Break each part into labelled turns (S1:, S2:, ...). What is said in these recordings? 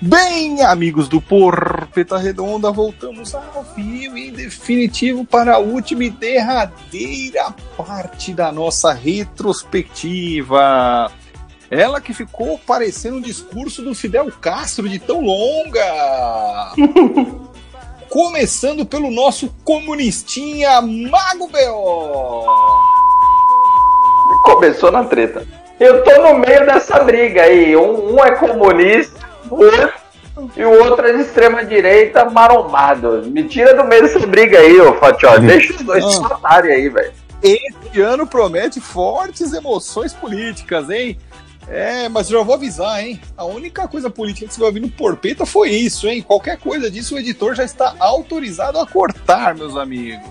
S1: Bem, amigos do Porpeta Redonda, voltamos ao vivo e definitivo para a última e derradeira parte da nossa retrospectiva. Ela que ficou parecendo um discurso do Fidel Castro de tão longa. Começando pelo nosso comunistinha Mago B.O.
S2: Começou na treta. Eu tô no meio dessa briga aí. Um, um é comunista o outro- e o outro é de extrema direita marombado. Me tira do meio dessa briga aí, ô Fatió.
S3: Uhum.
S2: Deixa os dois se matarem aí, velho.
S1: Este ano promete fortes emoções políticas, hein? É, mas já vou avisar, hein? A única coisa política que você vai ouvir no Porpeta foi isso, hein? Qualquer coisa disso, o editor já está autorizado a cortar, meus amigos.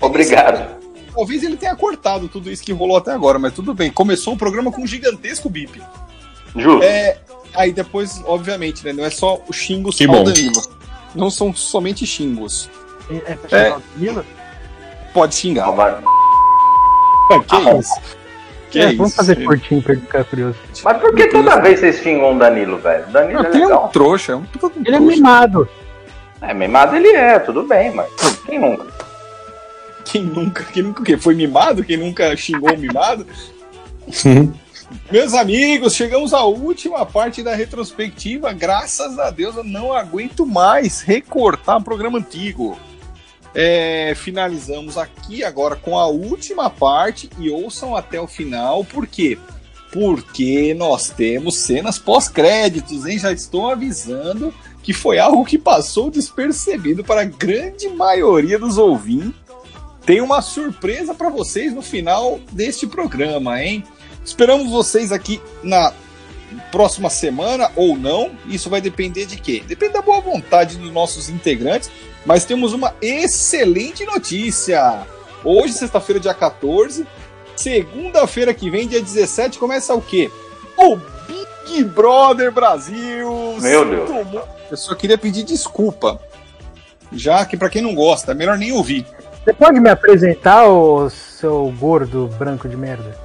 S2: Obrigado.
S1: Talvez ele tenha cortado tudo isso que rolou até agora, mas tudo bem. Começou o programa com um gigantesco bip.
S2: Justo.
S1: É, aí depois, obviamente, né? Não é só os xingos
S3: Que
S1: ao
S3: bom.
S1: Danilo. Não são somente xingos.
S4: É, é pra chamar o Danilo?
S1: Pode xingar.
S2: Mas
S1: Que isso? Que
S4: É,
S1: isso?
S4: vamos fazer curtinho pra ele ficar curioso.
S2: mas por que toda vez vocês xingam o Danilo, velho? O Danilo é
S1: Ele é um
S2: legal.
S1: trouxa, é um puta de um
S4: Ele é
S1: trouxa.
S4: mimado.
S2: É, mimado ele é, tudo bem, mas quem nunca?
S1: Quem nunca, quem nunca o quê? Foi mimado? Quem nunca xingou o mimado? Meus amigos, chegamos à última parte da retrospectiva. Graças a Deus eu não aguento mais recortar o programa antigo. É, finalizamos aqui agora com a última parte e ouçam até o final, por quê? Porque nós temos cenas pós-créditos, hein? Já estou avisando que foi algo que passou despercebido para a grande maioria dos ouvintes. Tem uma surpresa para vocês no final deste programa, hein? Esperamos vocês aqui na próxima semana ou não. Isso vai depender de quê? Depende da boa vontade dos nossos integrantes, mas temos uma excelente notícia. Hoje, sexta-feira, dia 14, segunda-feira que vem, dia 17, começa o quê? O Big Brother Brasil!
S2: Meu
S1: Sinto
S2: Deus.
S1: mu- Eu só queria pedir desculpa. Já que para quem não gosta, é melhor nem ouvir.
S4: Você pode me apresentar, ô seu gordo branco de merda?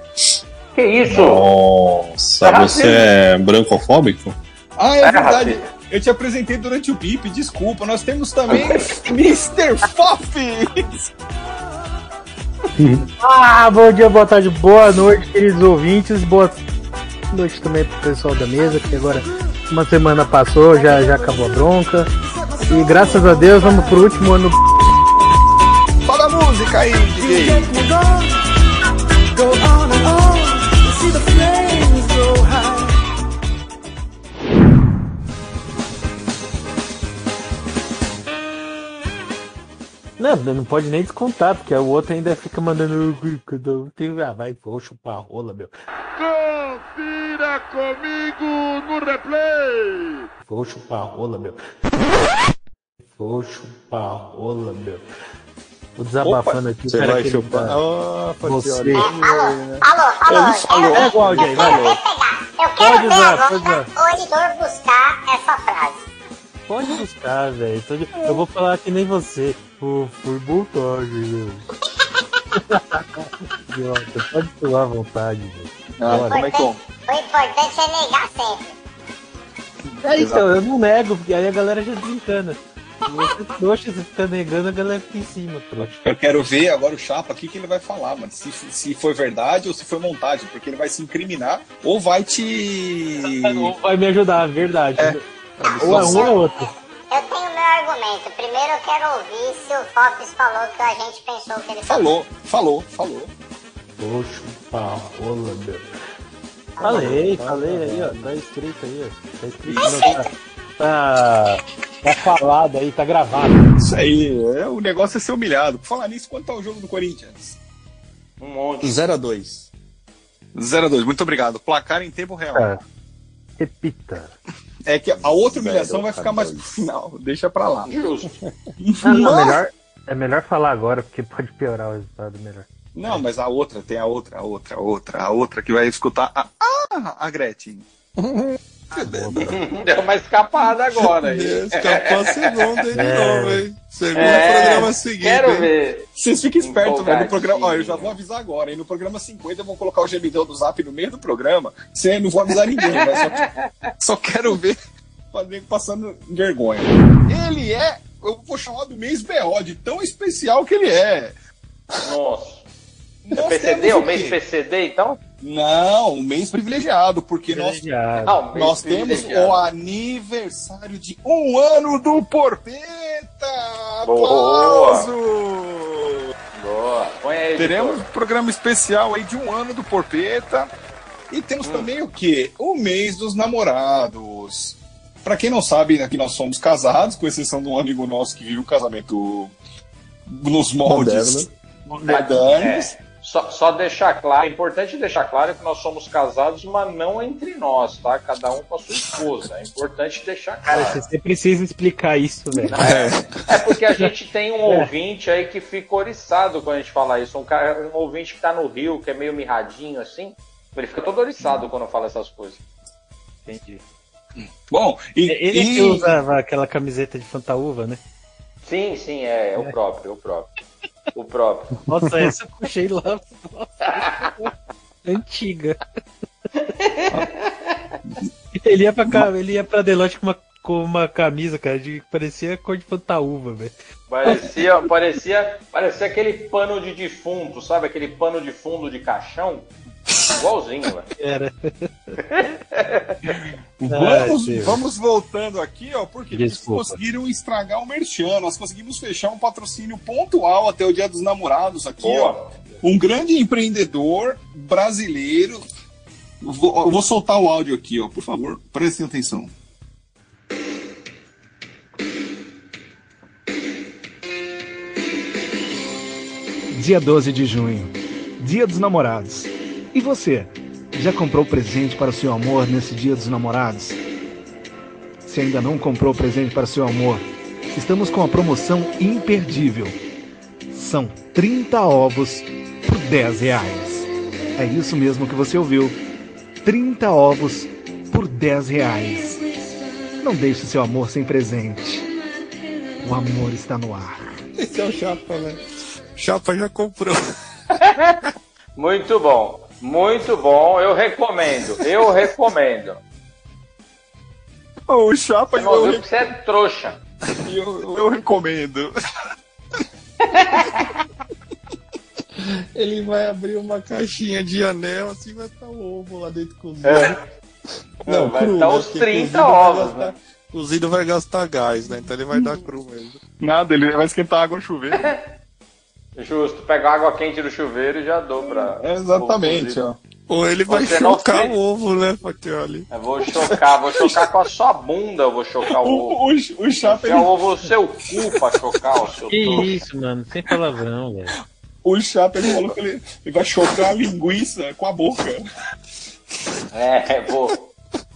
S2: Que isso?
S3: Nossa,
S2: Tá
S3: você é brancofóbico?
S1: Ah, é,
S2: É,
S1: verdade.
S2: racista.
S1: Eu te apresentei durante o bip, desculpa. Nós temos também Mr. Faf.
S4: Ah, bom dia, boa tarde, boa noite, queridos ouvintes. Boa noite também pro pessoal da mesa, que agora uma semana passou, já, já acabou a bronca. E graças a Deus, vamos pro último ano.
S1: Fala a música aí, DJ.
S5: Não, não pode nem descontar, porque o outro ainda fica mandando. Ah, vai, vou chupar a rola, meu.
S6: Confira comigo no replay.
S5: Vou chupar a rola, meu. Vou chupar a rola, meu. Tô desabafando aqui.
S3: Você
S5: pera
S3: vai
S5: que ele
S3: chupar?
S5: tá-
S1: Ah,
S5: Você.
S7: Alô, alô, eu,
S5: Pega o áudio aí, vai, Léo.
S7: eu quero
S5: Pode
S7: ver
S5: usar,
S7: agora
S5: pode usar.
S7: o editor buscar essa frase.
S5: Pode buscar, velho. Tô de- Eu vou falar que nem você. Por, por Bulldog, meu. Idiota, pode pular à vontade, velho.
S1: Ah, como é que é?
S7: O importante é negar sempre.
S5: É, então, eu não nego, porque aí a galera já desencana. Você é trouxa, você fica negando, a galera fica em cima, trouxa.
S1: Eu quero ver agora o Chapa, o que, que ele vai falar, mano. Se, se foi verdade ou se foi montagem. Porque ele vai se incriminar ou vai te...
S5: Ou vai me ajudar, é verdade. Ou é um ou é outro.
S7: Eu tenho meu argumento. Primeiro eu quero ouvir se o Fox falou o que a gente pensou que ele falou.
S1: Falou, falou, falou.
S5: Vou chupar a rola, meu. Falei, falei aí, ó. Tá escrito aí, ó. Tá escrito.
S4: Ah,
S5: Não, tá, tá, tá falado aí, tá gravado.
S1: Isso aí, é, o negócio é ser humilhado. Por falar nisso, quanto tá o jogo do Corinthians?
S2: Um monte.
S3: 0x2.
S1: 0x2, muito obrigado. Placar em tempo real.
S5: É.
S4: Tá. Repita.
S1: É que a outra humilhação vai ficar mais pro
S3: Dois.
S1: final. Deixa pra lá.
S2: Justo.
S4: Ah, não, melhor, é melhor falar agora, porque pode piorar o resultado melhor.
S1: Não, mas a outra, tem a outra, a outra, a outra, a outra que vai escutar a, ah, a Gretchen.
S2: Deu uma escapada agora aí.
S1: É,
S3: Escapou a segunda aí de
S4: É.
S3: novo, hein? Segundo
S2: É,
S3: programa seguinte.
S2: Quero
S3: hein?
S2: ver.
S1: Vocês fiquem espertos, velho. No
S2: Empolgadinho.
S1: programa, ó, eu já vou avisar agora, hein? No programa 50 eu vou colocar o né? gemidão do zap no meio do programa. Você não vou avisar ninguém, mas só, só quero ver Flamengo passando vergonha. Ele é, eu vou chamar do mês BO, de tão especial que ele é.
S2: Nossa. É
S1: Nós
S2: PCD?
S1: temos
S2: O
S1: quê?
S2: mês PCD, então?
S1: Não, um mês privilegiado, porque nós,
S8: Privilegiado.
S2: Ah, o mês
S1: nós temos
S2: privilegiado.
S1: o aniversário de um ano do Porpeta!
S2: Boa!
S1: Aplauso!
S2: Boa. Põe aí,
S1: Teremos um
S2: editor.
S1: programa especial aí de um ano do Porpeta. E temos também o quê? O mês dos namorados. Pra quem não sabe, aqui nós somos casados, com exceção de um amigo nosso que vive um casamento nos moldes modernos.
S2: Só, só deixar claro, é importante deixar claro que nós somos casados, mas não entre nós, tá? Cada um com a sua esposa. É importante deixar
S8: Cara,
S2: claro.
S8: você precisa explicar isso, velho.
S2: É porque a gente tem um
S1: É.
S2: ouvinte aí que fica oriçado quando a gente fala isso. Um, cara, um ouvinte que tá no Rio, que é meio mirradinho assim. Ele fica todo oriçado quando fala essas coisas.
S8: Entendi.
S1: Bom, e,
S8: Ele é
S1: e-
S8: que usava aquela camiseta de fantaúva, né?
S2: Sim, sim, é, é o próprio, é o próprio. O próprio.
S8: Nossa, essa eu puxei lá. nossa, Antiga. ele, ia pra, ca- ele ia pra Deloitte com uma, com uma camisa, cara, de, que parecia cor de fantaúva, velho.
S2: Parecia, parecia, parecia aquele pano de defunto, sabe? Aquele pano de fundo de caixão. Igualzinho, velho.
S8: Era.
S1: Vamos,
S8: Deus.
S1: vamos voltando aqui, ó, porque eles
S8: Desculpa.
S1: conseguiram estragar o Merchan. Nós conseguimos fechar um patrocínio pontual até o Dia dos Namorados aqui, ó. Um grande empreendedor brasileiro. Vou, eu vou soltar o áudio aqui, ó, por favor, prestem atenção.
S9: Dia 12 de junho, Dia dos Namorados. E você, já comprou presente para seu amor nesse Dia dos Namorados? Se ainda não comprou presente para seu amor, estamos com a promoção imperdível. São 30 ovos por 10 reais. É isso mesmo que você ouviu. 30 ovos por 10 reais. Não deixe seu amor sem presente. O amor está no ar.
S10: Esse é o Chapa, velho. Chapa já comprou.
S2: Muito bom, muito bom. Eu recomendo, eu recomendo.
S1: O Chapa,
S2: Você não ouviu porque você é trouxa.
S1: eu, eu recomendo.
S10: Ele vai abrir uma caixinha de anel, assim vai estar o ovo lá dentro cozido.
S2: É, Não, vai
S10: cru,
S2: estar
S10: né?
S2: uns
S10: Porque
S2: 30
S10: cozido vai
S2: ovos,
S10: gastar-
S2: né?
S10: Cozido vai gastar gás, né? Então ele vai dar cru mesmo.
S1: Nada, ele vai esquentar água no chuveiro.
S2: Justo, pega a água quente do chuveiro e já dou pra.
S1: Exatamente, ó.
S10: Ou ele vai
S1: é
S2: Você não
S10: chocar
S2: fez.
S10: o ovo, né, Fatioli?
S2: Eu vou chocar, vou chocar com a sua bunda, eu vou chocar o
S1: O,
S2: ovo.
S1: o, o Chapa,
S2: Enfiar
S1: ele,
S2: o ovo no seu cu pra chocar o seu
S8: Que
S2: trouxa.
S8: isso, mano, sem palavrão, velho.
S1: o Chapa, ele falou que ele, ele vai chocar a linguiça com a boca.
S2: É, vou.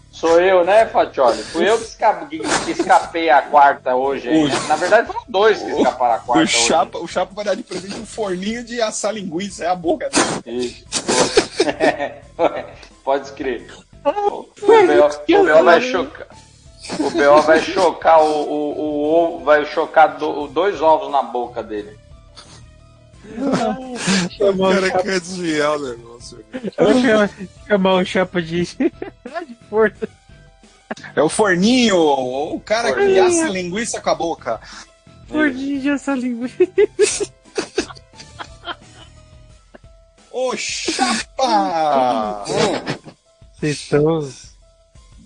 S2: Sou eu, né, Fatioli? Fui eu que, esca- que- que escapei a quarta hoje. aí, né? Na verdade, foram dois que escaparam a quarta
S1: O
S2: hoje.
S1: Chapa, o Chapa vai dar de presente um forninho de assar linguiça, é a boca dele.
S2: Isso. Pode crer. O BO, o BO vai chocar. O BO vai chocar o, o, o ovo, vai chocar do- dois ovos na boca dele.
S10: O
S8: um
S10: cara quer desviar o negócio.
S8: Eu vou chamar, chamar o chapa de. de força.
S1: É o forninho, o cara que
S2: Forninho.
S1: assa linguiça com a boca.
S8: Gordinho de essa língua.
S1: Ô Chapa!
S8: Vocês estão.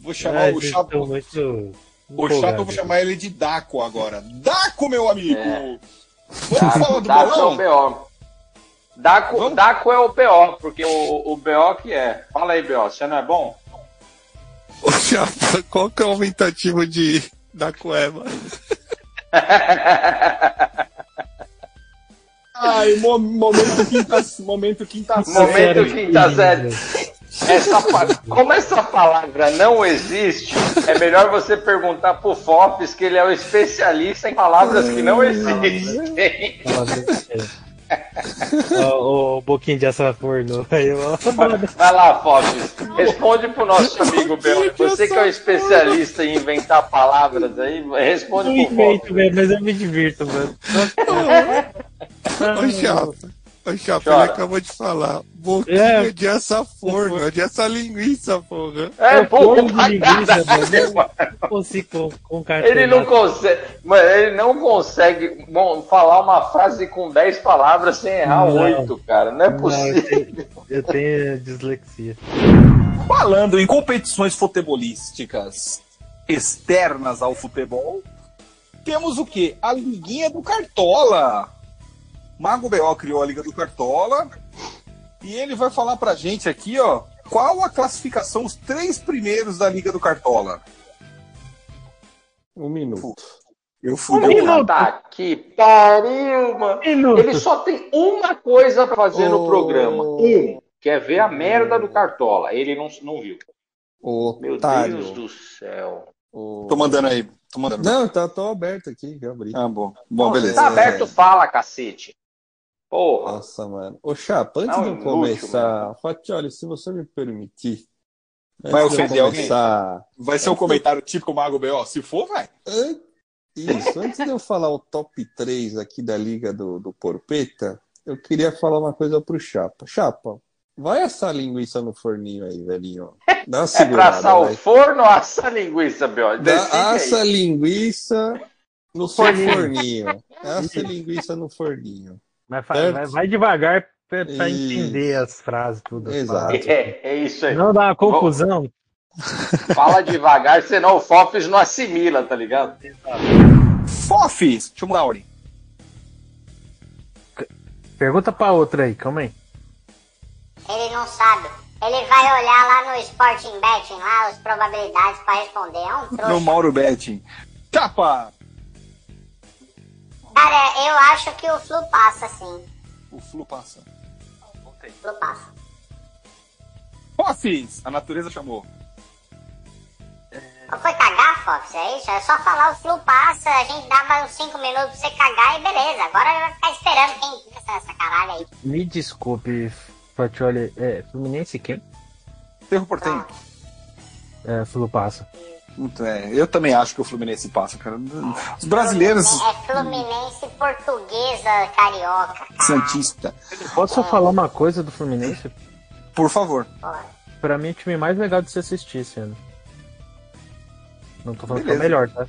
S1: Vou chamar
S8: Ai,
S1: o
S8: vocês
S1: Chapa.
S8: estão muito.
S1: O Chapa eu vou
S8: empolgados.
S1: chamar ele de Daco agora. Daco, meu amigo!
S2: É.
S1: Vamos falar do
S2: Daco é o
S1: bolão?
S2: BO. Daco,
S1: Vamos?
S2: Daco é o BO, porque o, o BO que é. Fala aí, BO, você não é bom?
S10: Ô, Chapa, qual que é o aumentativo de... da cueva?
S1: Ai, mo- momento quinta, momento quinta série.
S2: Momento
S8: Sério,
S2: quinta
S8: que
S2: série.
S8: lindo.
S2: Essa pa- Como essa palavra não existe, é melhor você perguntar pro Fops que ele é o especialista em palavras que não existem.
S8: Ó, o boquinho de assa forno. Aí, ó.
S2: Vai lá, Fops. Responde pro nosso amigo Bel. Você que é o especialista em inventar palavras aí,
S8: Eu
S2: responde pro
S8: invento,
S2: Fops.
S8: velho, mas eu me divirto, mano.
S10: Ô, Chapa,
S11: O Chapéu
S12: Chora.
S11: acabou de falar. Boquinha de essa forma, de essa linguiça, porra.
S12: É, pô,
S8: fogo de linguiça, mano. Não consigo com, com cartão.
S12: Ele não consegue. Mano, ele não consegue bom, falar uma frase com 10 palavras sem errar
S8: Não.
S12: oito, cara. Não é
S8: Não,
S12: possível.
S8: eu tenho- eu tenho dislexia.
S1: Falando em competições futebolísticas externas ao futebol, temos o quê? A Liguinha do Cartola. Mago B.O. criou a Liga do Cartola e ele vai falar pra gente aqui, ó, qual a classificação, os três primeiros da Liga do Cartola.
S8: Um minuto.
S1: Eu fui.
S12: Puta
S1: eu-
S12: que pariu, mano.
S5: Minuto.
S12: Ele só tem uma coisa pra fazer no programa. Um. Quer ver a merda do Cartola. Ele não, não viu. Meu
S1: Otário.
S12: Deus do céu.
S1: Tô mandando aí. Tô mandando.
S11: Não, tá tô aberto aqui, já abri.
S1: Ah, bom. Bom,
S12: Não,
S1: beleza. Ah,
S12: Tá aberto, fala, cacete. Porra.
S11: Nossa, mano. Ô, Chapa, antes
S12: Não,
S11: de
S12: é
S11: eu
S12: inútil,
S11: começar, Fatioli, se você me permitir. antes
S1: Vai
S11: de eu
S1: ofender alguém?
S11: começar-
S1: Vai ser um comentário típico Mago B.O. Se for, vai.
S11: An- Isso, antes de eu falar o top 3 aqui da Liga do, do Porpeta, eu queria falar uma coisa pro Chapa. Chapa, vai assar linguiça no forninho aí, velhinho. Dá uma
S12: É pra
S11: segurada,
S12: assar o
S11: vai.
S12: forno ou assa a linguiça,
S1: Ah,
S12: Bió? Decide
S11: Dá,
S12: aí.
S11: assa linguiça no seu forninho. Assa linguiça no forninho.
S5: Mas fa- vai, vai devagar pra, pra
S11: Isso.
S5: entender as frases, tudo.
S11: Exato.
S12: É, é isso aí.
S5: Não dá uma confusão.
S12: Fala devagar, senão o Fofes não assimila, tá ligado?
S1: Fofis! Deixa eu mudar a ordem.
S5: Pergunta pra outra aí, calma aí.
S7: Ele não sabe. Ele vai olhar lá no Sporting Betting, lá as probabilidades pra responder. É um
S1: No
S7: trouxa.
S1: Mauro Betting. Chapa!
S7: Cara, eu acho que o Flu passa, sim.
S1: O Flu passa.
S7: O Flu passa.
S1: Fofis! A natureza chamou.
S7: Mas Foi cagar, Fox? É isso? É só falar o Flu passa, a gente dava uns 5 minutos pra você cagar e beleza. Agora vai ficar esperando quem pensa nessa caralho aí.
S5: Me desculpe, Fatioli. É, Fluminense quem?
S1: Cerro Portenho.
S5: É, Flu passa.
S1: Muito, é, eu também acho que o Fluminense passa, cara. Os brasileiros
S7: É Fluminense portuguesa carioca, cara.
S1: Santista,
S5: Posso falar uma coisa do Fluminense?
S1: por favor.
S5: Pra mim, é o time mais legal de se assistir esse ano. Não tô falando
S1: Beleza.
S5: que é o melhor, tá?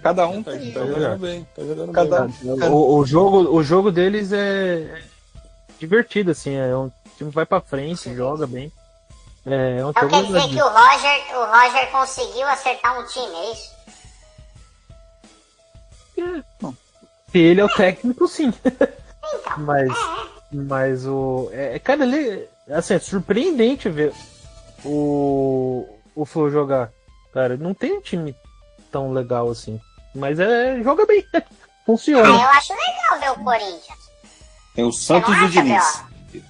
S1: Cada um
S11: Tá,
S1: tem.
S11: tá jogando bem, tá jogando
S1: Cada- um
S11: bem.
S5: O, o jogo, o jogo deles é é divertido, assim. É um time que vai pra frente, joga bem. É, é um
S7: Então
S5: jogo
S7: quer dizer que
S5: legal.
S7: o Roger, o Roger conseguiu acertar um time, é isso?
S5: Se ele é o técnico, sim.
S7: Então,
S5: Mas, mas o. É, é, cara, ele. Assim, é surpreendente ver o. O Flu jogar. Cara, não tem um time tão legal assim. Mas é. Joga bem.
S7: ah,
S5: Funciona.
S7: eu acho legal ver o Corinthians.
S1: Tem o Santos
S7: Você
S1: e
S7: não
S1: o
S7: acha,
S1: Diniz.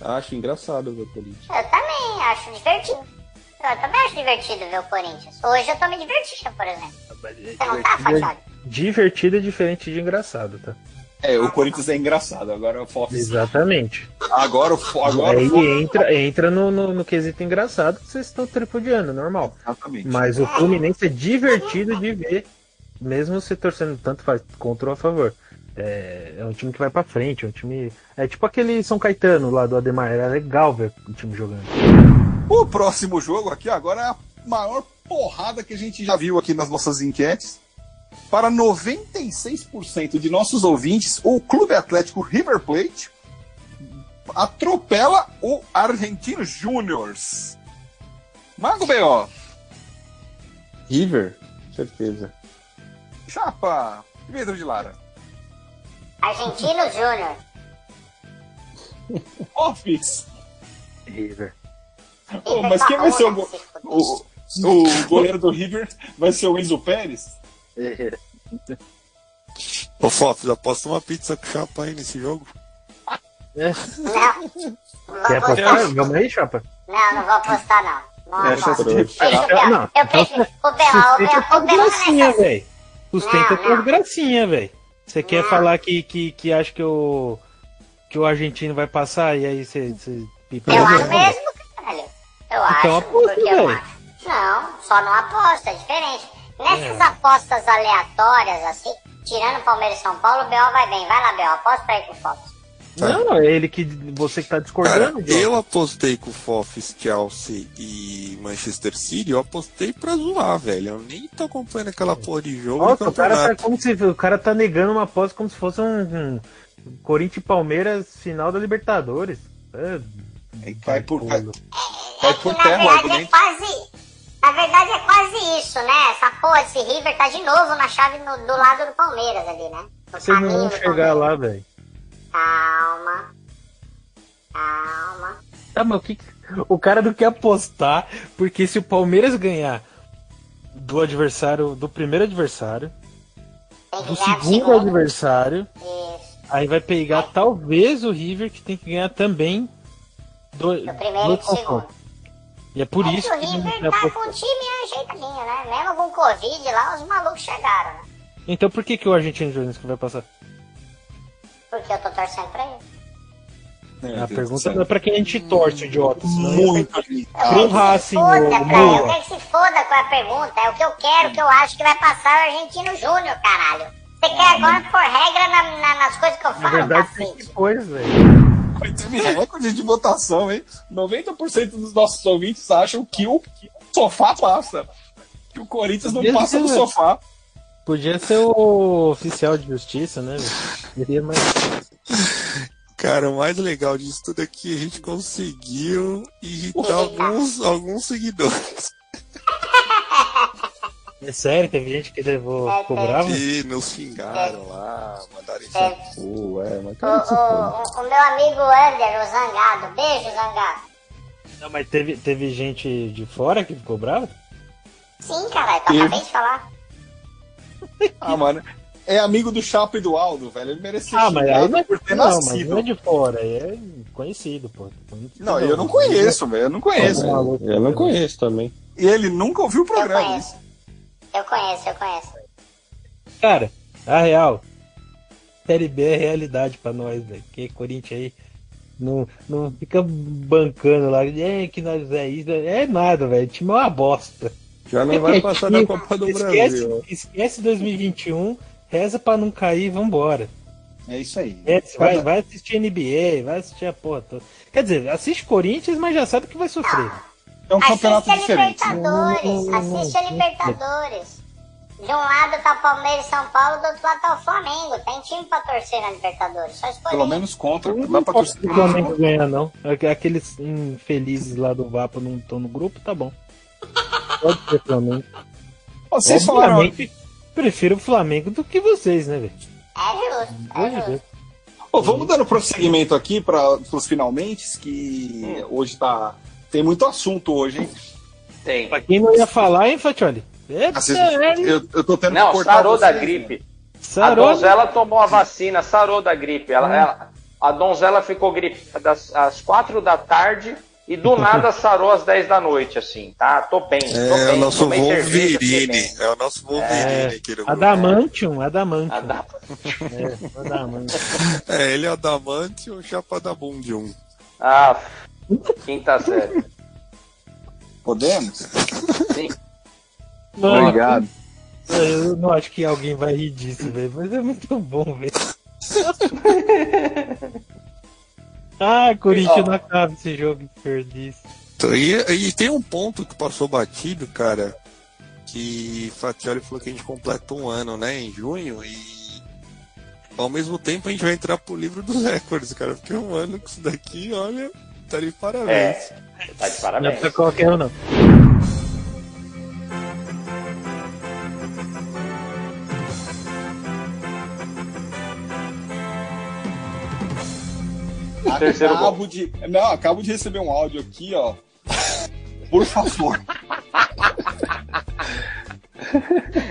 S11: Acho engraçado ver o Corinthians.
S7: Eu também acho divertido. Eu também acho divertido ver o Corinthians. Hoje eu tô me divertindo, por exemplo. Você
S1: é
S7: não tá, Fatiado?
S5: Divertido é diferente de engraçado, tá?
S1: É, o Corinthians é engraçado. Agora o Fofis.
S5: Exatamente.
S1: Agora o Fo- agora o
S5: Aí
S1: Fofis.
S5: entra, entra no, no, no quesito engraçado que vocês estão tripudiando, normal.
S1: Exatamente.
S5: Mas o Fluminense é divertido de ver, mesmo se torcendo tanto faz, contra ou a favor. É, é um time que vai pra frente, é um time. É tipo aquele São Caetano lá do Ademar, era legal ver o time jogando.
S1: O próximo jogo aqui agora é a maior porrada que a gente já viu aqui nas nossas enquetes. Para 96% de nossos ouvintes, o Clube Atlético River Plate atropela o Argentino Júnior. Mago B.O.,
S11: River? Certeza.
S1: Chapa, Pedro de Lara.
S7: Argentino Júnior.
S1: Office.
S5: River.
S1: Ô, mas quem vai ser o, go-
S7: Se fuder.
S1: o, o goleiro do River? Vai ser o Enzo Pérez?
S11: Ô, Fofo, aposta uma pizza com Chapa aí nesse jogo.
S7: Não. Não vou
S5: Quer
S7: apostar.
S5: apostar? é Vamos aí, chapa?
S7: Não, não vou apostar, não. Não
S1: É,
S7: aposto.
S1: essa-
S7: Deixa o Bel.
S5: Não,
S7: Eu prefiro. O Bel, o
S5: Sustenta
S7: Bel,
S5: por
S7: o é Bel
S5: gracinha,
S7: nessa.
S5: velho. Sustenta
S7: Não,
S12: Ah.
S5: por
S7: não.
S5: gracinha, velho. Você quer
S7: Não.
S5: falar que, que, que acha que o. que o argentino vai passar e aí você. você pipa
S7: Eu
S5: no
S7: acho
S5: jogo?
S7: mesmo, caralho. Eu
S5: Então
S7: acho,
S5: aposta,
S7: porque eu
S5: velho.
S7: acho. Não, só não aposta, é diferente. Nessas apostas aleatórias, assim, tirando Palmeiras e São Paulo, o B.O. vai bem. Vai lá, B.O., aposta aí com o Fox.
S11: Tá.
S8: Não, é ele que. Você que tá
S11: Cara,
S8: discordando, Diogo.
S11: eu apostei com o Fofis, Chelsea e Manchester City, eu apostei pra zoar, velho. Eu nem tô acompanhando aquela porra de jogo então no
S8: Nossa, o cara, tá
S11: campeonato.
S8: como se, o cara tá negando uma aposta como se fosse um, um Corinthians e Palmeiras final da Libertadores. É,
S1: Aí cai por, cai,
S7: É
S1: cai
S7: que
S1: por
S7: na
S1: terra o
S7: verdade é
S1: argumento.
S7: quase. Na verdade é quase isso, né? Essa porra, esse River tá de novo na chave no- do lado do Palmeiras ali, né? No
S8: vocês não
S7: caminho
S8: vão
S7: do
S8: chegar
S7: Palmeiras.
S8: lá, velho.
S7: Calma. Calma.
S8: Tá, mas o que. que- O cara não quer apostar, porque se o Palmeiras ganhar do adversário, do primeiro adversário,
S7: Tem que
S8: do
S7: ganhar do
S8: segundo
S7: segundo.
S8: adversário,
S7: Isso.
S8: aí vai pegar talvez o River que tem que ganhar também do,
S7: Do primeiro e
S8: do
S7: do segundo.
S8: E é por
S7: É
S8: isso
S7: que
S8: que
S7: o
S8: ele não
S7: River
S8: quer
S7: tá
S8: apostar.
S7: com o time ajeitadinho, né? Mesmo com o Covid lá, os malucos chegaram, né?
S8: Então por que, que o Argentino Jalisco vai passar?
S7: Porque eu tô torcendo pra ele.
S1: né?
S8: a pergunta não é pra quem a gente torce, idiota. senão eu ia
S1: Muito
S7: Eu
S8: Pro
S7: quero que se
S8: Racing,
S7: foda,
S8: ô,
S7: cara.
S8: Moura.
S7: Eu quero que se foda com a pergunta. É o que eu quero, que eu acho que vai passar o Argentino Júnior, caralho. Você quer agora pôr regra na- na- nas coisas que eu
S8: Na
S5: Ah,
S7: falo, Tá assim.
S8: verdade, tem
S7: cacete?
S8: que pôr, velho.
S1: Mas teve recorde de votação, hein? 90% dos nossos ouvintes acham que o sofá passa. Que o Corinthians não
S8: Meu
S1: passa do
S8: Deus.
S1: sofá.
S8: Podia ser o oficial de justiça, né? velho? Seria mais.
S11: Cara, o mais legal disso tudo é que a gente conseguiu irritar
S7: Porra.
S11: alguns, alguns seguidores.
S8: É sério, teve gente que levou, ficou
S5: é
S8: bravo?
S11: E nos xingaram lá, mandaram
S7: É.
S11: enfiar Pô, é, mas
S7: O,
S11: cara, isso tudo.
S7: o, o meu amigo Ander, o Zangado. Beijo, Zangado.
S8: Não, mas teve, teve gente de fora que ficou brava?
S7: Sim, caralho, que eu acabei de falar.
S1: Ah, mano. É amigo do Chapo e do Aldo, velho. Ele merece
S8: Ah, mas aí não é,
S1: por ter
S8: não,
S5: tipo
S8: mas
S1: nascido.
S5: assim,
S8: não é de fora, aí é conhecido, pô. Conhecido
S1: Não, eu não conheço, velho. Eu não
S8: Tá
S1: conheço.
S11: Eu não conheço também.
S1: E ele nunca ouviu o
S7: Eu
S1: programa.
S7: conheço. Eu conheço, eu conheço.
S8: Cara, a real, Série B é realidade pra nós, velho. Que Corinthians aí não, não fica bancando lá, é que nós é isso, é nada, velho. O time é uma bosta.
S11: Já não vai passar da Copa do
S8: Esquece,
S11: Brasil.
S8: esquece 2021, reza pra não cair, vambora.
S1: É isso aí.
S8: Esquece, vai, vai assistir NBA, vai assistir a porra toda. Quer dizer, assiste Corinthians, mas já sabe que vai sofrer.
S1: É um campeonato
S7: Assiste a
S1: diferente.
S7: Libertadores. Assiste a Libertadores. De um lado tá o Palmeiras e São Paulo, do outro lado tá o Flamengo. Tem time pra torcer na Libertadores. Só escolher.
S1: Pelo menos contra.
S8: Eu
S1: Dá
S8: não
S1: pra
S8: posso
S1: torcer.
S8: que o Flamengo ganhar, não. Aqu- Aqueles infelizes lá do Vapa não estão no grupo, tá bom. Pode ser Flamengo.
S1: Vocês falaram.
S8: Obviamente, prefiro o Flamengo do que vocês, né, velho?
S7: É justo, é
S8: Pelo amor de
S7: justo.
S8: Deus.
S1: Pô, vamos dando prosseguimento aqui para os finalmente, que hoje tá. Tem muito assunto hoje, hein?
S12: Tem.
S8: Pra quem não ia falar, hein, Fatioli? É,
S1: Ah, vocês-
S8: é,
S1: eu, eu tô tendo que
S12: Não,
S1: cortar
S12: sarou da
S1: vocês, né?
S12: gripe. A
S8: sarou.
S12: donzela tomou a vacina, sarou da gripe.
S5: Hum.
S12: Ela, ela- a donzela ficou gripada às, às quatro da tarde e do nada sarou às 10 da noite, assim, tá? Tô bem, tô
S11: É,
S12: bem.
S11: o nosso
S12: tomei cerveja, fiquei
S11: Wolverine.
S12: bem.
S8: né?
S11: É o nosso Wolverine aqui no grupo.
S8: Adamantium, Adamantium.
S12: Ah, dá-
S8: É, Adamantium.
S11: É, ele é Adamante ou Chapa da Bundium.
S12: Ah, f- quinta série.
S1: né? Podemos?
S12: Sim.
S8: Mano, Eu não acho que alguém vai rir disso, velho. Mas é muito bom, velho. ah, Corinthians não acaba esse jogo que perdiz.
S11: Então, E, e tem um ponto que passou batido, cara, que Fatioli falou que a gente completa um ano, né, em junho, e ao mesmo tempo a gente vai entrar pro livro dos recordes, cara, porque um ano com isso daqui, olha, tá de
S12: É,
S11: parabéns.
S12: tá de
S8: Não é
S12: parabéns.
S8: pra qualquer um, não.
S12: Terceiro
S1: acabo de. Não, acabo de receber um áudio aqui, ó. Por favor.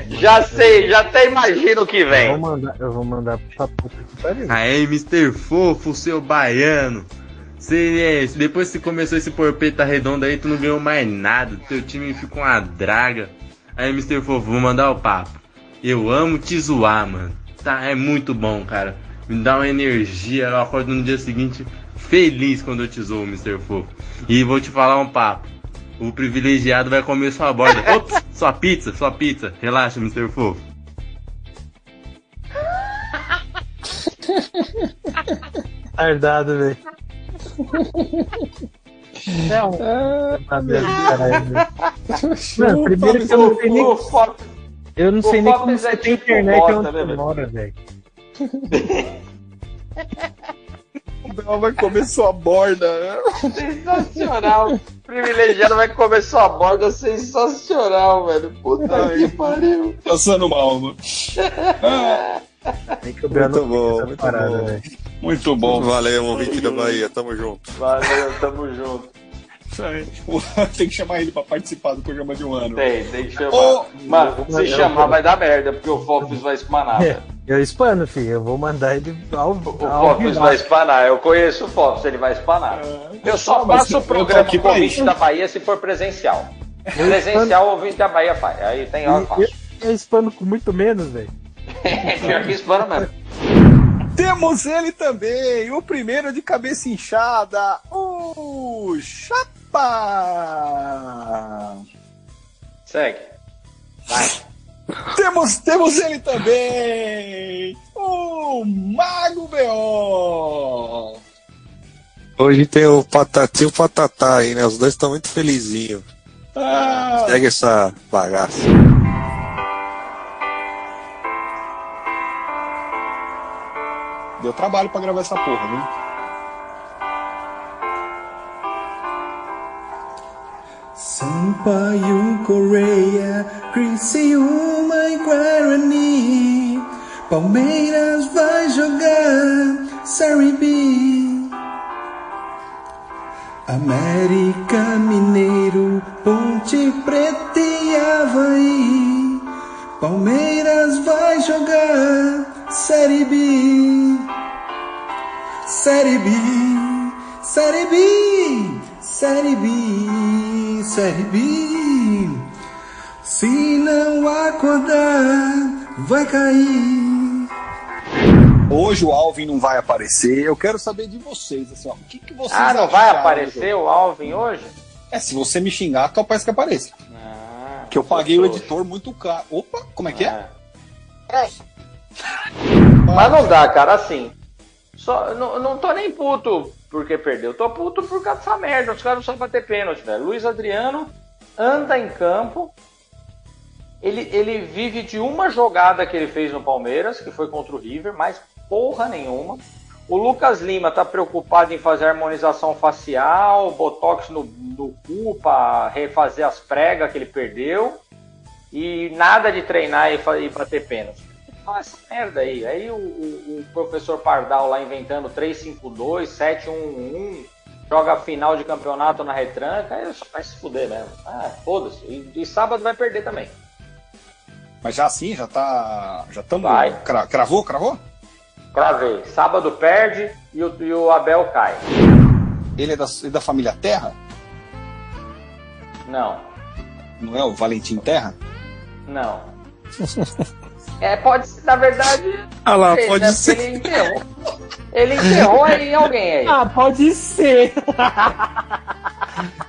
S12: Já sei, já até imagino o que
S8: Eu vou
S12: vem.
S8: mandar, eu vou mandar pra puta que pariu.
S13: Aí, Mr. Fofo, seu baiano. Cê, é, depois que começou esse porpeta redondo aí, tu não ganhou mais nada. Teu time ficou uma draga. Aí, Mr. Fofo, vou mandar o papo. Eu amo te zoar, mano. Tá, é muito bom, cara. Me dá uma energia. Eu acordo no dia seguinte feliz quando eu te zoo, Mr. Fofo. E vou te falar um papo. O privilegiado vai comer sua borda. Ops, sua pizza, sua pizza. Relaxa, Mr. Fofo.
S5: Tardado, velho. É um.
S8: Ah,
S5: brincadeira do caralho, velho. Mano, primeiro que eu não sei nem.
S2: Fox,
S5: Eu não
S2: o
S5: sei nem
S2: Fox
S5: como
S2: é
S5: você tem
S2: tipo
S5: internet
S2: bosta,
S5: onde
S2: né,
S5: você
S2: velho?
S5: mora, velho.
S1: O Bel vai comer sua borda. né?
S2: sensacional. Privilegiado vai comer sua borda sensacional, velho. Puta que pariu.
S1: Passando mal, né? Ah, mano.
S5: Tem que eu
S11: Muito
S5: não
S11: bom,
S5: essa
S11: muito
S5: parada,
S11: bom.
S5: velho.
S1: Muito bom.
S11: Valeu, um ouvinte da Bahia. Tamo junto.
S2: Valeu, tamo junto.
S1: Isso aí. Tem que chamar ele pra participar do programa de um ano.
S2: Tem, tem que chamar.
S1: Ô,
S2: Mano, se
S5: Valeu,
S2: chamar
S5: cara.
S2: vai dar merda, porque o Fofis vai espanar,
S5: É,
S2: velho.
S5: eu espano, filho. Eu vou mandar ele ao,
S2: O
S5: ao
S2: Fofis vai espanar, eu conheço o Fofis, ele vai espanar. Eu só
S1: É, mas
S2: faço
S1: eu
S2: o
S1: tô
S2: programa
S1: aqui
S2: com o
S1: pra
S2: ouvinte
S1: isso.
S2: da Bahia se for presencial. Presencial, o ouvinte da Bahia faz. Aí tem hora que
S5: Eu,
S2: faz.
S5: eu espano com muito menos, velho.
S2: É pior que espana mesmo.
S1: Temos ele também, o primeiro de cabeça inchada, o Chapa.
S2: Segue. Vai.
S1: Temos, temos ele também, o Mago B.O.
S11: Hoje tem o Patati e o Patatá aí, né? Os dois estão muito felizinhos.
S1: Ah,
S11: Segue essa bagaça.
S1: deu trabalho pra gravar essa porra, né?
S9: Sampaio Correia, Criciúma e Guarani. Palmeiras vai jogar Série B. América Mineiro, Ponte Preta e Havaí. Palmeiras vai jogar Série B. Série B, Série B, Série B, Série B. Se não acordar, vai cair.
S1: Hoje o Alvin não vai aparecer, eu quero saber de vocês, assim, ó, o que, que vocês
S2: Ah,
S1: acharam
S2: não vai
S1: do jogo?
S2: aparecer o Alvin hoje?
S1: É, se você me xingar, capaz que apareça,
S2: Ah,
S1: que eu paguei o
S2: trouxa.
S1: editor muito caro. Opa, como é que é?
S2: Ah.
S7: Trouxa.
S2: Mas não dá, cara, assim. Só, não, não tô nem puto porque perdeu. Tô puto por causa dessa merda. Os caras não sabem bater pênalti, velho. Luiz Adriano anda em campo. Ele, ele vive de uma jogada que ele fez no Palmeiras, que foi contra o River, mas porra nenhuma. O Lucas Lima tá preocupado em fazer harmonização facial, botox no, no cu pra refazer as pregas que ele perdeu. E nada de treinar e, fa- e bater pênalti. Fala essa merda aí. Aí o, o- o professor Pardal lá inventando 352, 711, joga a final de campeonato na retranca, aí só vai se fuder mesmo. Ah, foda-se. E, e sábado vai perder também.
S1: Mas já assim, já tá. Já estamos.
S2: Vai.
S1: cravou, cravou?
S2: Cravei. Sábado perde e o, e o Abel cai.
S1: Ele é da, ele é da família Terra?
S2: Não,
S1: Não é o Valentim Terra?
S2: não. É, pode ser, na verdade.
S11: Ah lá,
S2: sei,
S11: pode
S2: né,
S11: ser.
S2: porque Ele enterrou. Ele enterrou em alguém aí.
S8: Ah, pode ser.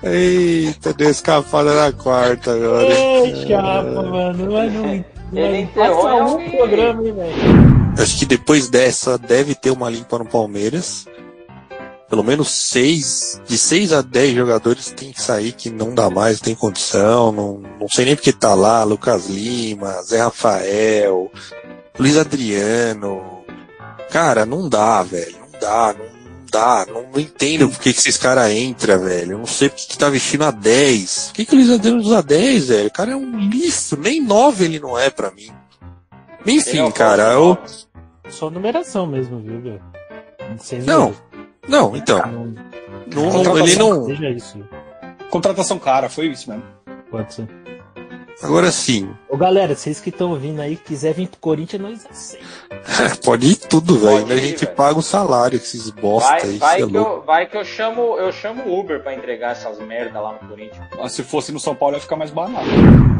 S11: Eita, deu escapada na quarta agora.
S8: Ei, chapa, mano. Mas não,
S2: Ele
S8: mas
S2: enterrou
S8: passa
S2: em
S8: um
S2: alguém.
S8: programa, hein, velho.
S11: Acho que depois dessa deve ter uma limpa no Palmeiras. Pelo menos seis, de seis a dez jogadores tem que sair que não dá mais, tem condição. Não, não sei nem porque tá lá. Lucas Lima, Zé Rafael, Luiz Adriano. Cara, não dá, velho. Não dá, não, não dá. Não, não entendo por que, que esses caras entram, velho. Eu não sei porque que tá vestindo a 10. Por que, que o Luiz Adriano usa 10, velho? O cara é um lixo. Nem 9 ele não é pra mim.
S2: Ele é
S11: Enfim,
S2: o
S11: cara, eu.
S2: Paulo.
S8: Só numeração mesmo, viu, meu? Sem
S11: Não,
S8: número.
S11: não, então.
S2: Ah,
S8: Não,
S11: Não,
S1: Contratação.
S2: então
S11: não,
S2: tá
S11: ele não.
S8: Seja isso.
S1: Contratação cara, foi isso mesmo.
S8: Pode ser.
S11: Agora sim,
S8: Ô, galera, vocês que estão ouvindo aí, quiser vir pro Corinthians, nós aceitamos.
S11: É, pode ir tudo, velho. Ainda a
S2: ir,
S11: gente
S2: velho.
S11: paga o salário, que esses bosta
S2: Vai,
S11: aí,
S2: vai
S11: cê é
S2: que
S11: louco.
S2: eu, vai que eu chamo, eu chamo o Uber pra entregar essas merda lá no Corinthians.
S1: Mas Ah, se fosse no São Paulo ia ficar mais banal.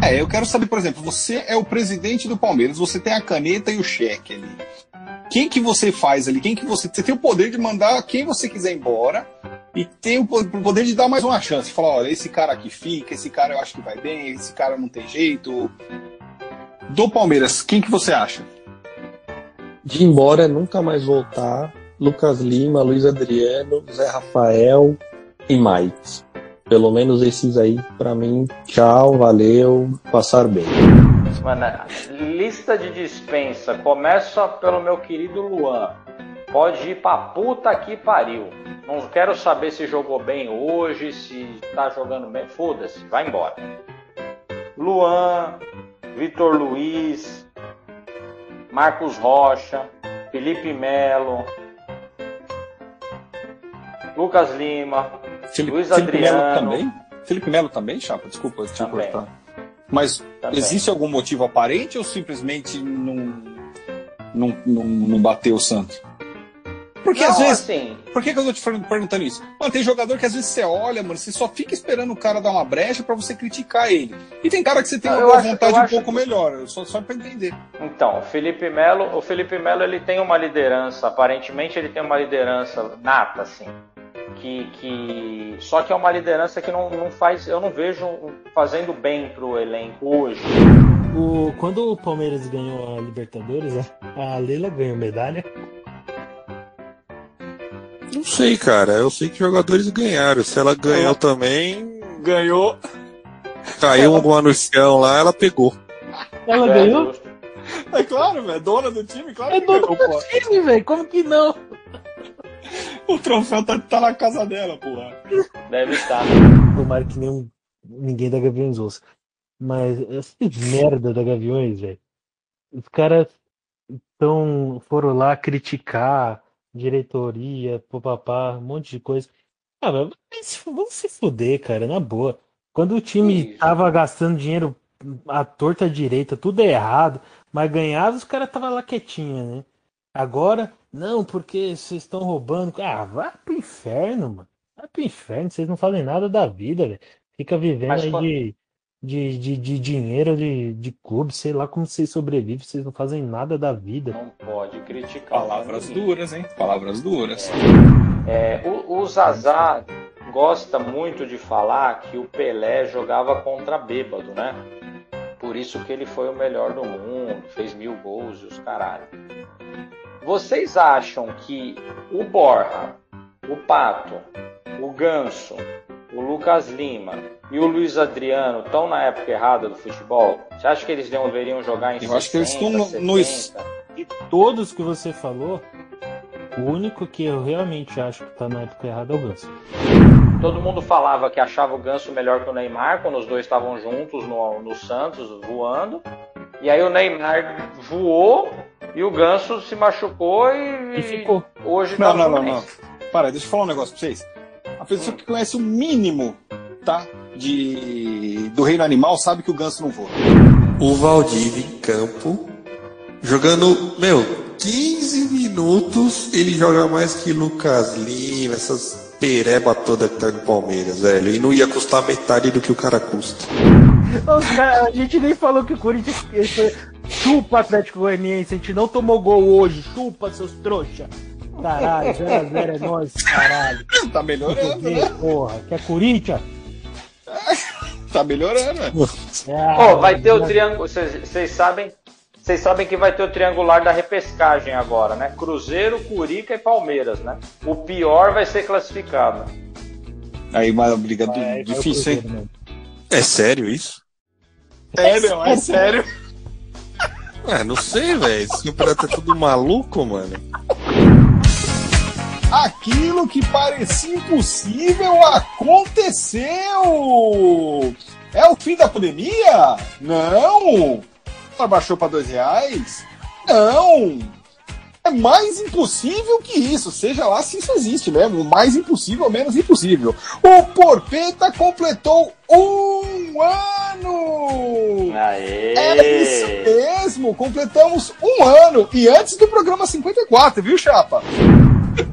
S1: É, eu quero saber, por exemplo, você é o presidente do Palmeiras, você tem a caneta e o cheque ali. Quem que você faz ali? Quem que você. Você tem o poder de mandar quem você quiser embora e tem o po- o poder de dar mais uma chance. Falar, olha, esse cara aqui fica, esse cara eu acho que vai bem, esse cara não tem jeito. Do Palmeiras, quem que você acha?
S11: De ir embora, nunca mais voltar. Lucas Lima, Luiz Adriano, Zé Rafael e mais. Pelo menos esses aí, pra mim, tchau, valeu, passar bem.
S2: Mano, lista de dispensa. Começa pelo meu querido Luan. Pode ir pra puta que pariu. Não quero saber se jogou bem hoje, se tá jogando bem. Foda-se, vai embora. Luan, Vitor Luiz, Marcos Rocha, Felipe Melo, Lucas Lima,
S1: Felipe,
S2: Luiz
S1: Felipe Melo
S2: Adriano.
S1: também? Felipe Melo também, Chapa? Desculpa te
S2: Também.
S1: cortar. Mas
S2: Também.
S1: existe algum motivo aparente ou simplesmente não, não, não, não bateu o santo? Porque
S2: Não,
S1: às vezes.
S2: assim,
S1: Por que, que eu tô te fer- perguntando isso? Mano, tem jogador que às vezes você olha, mano, você só fica esperando o cara dar uma brecha pra você criticar ele. E tem cara que você tem uma
S2: Eu
S1: boa
S2: acho-
S1: vontade
S2: eu
S1: um
S2: acho
S1: pouco
S2: que-
S1: melhor, eu só, só pra entender.
S2: Então, o Felipe Melo, o Felipe Melo ele tem uma liderança, aparentemente ele tem uma liderança nata, assim. Que, que só que é uma liderança que não, não faz, eu não vejo fazendo bem pro elenco hoje.
S5: O, quando o Palmeiras ganhou a Libertadores, a, a Leila ganhou medalha.
S11: Não sei, cara. Eu sei que jogadores ganharam. Se ela ganhou também,
S1: Ganhou.
S11: caiu alguma no chão lá, ela pegou.
S5: Ela
S2: É,
S5: ganhou?
S2: justo.
S1: É claro, velho. Dona do time, claro
S5: É
S1: que
S5: dona
S1: ganhou, pô.
S5: Ih, velho, como que não?
S1: O troféu tá, tá na casa dela, porra.
S2: Deve estar.
S5: Tomara que nenhum, ninguém da Gaviões ouça. Mas essa merda da Gaviões, velho. Os caras tão, foram lá criticar diretoria, papapá, um monte de coisa. Ah, mas vai se- vamos se fuder, cara, na boa. Quando o time
S2: Isso.
S5: tava gastando dinheiro à torta à direita, tudo errado, mas ganhava, os caras tava lá quietinho, né? Agora, não, porque vocês estão roubando. Ah, vá pro inferno, mano. Vai pro inferno, vocês não fazem nada da vida, velho. Fica vivendo
S2: Mas
S5: aí
S2: quando-
S5: de, de, de, de dinheiro, de, de clube, sei lá como vocês sobrevivem, vocês não fazem nada da vida.
S2: Não pode criticar. o
S1: Palavras
S2: Mano.
S1: duras, hein? Palavras duras.
S2: É, o, o Zazá gosta muito de falar que o Pelé jogava contra bêbado, né? Por isso que ele foi o melhor do mundo, fez mil gols e os caralho. Vocês acham que o Borra, o Pato, o Ganso, o Lucas Lima e o Luiz Adriano estão na época errada do futebol? Você acha que eles deveriam jogar em
S1: Eu acho que eles estão no-
S2: 60,
S1: no-
S2: 70?
S5: De todos que você falou, o único que eu realmente acho que tá na época errada é o Ganso.
S2: Todo mundo falava que achava o Ganso melhor que o Neymar quando os dois estavam juntos no, no Santos, voando. E aí o Neymar voou e o Ganso se machucou e,
S5: E ficou.
S2: hoje
S1: Não,
S2: tá no
S1: não, não, não.
S2: Fluminense.
S1: Para, deixa eu falar um negócio pra vocês. A pessoa que conhece o mínimo, tá? De... Do reino animal sabe que o ganso não voa.
S11: O Valdívia em campo, jogando, meu, 15 minutos, ele joga mais que Lucas Lima, essas pereba toda que tá no Palmeiras, velho. E não ia custar metade do que o cara custa.
S5: Os cara- a gente nem falou que o Corinthians esse- chupa Atlético Goianiense, a gente não tomou gol hoje, chupa seus trouxa. Caralho, 0x0 é nóis, caralho.
S1: Tá melhorando, né?
S5: Porra, que é Corinthians?
S1: Tá melhorando, né?
S5: Ah,
S2: Ó, vai ter o
S5: já-
S2: triângulo. Vocês vocês sabem, vocês sabem que vai ter o triangular da repescagem agora, né? Cruzeiro, Curica e Palmeiras, né? O pior vai ser classificado.
S1: Aí, mas a briga do-
S5: Vai- vai o
S1: difícil, hein?
S5: Cruzeiro, mano.
S11: É sério isso?
S1: É, não, é sério.
S11: Ah, não sei, velho. Esse campeonato é tudo maluco, mano.
S1: Aquilo que parecia impossível aconteceu! É o fim da pandemia? Não! Ela baixou para dois reais? Não! É mais impossível que isso, seja lá se isso existe mesmo. Mais impossível ou menos impossível. O Porpeta completou um ano!
S2: Aê!
S1: É isso mesmo, completamos um ano e antes do programa 54, viu, Chapa?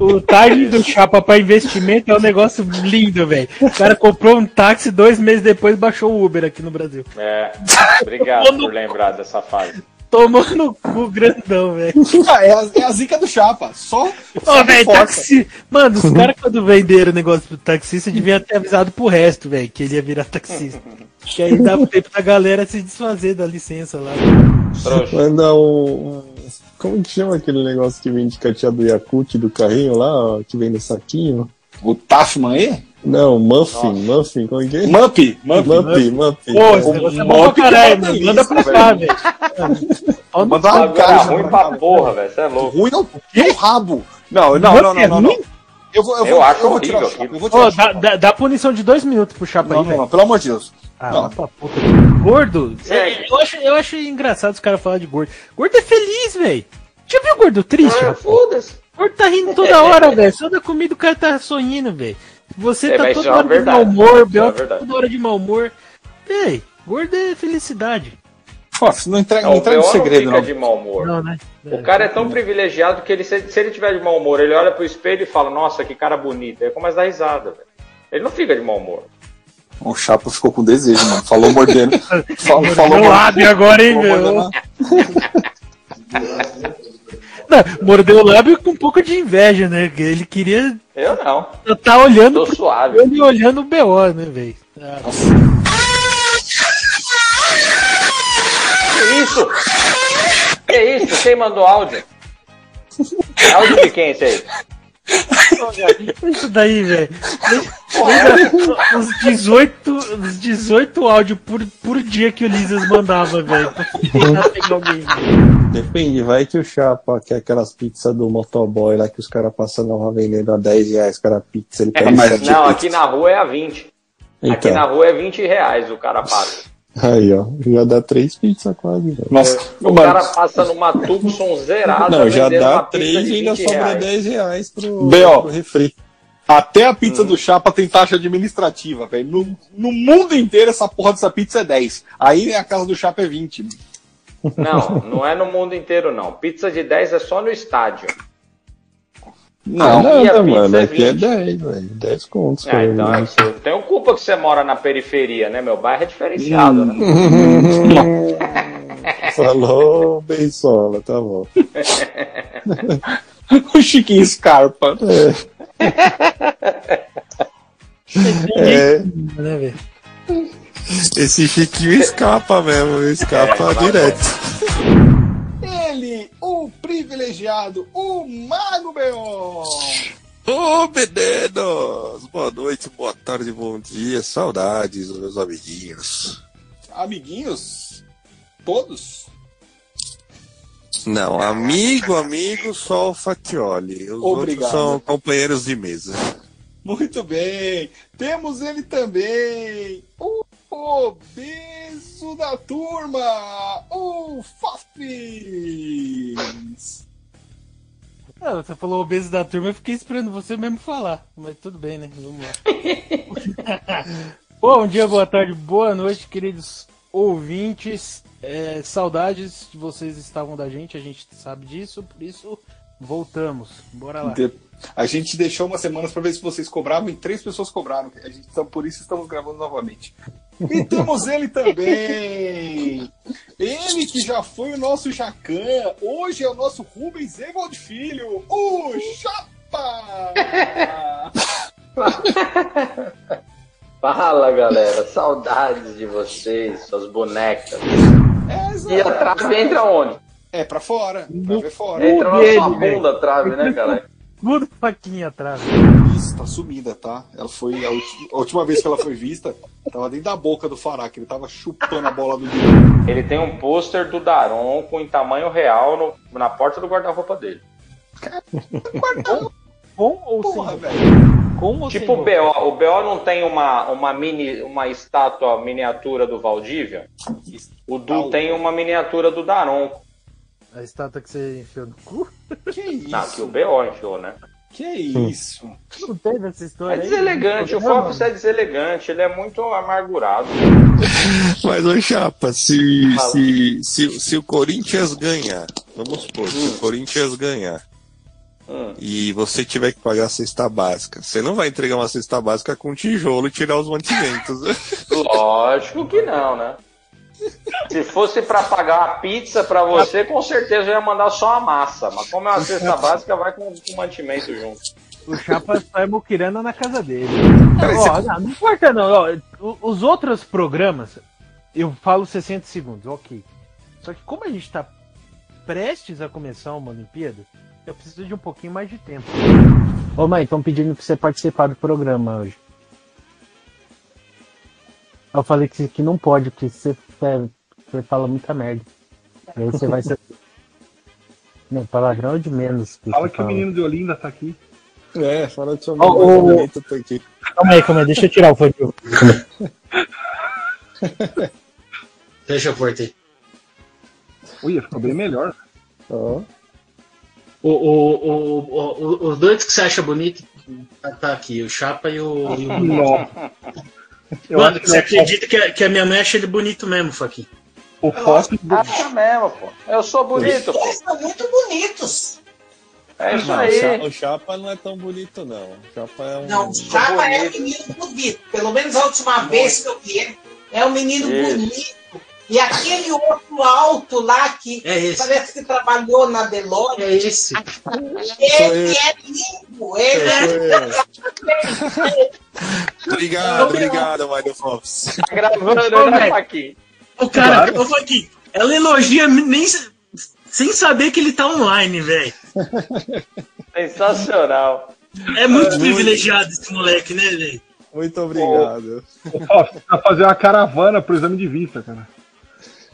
S5: O time do Chapa pra investimento é um negócio lindo, velho. O cara comprou um táxi, dois meses depois baixou o Uber aqui no Brasil.
S2: É, obrigado por lembrar dessa fase.
S5: Tomando no cu grandão, velho.
S1: Ah, é, a, é a zica do Chapa, só.
S5: Ô,
S8: é
S1: só
S5: velho,
S1: força.
S8: tá
S5: táxi. Mano, os caras quando venderam o negócio pro taxista deviam ter avisado pro resto, velho, que ele ia virar taxista. Que aí dava tempo da galera se desfazer da licença lá.
S14: Trouxa.
S11: Manda um. um- Como que chama aquele negócio que vem de cateado Yakut do carrinho lá, ó, que vem no saquinho?
S1: O Tafman aí?
S11: Não, Muffin, Muffin, como é que é?
S1: Mup, Mup.
S11: Muffin, Muffin.
S8: Pô, esse negócio é bom pra caralho, mano. Manda pra cá, velho.
S1: Manda
S2: Tá
S1: uma caixa.
S2: ruim pra porra, velho. Você é louco.
S1: Ruim é o quê? O rabo. Não, não,
S8: Mup
S1: não,
S8: é
S1: não, não, não.
S8: ruim?
S1: Eu vou, eu vou,
S2: Eu acho
S1: vou tirar
S2: horrível,
S1: o chapa, eu vou tirar
S8: Ô,
S1: o
S8: dá,
S1: chapa.
S8: dá, dá punição de dois minutos pro Chapa
S1: Não,
S8: aí,
S1: não,
S8: velho.
S1: não, pelo amor de Deus.
S8: Ah,
S1: Não.
S8: lá pra puta. Gordo?
S2: É.
S8: Eu acho, eu acho engraçado os caras falarem de gordo. Gordo é feliz, velho. Já viu o gordo triste?
S2: Ah,
S8: rapaz?
S2: foda-se.
S8: gordo tá rindo
S2: É.
S8: toda hora, velho. Só da comida o cara tá sonhando, velho. Você
S2: É,
S8: tá
S2: mas isso é
S8: toda
S2: uma
S8: hora de
S2: verdade.
S8: mau humor, o
S2: Isso é uma
S8: Bel tá
S2: verdade.
S8: toda hora de mau humor. Véi, gordo é felicidade.
S1: Pô, você não entrega,
S2: Não,
S1: não
S2: É, o
S1: entrega o
S2: Bel não
S1: segredo,
S2: fica
S1: não.
S2: de mau humor.
S8: Não, né?
S2: O cara é tão privilegiado que ele, se, se ele tiver de mau humor, ele olha pro espelho e fala, nossa, que cara bonito. Aí começa a dar risada, velho. Ele não fica de mau humor.
S1: O Chapa ficou com desejo, mano. Falou mordendo. Falou, falou
S8: Não
S1: mordendo.
S8: abre agora, hein,
S1: Falou
S8: meu?
S1: mordendo.
S2: né?
S1: né?
S8: Não, Mordeu o lábio com um pouco de inveja, né? Que Ele queria
S2: Eu não.
S8: estar tá olhando
S2: Tô
S8: pro
S2: suave.
S8: ele e olhando o BO, né, velho?
S2: Que isso? Que isso? Quem mandou áudio? É Áudio de quem, esse aí?
S8: Isso daí, velho. Os 18, os 18 áudios por, por dia que o Lisas mandava, velho. pra tentar pegar alguém.
S11: Depende, vai que o Chapa quer aquelas pizzas do motoboy lá que os caras passam na rua vendendo a 10 reais cada pizza. Ele pega
S1: mas
S2: Não,
S11: sete pizzas.
S2: É, aqui na rua é a 20. Aqui
S11: Então,
S2: na rua é 20 reais o cara paga.
S11: aí ó, já dá três pizzas quase. velho.
S1: Nossa,
S2: É, O
S1: mano,
S2: cara passa numa Tucson zerada.
S11: Não, já
S2: vendendo
S11: dá
S2: uma pizza
S11: três
S2: de
S11: e ainda
S2: 20
S11: sobra
S2: reais.
S11: 10 reais pro,
S1: B.O.
S11: pro refri.
S1: até a pizza do Chapa tem taxa administrativa, velho. No, no mundo inteiro, essa porra dessa pizza é 10. Aí a casa do Chapa é 20.
S2: Não, não é no mundo inteiro, não. Pizza de 10 é só no estádio.
S11: Não,
S1: Não,
S2: Ah, e a
S11: nada,
S2: pizza
S11: mano.
S2: é
S11: Aqui é
S2: 20.
S11: 10, velho. 10 contos.
S2: Ah,
S11: pelo
S2: então é
S11: menos.
S2: que eu tenho culpa que você mora na periferia, né? Meu bairro é diferenciado, né?
S11: Falou, Bensola, tá bom.
S1: o Chiquinho Scarpa.
S11: É,
S8: Né, velho?
S11: esse Chiquinho escapa mesmo,
S2: É,
S11: escapa direto.
S1: Ele, o privilegiado, o Mago Beon.
S11: Ô, meninos! Boa noite, boa tarde, bom dia. Saudades dos meus amiguinhos.
S1: Amiguinhos, todos?
S11: Não, amigo, amigo, só o Facchioli. Os
S1: Obrigado.
S11: outros são companheiros de mesa.
S1: Muito bem. Temos ele também, o obeso da turma, o Fafis.
S8: Não, Ah, você falou obeso da turma, eu fiquei esperando você mesmo falar. Mas tudo bem, né? Vamos lá. Bom dia, boa tarde, boa noite, queridos ouvintes. É, saudades de vocês estavam da gente, a gente sabe disso, por isso voltamos. Bora lá.
S1: De- A gente deixou umas semanas para ver se vocês cobravam e três pessoas cobraram. A gente, então, por isso estamos gravando novamente. E temos ele também! Ele que já foi o nosso Jacan, hoje é o nosso Rubens Evald Filho, o Chapa!
S2: Fala, galera. Saudades de vocês, suas bonecas. E a trave entra onde?
S1: É, pra fora, pra ver fora.
S2: Entra na
S8: dele,
S2: sua
S8: velho.
S2: bunda a trave, né, cara?
S8: Tudo faquinha atrás.
S1: Isso, tá sumida, tá? Ela foi a, ulti- a última vez que ela foi vista, tava dentro da boca do Fará, que ele tava chupando a bola do Guilherme.
S2: Ele tem um pôster do Daron com em tamanho real no- na porta do guarda-roupa dele.
S8: Com ou
S1: Porra,
S8: sem?
S1: velho.
S8: Com ou
S2: Tipo o
S8: sem?
S2: BO. O BO não tem uma, uma mini, uma estátua miniatura do Valdívia? O Du
S1: Não.
S2: tem uma miniatura do Daron.
S8: A estátua que você enfiou no cu?
S1: Que isso?
S2: Não, Tá, que o BO enfiou, né?
S1: Que isso?
S8: Não teve essa
S2: É
S8: história aí?
S2: deselegante, o
S8: Não, mano.
S2: Fábio é deselegante, ele é muito amargurado.
S11: Mas, ô Chapa, se,
S2: Fala.
S11: se, se, se o Corinthians ganhar, vamos supor, se o Corinthians ganhar
S2: Hum.
S11: e você tiver que pagar a cesta básica, você não vai entregar uma cesta básica com tijolo e tirar os mantimentos. né?
S2: Lógico que não, né? Se fosse pra pagar uma pizza pra você, com certeza eu ia mandar só a massa. Mas como é uma cesta básica, vai com, com mantimento junto.
S8: O Chapa
S5: é
S8: sai muquirana na casa dele. Ó,
S1: é
S8: não, não importa não. ó, o- os outros programas, eu falo 60 segundos, ok.
S5: Só que como a gente tá prestes a começar uma Olimpíada, eu preciso de um pouquinho mais de tempo. Ô mãe, estão pedindo pra você participar do programa hoje. Eu falei que, que não pode, porque você, é, você fala muita merda. E aí você vai ser. Não, palavrão é de menos. você
S1: Fala que o menino de Olinda tá aqui.
S11: É, fala de sua
S5: Ó,
S11: mulher,
S5: ô, ô.
S11: bonita, tá aqui.
S5: Calma aí, calma aí, deixa eu tirar o fone. de ouvido.
S15: Deixa eu cortar.
S1: Ui, ficou bem melhor.
S11: Ó.
S15: O, o, o, o- o- os dois que você acha bonito tá, tá aqui, o Chapa e o, e o Bonito.
S1: Eu
S15: Mano,
S1: acho que
S15: você
S1: é o Fox.
S15: acredita que a, que a minha mãe acha ele bonito mesmo, Faquinha?
S1: O Fox,
S2: Acha Ah, é mesmo, pô. Eu sou bonito, pô.
S9: Eles são muito bonitos.
S2: É isso
S11: Não, o Cha-
S2: aí.
S11: O Chapa não é tão bonito, não. O Chapa é um.
S9: Não, o Chapa é um menino bonito. Pelo menos a última vez que eu vi ele, é um menino
S2: Isso.
S9: bonito. E aquele outro alto lá que
S15: É esse.
S9: parece que trabalhou na Delore,
S15: É esse.
S9: ele é lindo. Ele é
S11: Obrigado, obrigado, Mário Fox.
S2: Tá gravando, né, Paquinho?
S15: O cara, ô Faquinha, ela elogia nem, se- sem saber que ele tá online, velho.
S2: Sensacional.
S15: É muito privilegiado esse moleque, né, velho?
S11: Muito obrigado.
S1: o Fox precisa fazer uma caravana pro exame de vista, cara.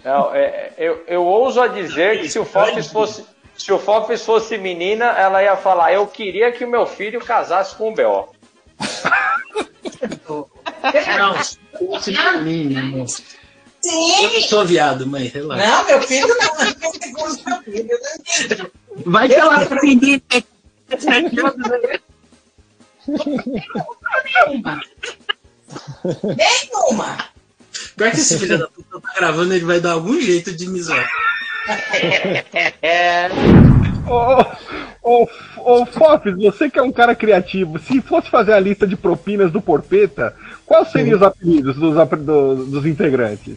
S2: Não, é, é, eu, eu ouso a dizer que se o Fox fosse. Se o Fox fosse menina, ela ia falar: Eu queria que o meu filho casasse com um o B.O.
S15: Não, se fosse pra mim, meu irmão. Eu não
S9: Sim.
S15: sou viado, mãe, relaxa.
S9: Não, meu filho não. Eu não seguro meu filho. Eu não entendi.
S15: Vai que ela aprende.
S9: Nenhuma.
S15: Pior que esse filho da puta tá gravando, ele vai dar algum jeito de me zoar.
S1: Ô, ô, ô Fofes, você que é um cara criativo, se fosse fazer a lista de propinas do Porpeta, quais seriam os apelidos dos, ap- do- dos integrantes?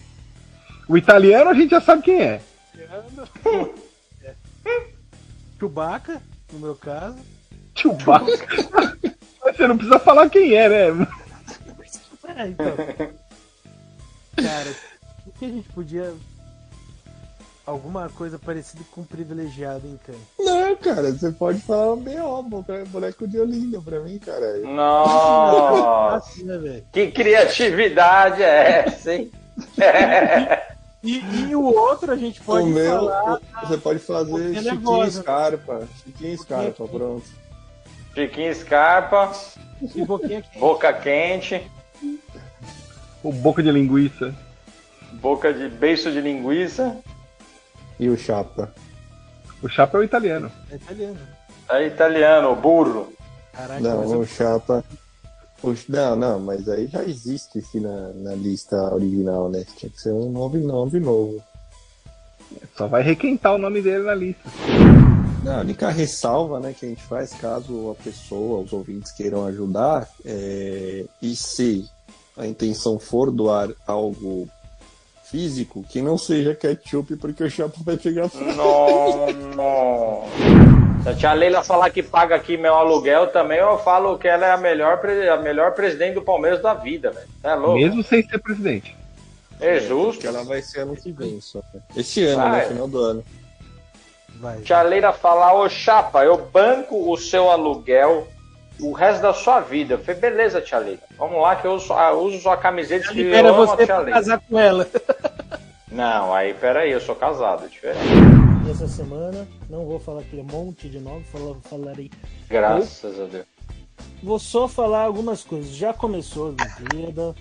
S1: O italiano a gente já sabe quem é.
S5: Chewbacca, no meu caso.
S1: Chewbacca. Mas Você não precisa falar quem é, né?
S5: É, então. Cara, o que a gente podia. Alguma coisa parecida com privilegiado, então. hein, cara?
S11: Não, cara, você pode falar o B.O., boneco de Olinda pra mim, cara.
S2: Nossa,
S5: Assim, né, velho?
S2: que criatividade é essa, hein?
S5: E, e o outro a gente pode
S11: o meu,
S5: falar.
S11: você pode fazer
S5: Porque é
S11: Chiquinho
S5: nervosa.
S11: Scarpa. Chiquinho Scarpa, pronto.
S2: Chiquinho Scarpa,
S5: E boquinha aqui.
S2: boca quente,
S1: O boca de linguiça.
S2: boca de beiço de linguiça.
S11: E o Chapa.
S1: O chapa é o italiano.
S5: É italiano.
S2: Aí, italiano, burro.
S5: Caraca, mas
S11: Não,
S5: eu-
S11: o Chapa. o- Não, não, mas aí já existe aqui na, na lista original, né? Tinha que ser um nome, nome novo.
S1: Só vai requentar o nome dele na lista.
S11: Não, a única ressalva né, que a gente faz, caso a pessoa, os ouvintes queiram ajudar, é, e se a intenção for doar algo físico, que não seja ketchup, porque o chapa vai pegar fogo.
S2: Nossa. Se a tia Leila falar que paga aqui meu aluguel também, eu falo que ela é a melhor, pre- a melhor presidente do Palmeiras da vida, velho. Tá é louco?
S1: Mesmo sem ser presidente.
S2: É
S11: Porque
S2: justo.
S11: ela vai ser ano que vem só. Esse ano,
S2: Ah,
S11: né?
S2: é.
S11: Final do ano.
S5: Vai.
S2: Tia Leila falar, ô chapa, eu banco o seu aluguel o resto da sua vida. Eu falei, beleza, tia Leila. Vamos lá que eu uso, ah, uso sua camiseta
S5: Ela
S2: que
S5: libera
S2: eu amo a
S5: você
S2: tia
S5: pra
S2: Leila.
S5: casar com ela.
S2: Não, aí peraí, eu sou casado, é diferente.
S8: Essa semana, não vou falar
S5: é um
S8: aquele monte de novo, fala- falarei.
S5: Hum?
S2: Graças a Deus.
S8: Vou só falar algumas coisas. Já começou a Olimpíada,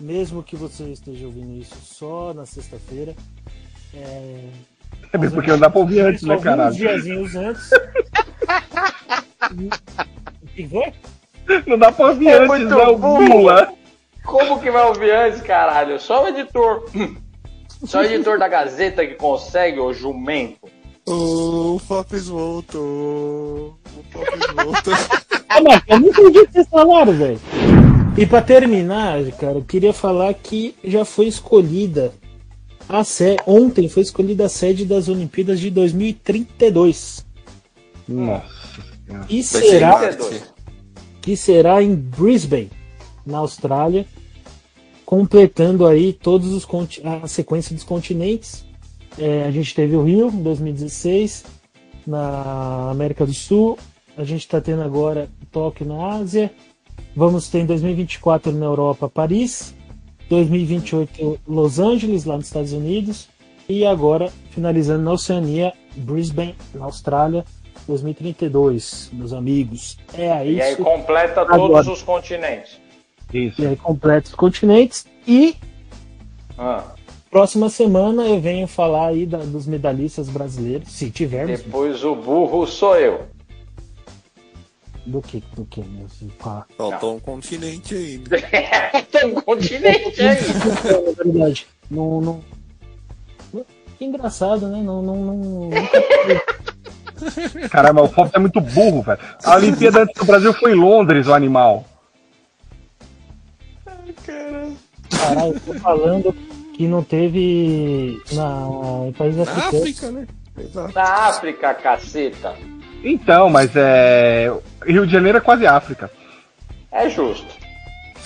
S8: mesmo que você esteja ouvindo isso só na sexta-feira. É,
S1: É mesmo porque não dá pra ouvir antes,
S8: só
S1: né,
S8: alguns
S1: caralho?
S8: diazinhos antes. O que foi?
S1: Tipo, Não dá pra ouvir
S2: É
S1: antes,
S2: muito
S1: não.
S2: burro.
S1: Bula.
S2: Como que vai ouvir antes, caralho? Só o editor. Só o editor da Gazeta que consegue, ô jumento.
S11: O Fopes voltou. O Fopes voltou.
S8: Ah, mas eu não entendi o que vocês falaram, velho. E pra terminar, cara, eu queria falar que já foi escolhida a sede. Ontem foi escolhida a sede das Olimpíadas de 2032.
S1: Nossa.
S8: E
S11: Vai ser em
S8: será
S11: Marte.
S8: que será em Brisbane, na Austrália, completando aí todos os conti- a sequência dos continentes é, a gente teve o Rio em 2016, na América do Sul, a gente está tendo agora Tóquio na Ásia, vamos ter em 2024 na Europa Paris, 2028 Los Angeles, lá nos Estados Unidos, e agora finalizando na Oceania, Brisbane, na Austrália, 2032, meus amigos. É aí.
S2: E aí
S8: isso.
S2: completa
S8: Agora.
S2: todos os continentes.
S8: E aí completa os continentes. E
S2: Ah,
S8: próxima semana eu venho falar aí da- dos medalhistas brasileiros, se tivermos.
S2: depois o burro sou eu.
S8: Do que? Do que, né, meu filho? Fala.
S11: Faltou um continente ainda.
S2: Tem um continente aí.
S8: É verdade. Não, não... Que engraçado, né? Não, não, não... nunca-
S5: Caramba, o Fofo é muito burro, velho. A Olimpíada antes do Brasil foi em Londres, o animal.
S8: Caralho, eu tô falando que não teve na, em países africanos.
S11: né?
S2: Na África, caceta.
S5: Então, mas é. Rio de Janeiro é quase África.
S2: É justo.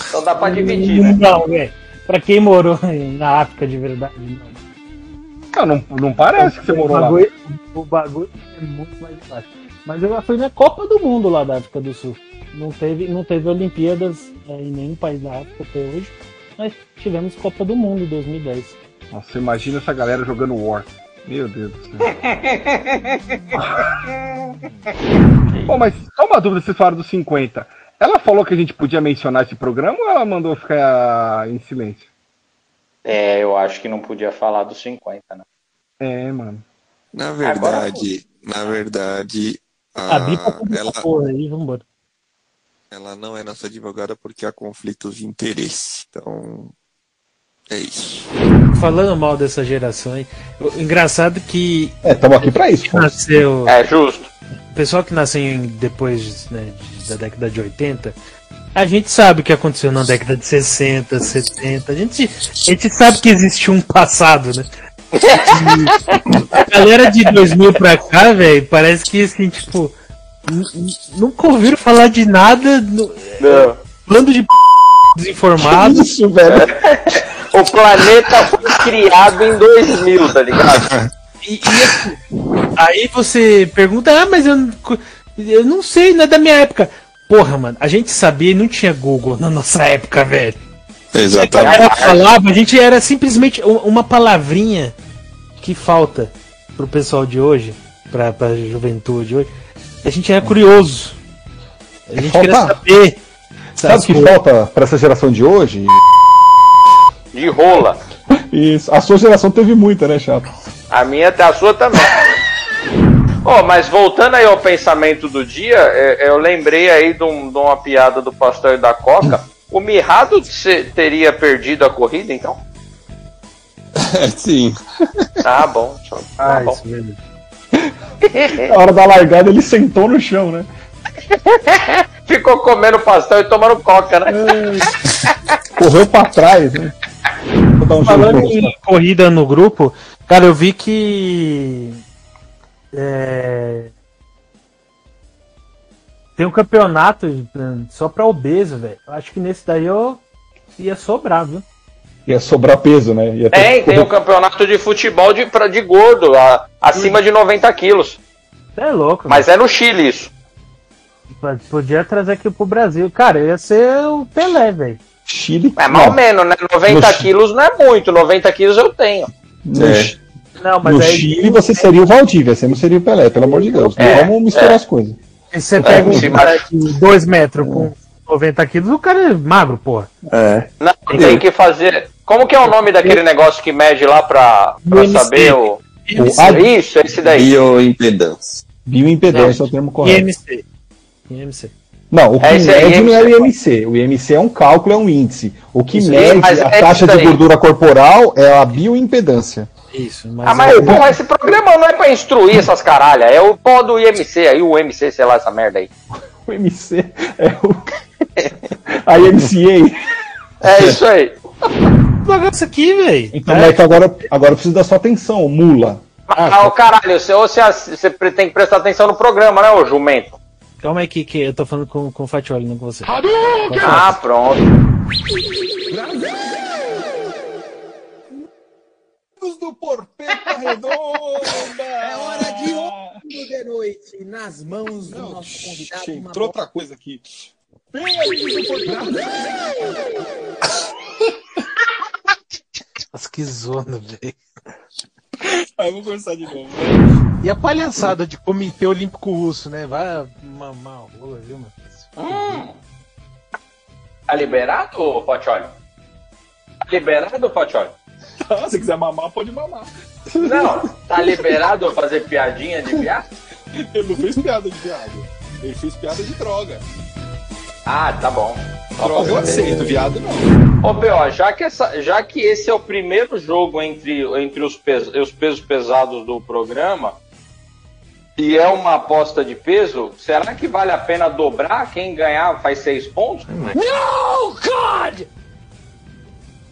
S2: Então dá pra dividir, né?
S8: Não, velho. Pra quem morou na África de verdade, mano.
S5: Cara, não, não parece que você morou
S8: o
S5: lá.
S8: bagulho, O bagulho é muito mais fácil. Mas eu fui na Copa do Mundo lá da África do Sul. Não teve, não teve Olimpíadas é, em nenhum país da África até hoje, mas tivemos Copa do Mundo em 2010.
S5: Nossa, imagina essa galera jogando War. Meu Deus do céu. Bom, mas só uma dúvida, vocês falaram dos 50. Ela falou que a gente podia mencionar esse programa ou ela mandou ficar em silêncio?
S2: É, eu acho que não podia falar dos 50, né?
S5: É, mano.
S11: Na verdade, na verdade, a,
S8: A Bipa tá com
S11: Ah, ela,
S8: essa porra aí, vambora.
S11: ela não é nossa advogada porque há conflitos de interesse. Então, é isso.
S8: Falando mal dessa geração aí, o- engraçado que.
S5: É, tamo aqui pra isso,
S8: que
S5: pô.
S8: Nasceu,
S2: É justo.
S8: O pessoal que nasceu em- depois né, de- da década de 80, a gente sabe o que aconteceu na década de 60, 70. A gente, a gente sabe que existe um passado, né? E a galera de 2000 pra cá, velho, parece que assim, tipo. n- n- Nunca ouviram falar de nada. nu-
S2: Não.
S8: Bando de p... desinformado.
S2: Isso, velho. O planeta foi criado em 2000, tá ligado?
S8: E, e assim, aí você pergunta, ah, mas eu, não co- eu não sei, não é da minha época. Porra, mano, a gente sabia e não tinha Google na nossa época, velho. A
S11: Exatamente.
S8: galera falava, a gente era simplesmente u- uma palavrinha que falta pro pessoal de hoje, pra, pra juventude hoje. A gente era curioso. A gente
S5: Falta-
S8: queria saber.
S5: Sabe o que falta pra essa geração de hoje?
S2: De rola.
S5: Isso. A sua geração teve muita, né, Chapa?
S2: A minha, a sua também. Ó, mas voltando aí ao pensamento do dia, é, eu lembrei aí de, um- de uma piada do pastor e da Coca. O Mirrado se- teria perdido a corrida, então?
S11: Sim.
S2: Tá bom. só- Tá bom.
S5: Na hora da largada ele sentou no chão, né?
S2: Ficou comendo pastel e tomando coca, né?
S5: Correu pra trás, né? Vou dar um
S8: Falando em corrida no grupo, cara, eu vi que. é, Tem um campeonato né, só pra obeso, velho. Eu Acho que nesse daí eu ia sobrar, viu?
S5: Ia sobrar peso, né? Ia
S2: Tem, tem um campeonato de futebol de, pra- de gordo, a- acima de 90 quilos.
S8: Você é louco.
S2: Mas é no Chile isso.
S8: velho. Podia trazer aqui pro Brasil. Cara, eu ia ser o Pelé, velho.
S5: Chile.
S2: É mais ou menos, né? 90 quilos não é muito, 90 quilos eu tenho.
S8: Não, É. mas
S9: no
S8: aí-
S9: Chile você seria o Valdívia, você não seria o Pelé, pelo amor de Deus. Não
S8: É,
S9: vamos misturar
S8: é.
S9: as coisas.
S8: Aí você pega
S9: se
S8: um cara de 2 metros com 90 quilos, o cara é magro, porra.
S9: É.
S2: Não, tem que fazer. Como que é o nome daquele negócio que mede lá pra, pra
S8: IMC.
S2: saber o.
S9: O ad-
S2: Isso, esse daí.
S11: Bioimpedância.
S9: Bioimpedância é o termo correto.
S8: IMC. IMC.
S9: Não, o que
S8: É, isso aí,
S9: mede não é o
S8: IMC,
S9: IMC. O IMC é um cálculo, é um índice. O que
S8: Isso aí,
S9: mede
S8: mas
S9: a
S8: é isso
S9: taxa de
S8: aí.
S9: gordura corporal é a bioimpedância.
S8: Isso, é
S2: Ah, mas porra, esse programa não é pra instruir essas caralhas. É o pó do IMC aí, o MC, sei lá, essa merda aí.
S9: O MC é o. A IMCA.
S2: É isso aí.
S8: isso aqui, velho.
S9: Então, Mike, agora, agora eu preciso da sua atenção, mula.
S2: Ah, ô, caralho, você, ou você, você pre- tem que prestar atenção no programa, né, ô jumento?
S8: Calma aí que, que eu tô falando com, com o Fatioli, não com você.
S2: Ah, pronto.
S1: Amigos do Porpeta redonda!
S16: É hora de ouro de noite, nas mãos do
S1: Não,
S16: nosso convidado.
S1: Achei,
S16: uma
S1: entrou outra coisa aqui.
S5: Nossa, que zona, velho.
S1: Aí vou começar de novo.
S5: E a palhaçada de Comitê Olímpico Russo, né? Vai mamar o rola, viu, mano?
S2: Hum. Tá liberado, Potioli? Tá liberado, Potioli?
S1: Ah, Se quiser mamar, pode mamar.
S2: Não, tá liberado fazer piadinha de viado?
S1: Ele não fez piada de viado. Ele fez piada de droga.
S2: Ah, tá bom. Só pra
S1: Droga eu
S2: saber.
S1: aceito, viado não.
S2: Ô, P.O., já que, essa, já que esse é o primeiro jogo entre, entre os, pes- os pesos pesados do programa, e é uma aposta de peso, será que vale a pena dobrar? Quem ganhar faz seis pontos?
S17: No, God!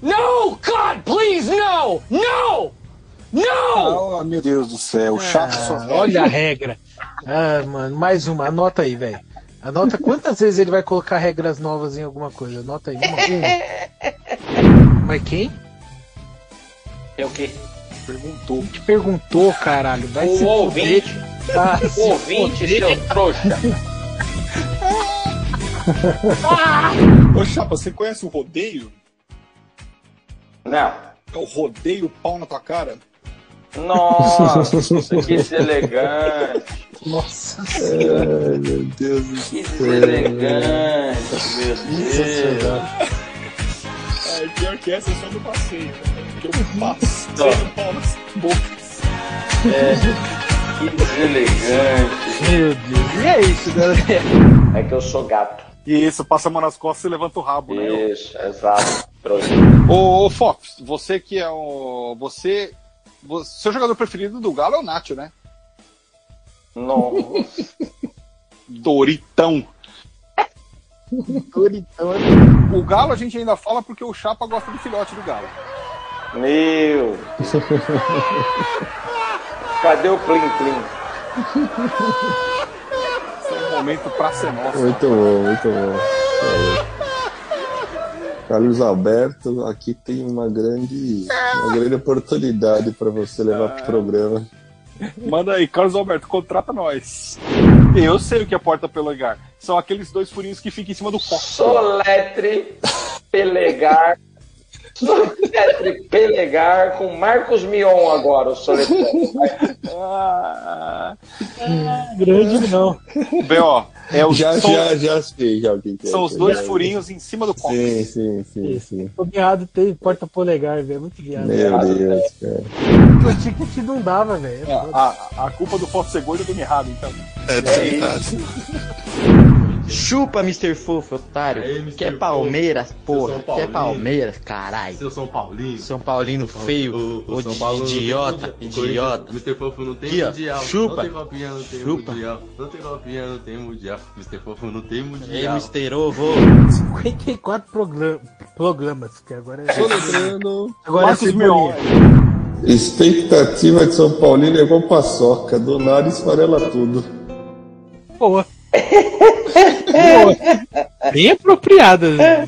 S17: No, God, please, no! No! No!
S1: Ah, meu Deus do céu, chato só.
S5: Olha a regra. Ah, mano, mais uma. Anota aí, velho. Anota quantas vezes ele vai colocar regras novas em alguma coisa. Anota aí. Uma, uma. Mas quem
S2: É o quê?
S1: perguntou?
S5: te perguntou, caralho? Vai
S2: O
S5: se
S2: ouvinte.
S5: fuder. Ah, se
S2: O ouvinte,
S5: fuder.
S2: seu trouxa.
S1: Ô, Chapa, você conhece o rodeio?
S2: Não.
S1: É o rodeio pau na tua cara?
S2: Nossa, que deselegante.
S5: Nossa
S11: Ai, meu Deus do
S2: Que
S11: céu.
S2: deselegante, meu Deus.
S1: É, pior que essa é só do passeio. Que eu passei no pau nas bocas.
S2: É, que deselegante.
S5: Meu Deus. E é isso, galera.
S2: É que eu sou gato.
S1: Isso, passa a mão nas costas e levanta o rabo, né?
S2: Isso, exato. Trouxa.
S1: Ô, ô, Fox, você que é o. Você. você- Seu jogador preferido do Galo é o Nacho, né?
S2: Nossa.
S1: Doritão. Doritão. né? O Galo a gente ainda fala porque o Chapa gosta do filhote do Galo.
S2: Meu. Cadê o Plim Plim?
S1: Esse é um momento pra ser nosso.
S11: Muito bom, muito bom. É. Carlos Alberto, aqui tem uma grande, uma grande oportunidade para você levar pro programa.
S1: Manda aí, Carlos Alberto, contrata nós. Eu sei o que é porta pelegar. São aqueles dois furinhos que ficam em cima do copo.
S2: Soletre Pelegar. Soletre Pelegar com Marcos Mion agora, o soletrante.
S1: Ah,
S18: Grande não.
S1: B.O., é o
S11: já,
S1: são,
S11: já, já sei, já o que que é
S1: são os
S11: isso,
S1: dois
S11: já.
S1: furinhos em cima do copo.
S11: Sim, sim, sim, sim.
S18: O viado tem porta polegar, velho. É Muito viado.
S11: Meu Deus, cara.
S18: Eu tinha que não dava, velho.
S8: Ah.
S1: É, a, a culpa do Fox ser gordo é do Mirrado, então.
S19: É verdade.
S8: Chupa, Mr. Fofo, otário.
S13: Aí, Mr.
S8: Que é
S13: Fofo.
S8: Palmeiras, porra. Que
S13: São
S8: é
S13: Paulino.
S8: Palmeiras, caralho.
S13: Seu São Paulino.
S8: São Paulino feio,
S13: O,
S8: ô
S13: São
S8: di-
S13: Paulo não tem
S8: idiota,
S13: mundial. O
S8: idiota.
S13: Corinthians- Mr. Fofo não tem
S8: Aqui, ó,
S13: mundial.
S8: chupa,
S13: Não tem copinha, não tem
S8: chupa.
S13: mundial. Não tem copinha, não tem mundial. Mr. Fofo não tem
S8: Ei,
S13: mundial.
S8: Mr. Ovo.
S18: 54 program- programas, que agora é.
S11: Soletrando.
S18: Agora
S1: Marcos
S18: é
S1: Mion.
S11: Expectativa de São Paulino é igual paçoca, do nada esfarela tudo.
S5: Boa. Boa. Bem apropriada. né?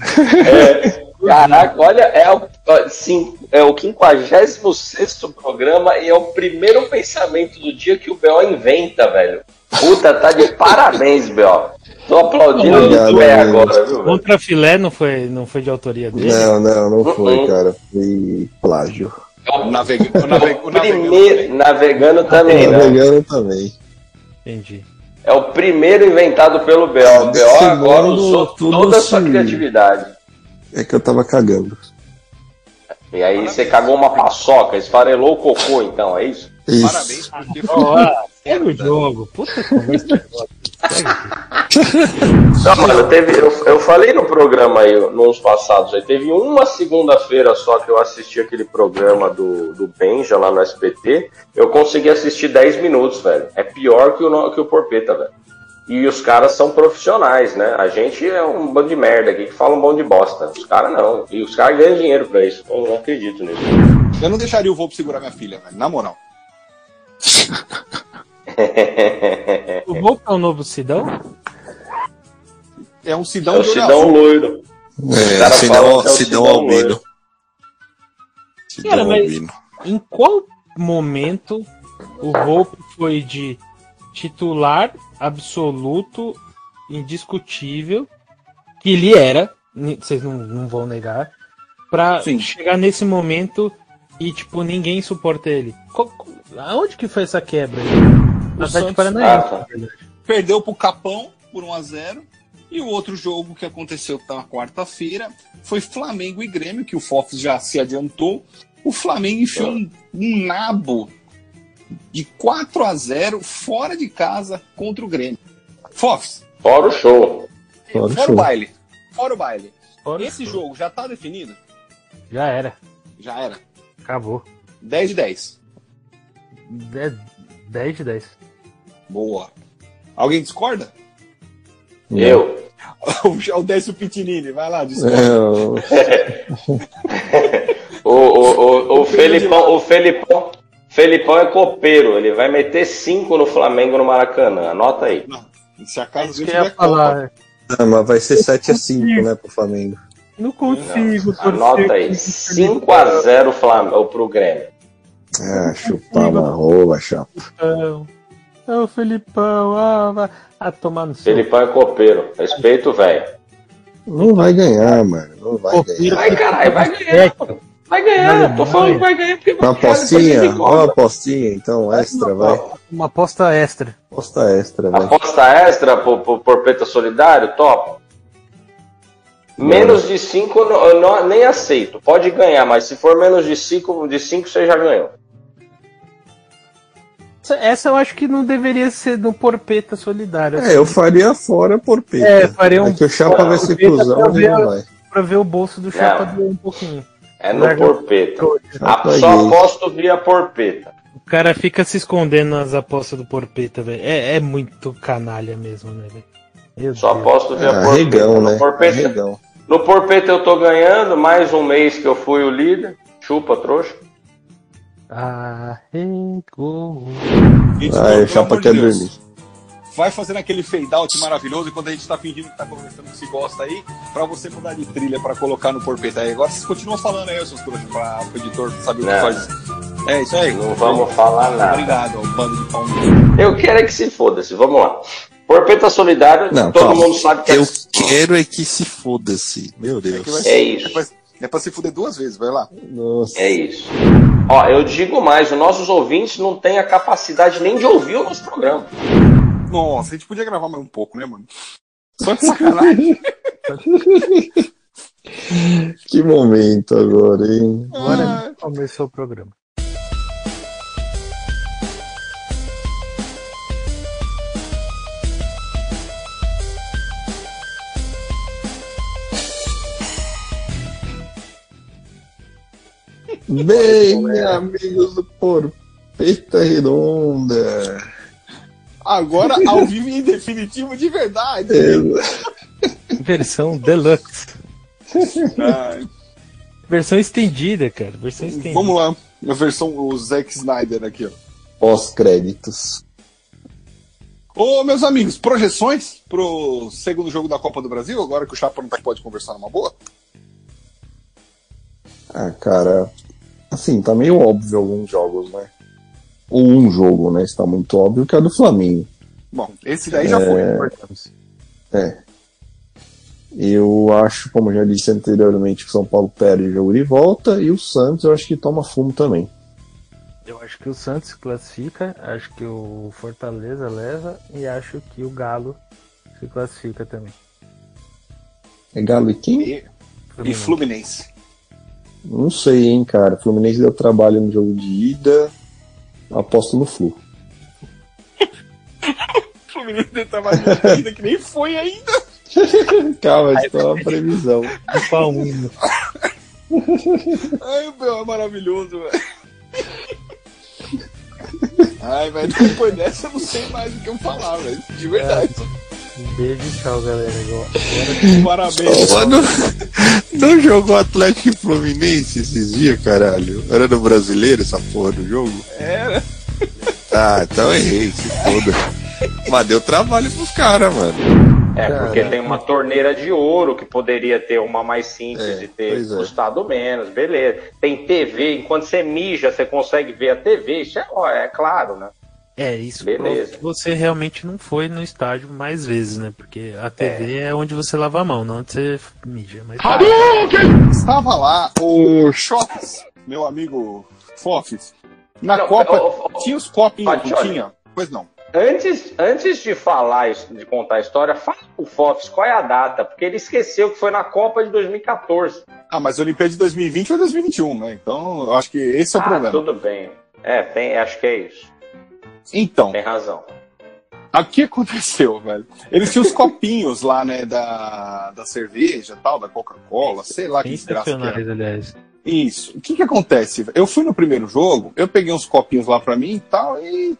S2: Caraca, olha, é o, ó, sim, é o 56 programa e é o primeiro pensamento do dia que o B.O. inventa, velho. Puta, tá de parabéns, B.O. Tô aplaudindo
S11: Obrigado,
S2: o pé
S11: amigo.
S2: agora, viu, velho?
S5: Contra filé não foi, não foi de autoria dele.
S11: Não, não, não
S2: Uhum.
S11: foi, cara. Foi plágio.
S1: Navega- o navega- o navegando.
S2: Primeiro, navegando também, né?
S11: Navegando Tá também.
S5: Entendi.
S2: É o primeiro inventado pelo B.O. O B.O. agora
S11: Segundo,
S2: usou
S11: tudo
S2: toda a sua
S11: sim.
S2: criatividade.
S11: É que eu tava cagando.
S2: E aí você cagou uma paçoca, esfarelou o cocô, então, é isso?
S11: Isso.
S1: Parabéns, porque foi.
S5: Ó, ó, segue o jogo. Puta conversa.
S2: Não, mano, teve, eu, eu falei no programa aí, nos passados, aí teve uma segunda-feira só que eu assisti aquele programa do, do Benja lá no SBT, eu consegui assistir 10 minutos, velho. É pior que o, no- que o Porpeta, velho. E os caras são profissionais, né? A gente é um bando de merda aqui que fala um bando de bosta. Os caras não. E os caras ganham dinheiro pra isso. Eu não acredito nisso.
S1: Eu não deixaria o Volpe segurar minha filha, velho, na moral.
S5: O Volpe é o novo Sidão?
S1: É um
S2: É
S1: Sidão
S2: o
S1: de olho
S2: Sidão
S1: azul.
S2: loiro. Os
S19: É,
S2: caras
S19: Sidão,
S2: falam que é o
S19: Sidão
S2: Sidão
S19: Albino.
S2: loiro.
S19: Sidão
S5: Cara, mas-
S19: Albino.
S5: Em qual momento, o Volpe foi de titular absoluto, indiscutível, que ele era, ni- vocês não, não vão negar, pra chegar nesse momento e, tipo, ninguém suporta ele. Qual- aonde que foi essa quebra?
S1: O
S5: O Atlético
S1: Santos-
S8: é
S5: Paranaense.
S2: tá.
S1: Ah, Perdeu pro Capão por 1 a 0 E o outro jogo que aconteceu na quarta-feira foi Flamengo e Grêmio, que o Fofos já se adiantou. O Flamengo enfiou um, um nabo de 4 a 0 fora de casa contra o Grêmio. Fofos,
S2: Fora o show.
S1: fora, o baile. Fora o baile.
S5: Fora o
S1: Esse jogo já tá definido?
S5: Já era.
S1: Já era.
S5: Acabou.
S1: 10 de 10.
S5: 10, 10 de 10.
S1: Boa. Alguém discorda?
S2: Eu.
S1: o Décio Pitinini, vai lá,
S11: Eu-
S1: discorda.
S2: O, o, o, o Felipão, o Felipão, Felipão é copeiro. Ele vai meter cinco no Flamengo no Maracanã. Anota aí.
S1: Se acaso
S5: É Eu ia falar,
S11: Ah, mas vai ser 7x5, né, pro Flamengo.
S5: não consigo, torcer.
S2: Anota aí. 5x0 Flamengo, pro Grêmio.
S11: Ah, chupar uma rola, chapa.
S5: Felipão. É o Felipão, ah, vai- ah, tomar no seu.
S2: Felipão é copeiro. Respeito, velho.
S11: Não vai ganhar, mano. Não vai ganhar.
S2: Vai, caralho, vai ganhar. Vai ganhar. Tô falando que vai ganhar porque
S11: Uma apostinha, uma apostinha, então, extra, vai.
S5: Uma aposta extra.
S11: Aposta extra, vai.
S2: Aposta extra por, por, por Peta Solidário, top. Menos de 5 eu não- nem aceito. Pode ganhar, mas se for menos de 5, de cinco, você já ganhou.
S5: Essa- Essa eu acho que não deveria ser do Porpeta Solidário.
S11: É, eu faria fora por peito.
S5: É, faria um-
S11: que o Chapa vai ser
S5: Porpeta
S11: cuzão,
S5: pra
S11: ele
S5: ver-
S11: não vai.
S5: Pra ver o Ah, bolso do Chapa doer um pouquinho.
S2: É no
S5: Larga-
S2: Porpeta.
S11: Ah,
S2: A- Só aposto via Porpeta.
S5: O cara fica se escondendo nas apostas do Porpeta, velho. É, é muito canalha mesmo, né, velho? Meu
S2: Só
S5: Deus.
S2: aposto via
S11: Ah,
S2: Porpeta.
S11: regão,
S2: no,
S11: né?
S2: Porpeta
S11: Regão.
S2: no Porpeta eu tô ganhando, mais um mês que eu fui o líder. Chupa, trouxa.
S5: Arregou.
S11: Vai, o Ah, Chapa quer dormir.
S1: Vai fazendo aquele fade out maravilhoso enquanto a gente tá fingindo que tá conversando que se gosta aí, pra você mudar de trilha pra colocar no porpeta aí. Agora vocês continuam falando aí, seus trouxas, pra o editor saber
S2: Não.
S1: o que faz. É isso aí.
S2: Não vamos falar nada.
S1: Obrigado, ó, bando de pau.
S2: Eu quero é que se foda-se. Vamos lá. Porpeta Solidário,
S11: Não,
S2: todo
S11: calma.
S2: mundo sabe que é
S11: Eu quero é que se foda-se. Meu Deus.
S2: É isso.
S1: É pra, é pra se fuder duas vezes, vai lá.
S11: Nossa.
S2: É isso. Ó, eu digo mais, os nossos ouvintes não têm a capacidade nem de ouvir o nosso programa.
S1: Nossa, a gente podia gravar mais um pouco, né, mano? Só de sacanagem.
S11: Que momento agora, hein?
S5: Agora começou o programa.
S11: Bem, amigos do Porpeta Redonda.
S1: Agora, ao vivo e em definitivo, de verdade.
S11: É.
S5: Versão deluxe.
S1: Ai,
S5: Versão estendida, cara. Versão estendida.
S1: Ah, Vamos lá. A versão, o Zack Snyder aqui, ó.
S11: Pós-créditos.
S1: Ô, meus amigos, projeções pro segundo jogo da Copa do Brasil, agora que o Chapa não tá, pode conversar numa boa?
S11: Ah, cara. Assim, tá meio óbvio alguns jogos, né? Ou um jogo, né? Está muito óbvio que é do Flamengo.
S1: Bom, esse daí já
S11: É.
S1: foi. cortamos.
S11: É. Eu acho, como já disse anteriormente, que o São Paulo perde o jogo de volta e o Santos eu acho que toma fumo também.
S5: Eu acho que o Santos classifica, acho que o Fortaleza leva e acho que o Galo se classifica também.
S11: É Galo e quem?
S1: E Fluminense.
S11: Não sei, hein, cara. O Fluminense deu trabalho no jogo de ida. Aposto no Flu.
S1: Fluminense tá mais ainda que nem foi ainda.
S11: Calma, isso é uma previsão.
S5: Palmeiras.
S1: Ai, meu, é maravilhoso, velho. Ai, velho, depois dessa eu não sei mais o que eu falar, velho. De verdade.
S5: Um beijo e tchau, galera.
S1: Parabéns.
S11: Porra, não, não jogou Atlético e Fluminense esses dias, caralho? Era no brasileiro essa porra do jogo?
S1: Era.
S11: Ah, então errei, se foda. Mas deu trabalho pros caras, mano.
S2: É, porque
S11: Caraca.
S2: tem uma torneira de ouro que poderia ter uma mais simples
S11: É,
S2: e ter
S11: pois é.
S2: custado menos, beleza. Tem TV, enquanto você mija, você consegue ver a TV, isso é, ó, é claro, né?
S20: É, isso prova
S2: Beleza.
S20: que você realmente não foi no estádio mais vezes, né? Porque a TV é, onde você lava a mão, não onde você mija. Mas...
S1: Estava lá o Shops, meu amigo Fofis. Na
S2: Não,
S1: Copa,
S2: ô,
S1: tinha os copinhos,
S2: Ó,
S1: não
S2: Johnny.
S1: tinha? Pois não.
S2: Antes, antes de falar, isso- de contar a história, fala pro Fofs qual é a data, porque ele esqueceu que foi na Copa de 2014.
S1: Ah, mas a Olimpíada de 2020 foi 2021, né? Então, eu acho que esse é o
S2: ah,
S1: problema.
S2: tudo bem. É, tem, acho que é isso.
S1: Então.
S2: Tem razão.
S1: O que aconteceu, velho? Eles tinham os copinhos lá, né, da, da cerveja tal, da Coca-Cola, sei lá que desgraça que era.
S20: Sensacionais, tá aliás.
S1: Isso. O que que acontece? Eu fui no primeiro jogo, eu peguei uns copinhos lá pra mim e tal, e...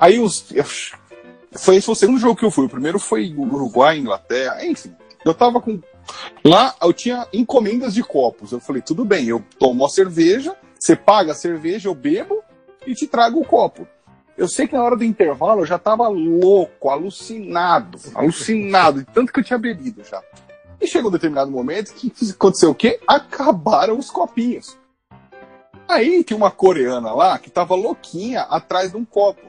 S1: Aí os... eu- Foi esse foi o segundo jogo que eu fui. O primeiro foi Uruguai, Inglaterra, enfim. Eu tava com... Lá eu tinha encomendas de copos. Eu falei, tudo bem, eu tomo a cerveja, você paga a cerveja, eu bebo e te trago o copo. Eu sei que na hora do intervalo eu já tava louco, alucinado, alucinado, de tanto que eu tinha bebido já. E chegou um determinado momento que aconteceu o quê? Acabaram os copinhos. Aí tinha uma coreana lá que tava louquinha atrás de um copo.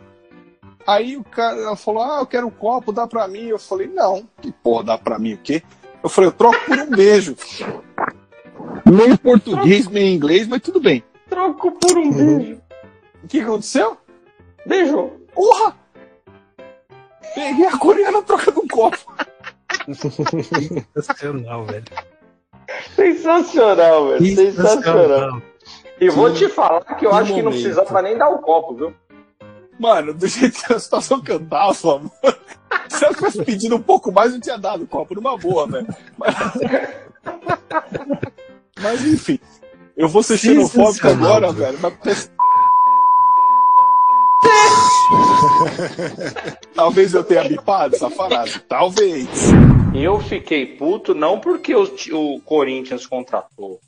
S1: Aí o cara ela falou: Ah, eu quero um copo, dá pra mim. Eu falei: Não, que porra, dá pra mim o quê? Eu falei: Eu troco por um beijo. Meio português, meio inglês, mas tudo bem. Uhum.
S2: Troco por um beijo.
S1: O que aconteceu?
S2: Beijo.
S1: Porra! Peguei a coreana trocando um copo.
S20: Sensacional, velho.
S2: Sensacional, velho. Sensacional. E vou te falar que eu
S1: Que
S2: acho que não
S1: momento.
S2: precisava nem dar o copo, viu?
S1: Mano, do jeito que a situação que eu tava, mano. Se eu tivesse pedido um pouco mais, eu tinha dado o copo numa boa, velho. Mas... Mas, enfim. Eu vou ser xenofóbico
S6: Sensacional,
S1: agora,
S6: velho.
S1: velho. Mas... Talvez eu tenha bipado essa frase. Talvez.
S2: Eu fiquei puto não porque o, ti- o Corinthians contratou.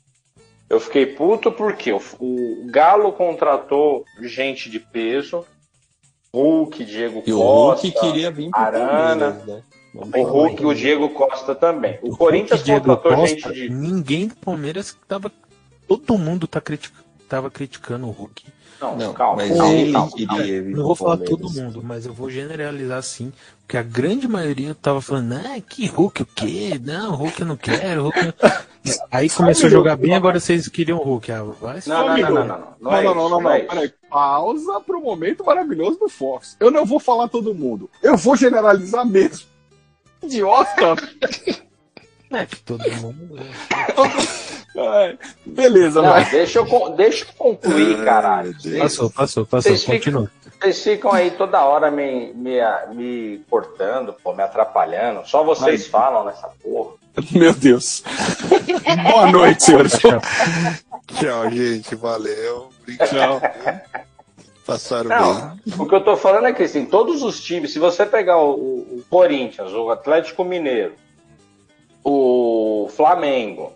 S2: Eu fiquei puto porque o, o Galo contratou gente de peso. Hulk, Diego
S11: E o
S2: Costa.
S11: Hulk queria vir pro
S2: Arana.
S11: Palmeiras, né?
S2: O Hulk e o Diego Costa também. O, Corinthians
S20: Diego
S2: contratou
S20: Costa,
S2: gente de.
S20: Ninguém do Palmeiras tava. Todo mundo tá critic... tava criticando o Hulk.
S2: Não, calma,
S20: mas
S2: calma,
S20: ele
S2: calma,
S20: queria
S2: calma.
S20: vir Não vou falar todo mundo, mas eu vou generalizar assim, porque a grande maioria tava falando, ah, que Hulk o quê? Não, Hulk eu não quero, Hulk. eu não-" Aí começou a jogar bem, agora vocês queriam o Hulk. Ah, vai
S5: é
S20: se
S1: Só um
S20: fuder.
S1: minuto.
S2: é
S1: Não, não, não, não, não. Peraí, pausa pro momento maravilhoso do Fox. Eu não vou falar todo mundo. Eu vou generalizar mesmo. Idiota!
S20: É que todo mundo.
S1: Ai, Beleza,
S2: Não,
S1: vai.
S2: deixa, eu, con- deixa eu concluir, caralho.
S20: Passou, passou, passou.
S2: Vocês ficam-
S20: Continua.
S2: Vocês ficam aí toda hora me, me, me cortando, pô, me atrapalhando. Só vocês
S1: Ai.
S2: falam nessa porra.
S1: Meu Deus. Boa noite, senhores.
S11: Tchau, gente. Valeu.
S1: Tchau.
S11: Passaram bem.
S2: Não, o que eu tô falando é que assim, todos os times, se você pegar o, o- o Corinthians, o Atlético Mineiro, o Flamengo,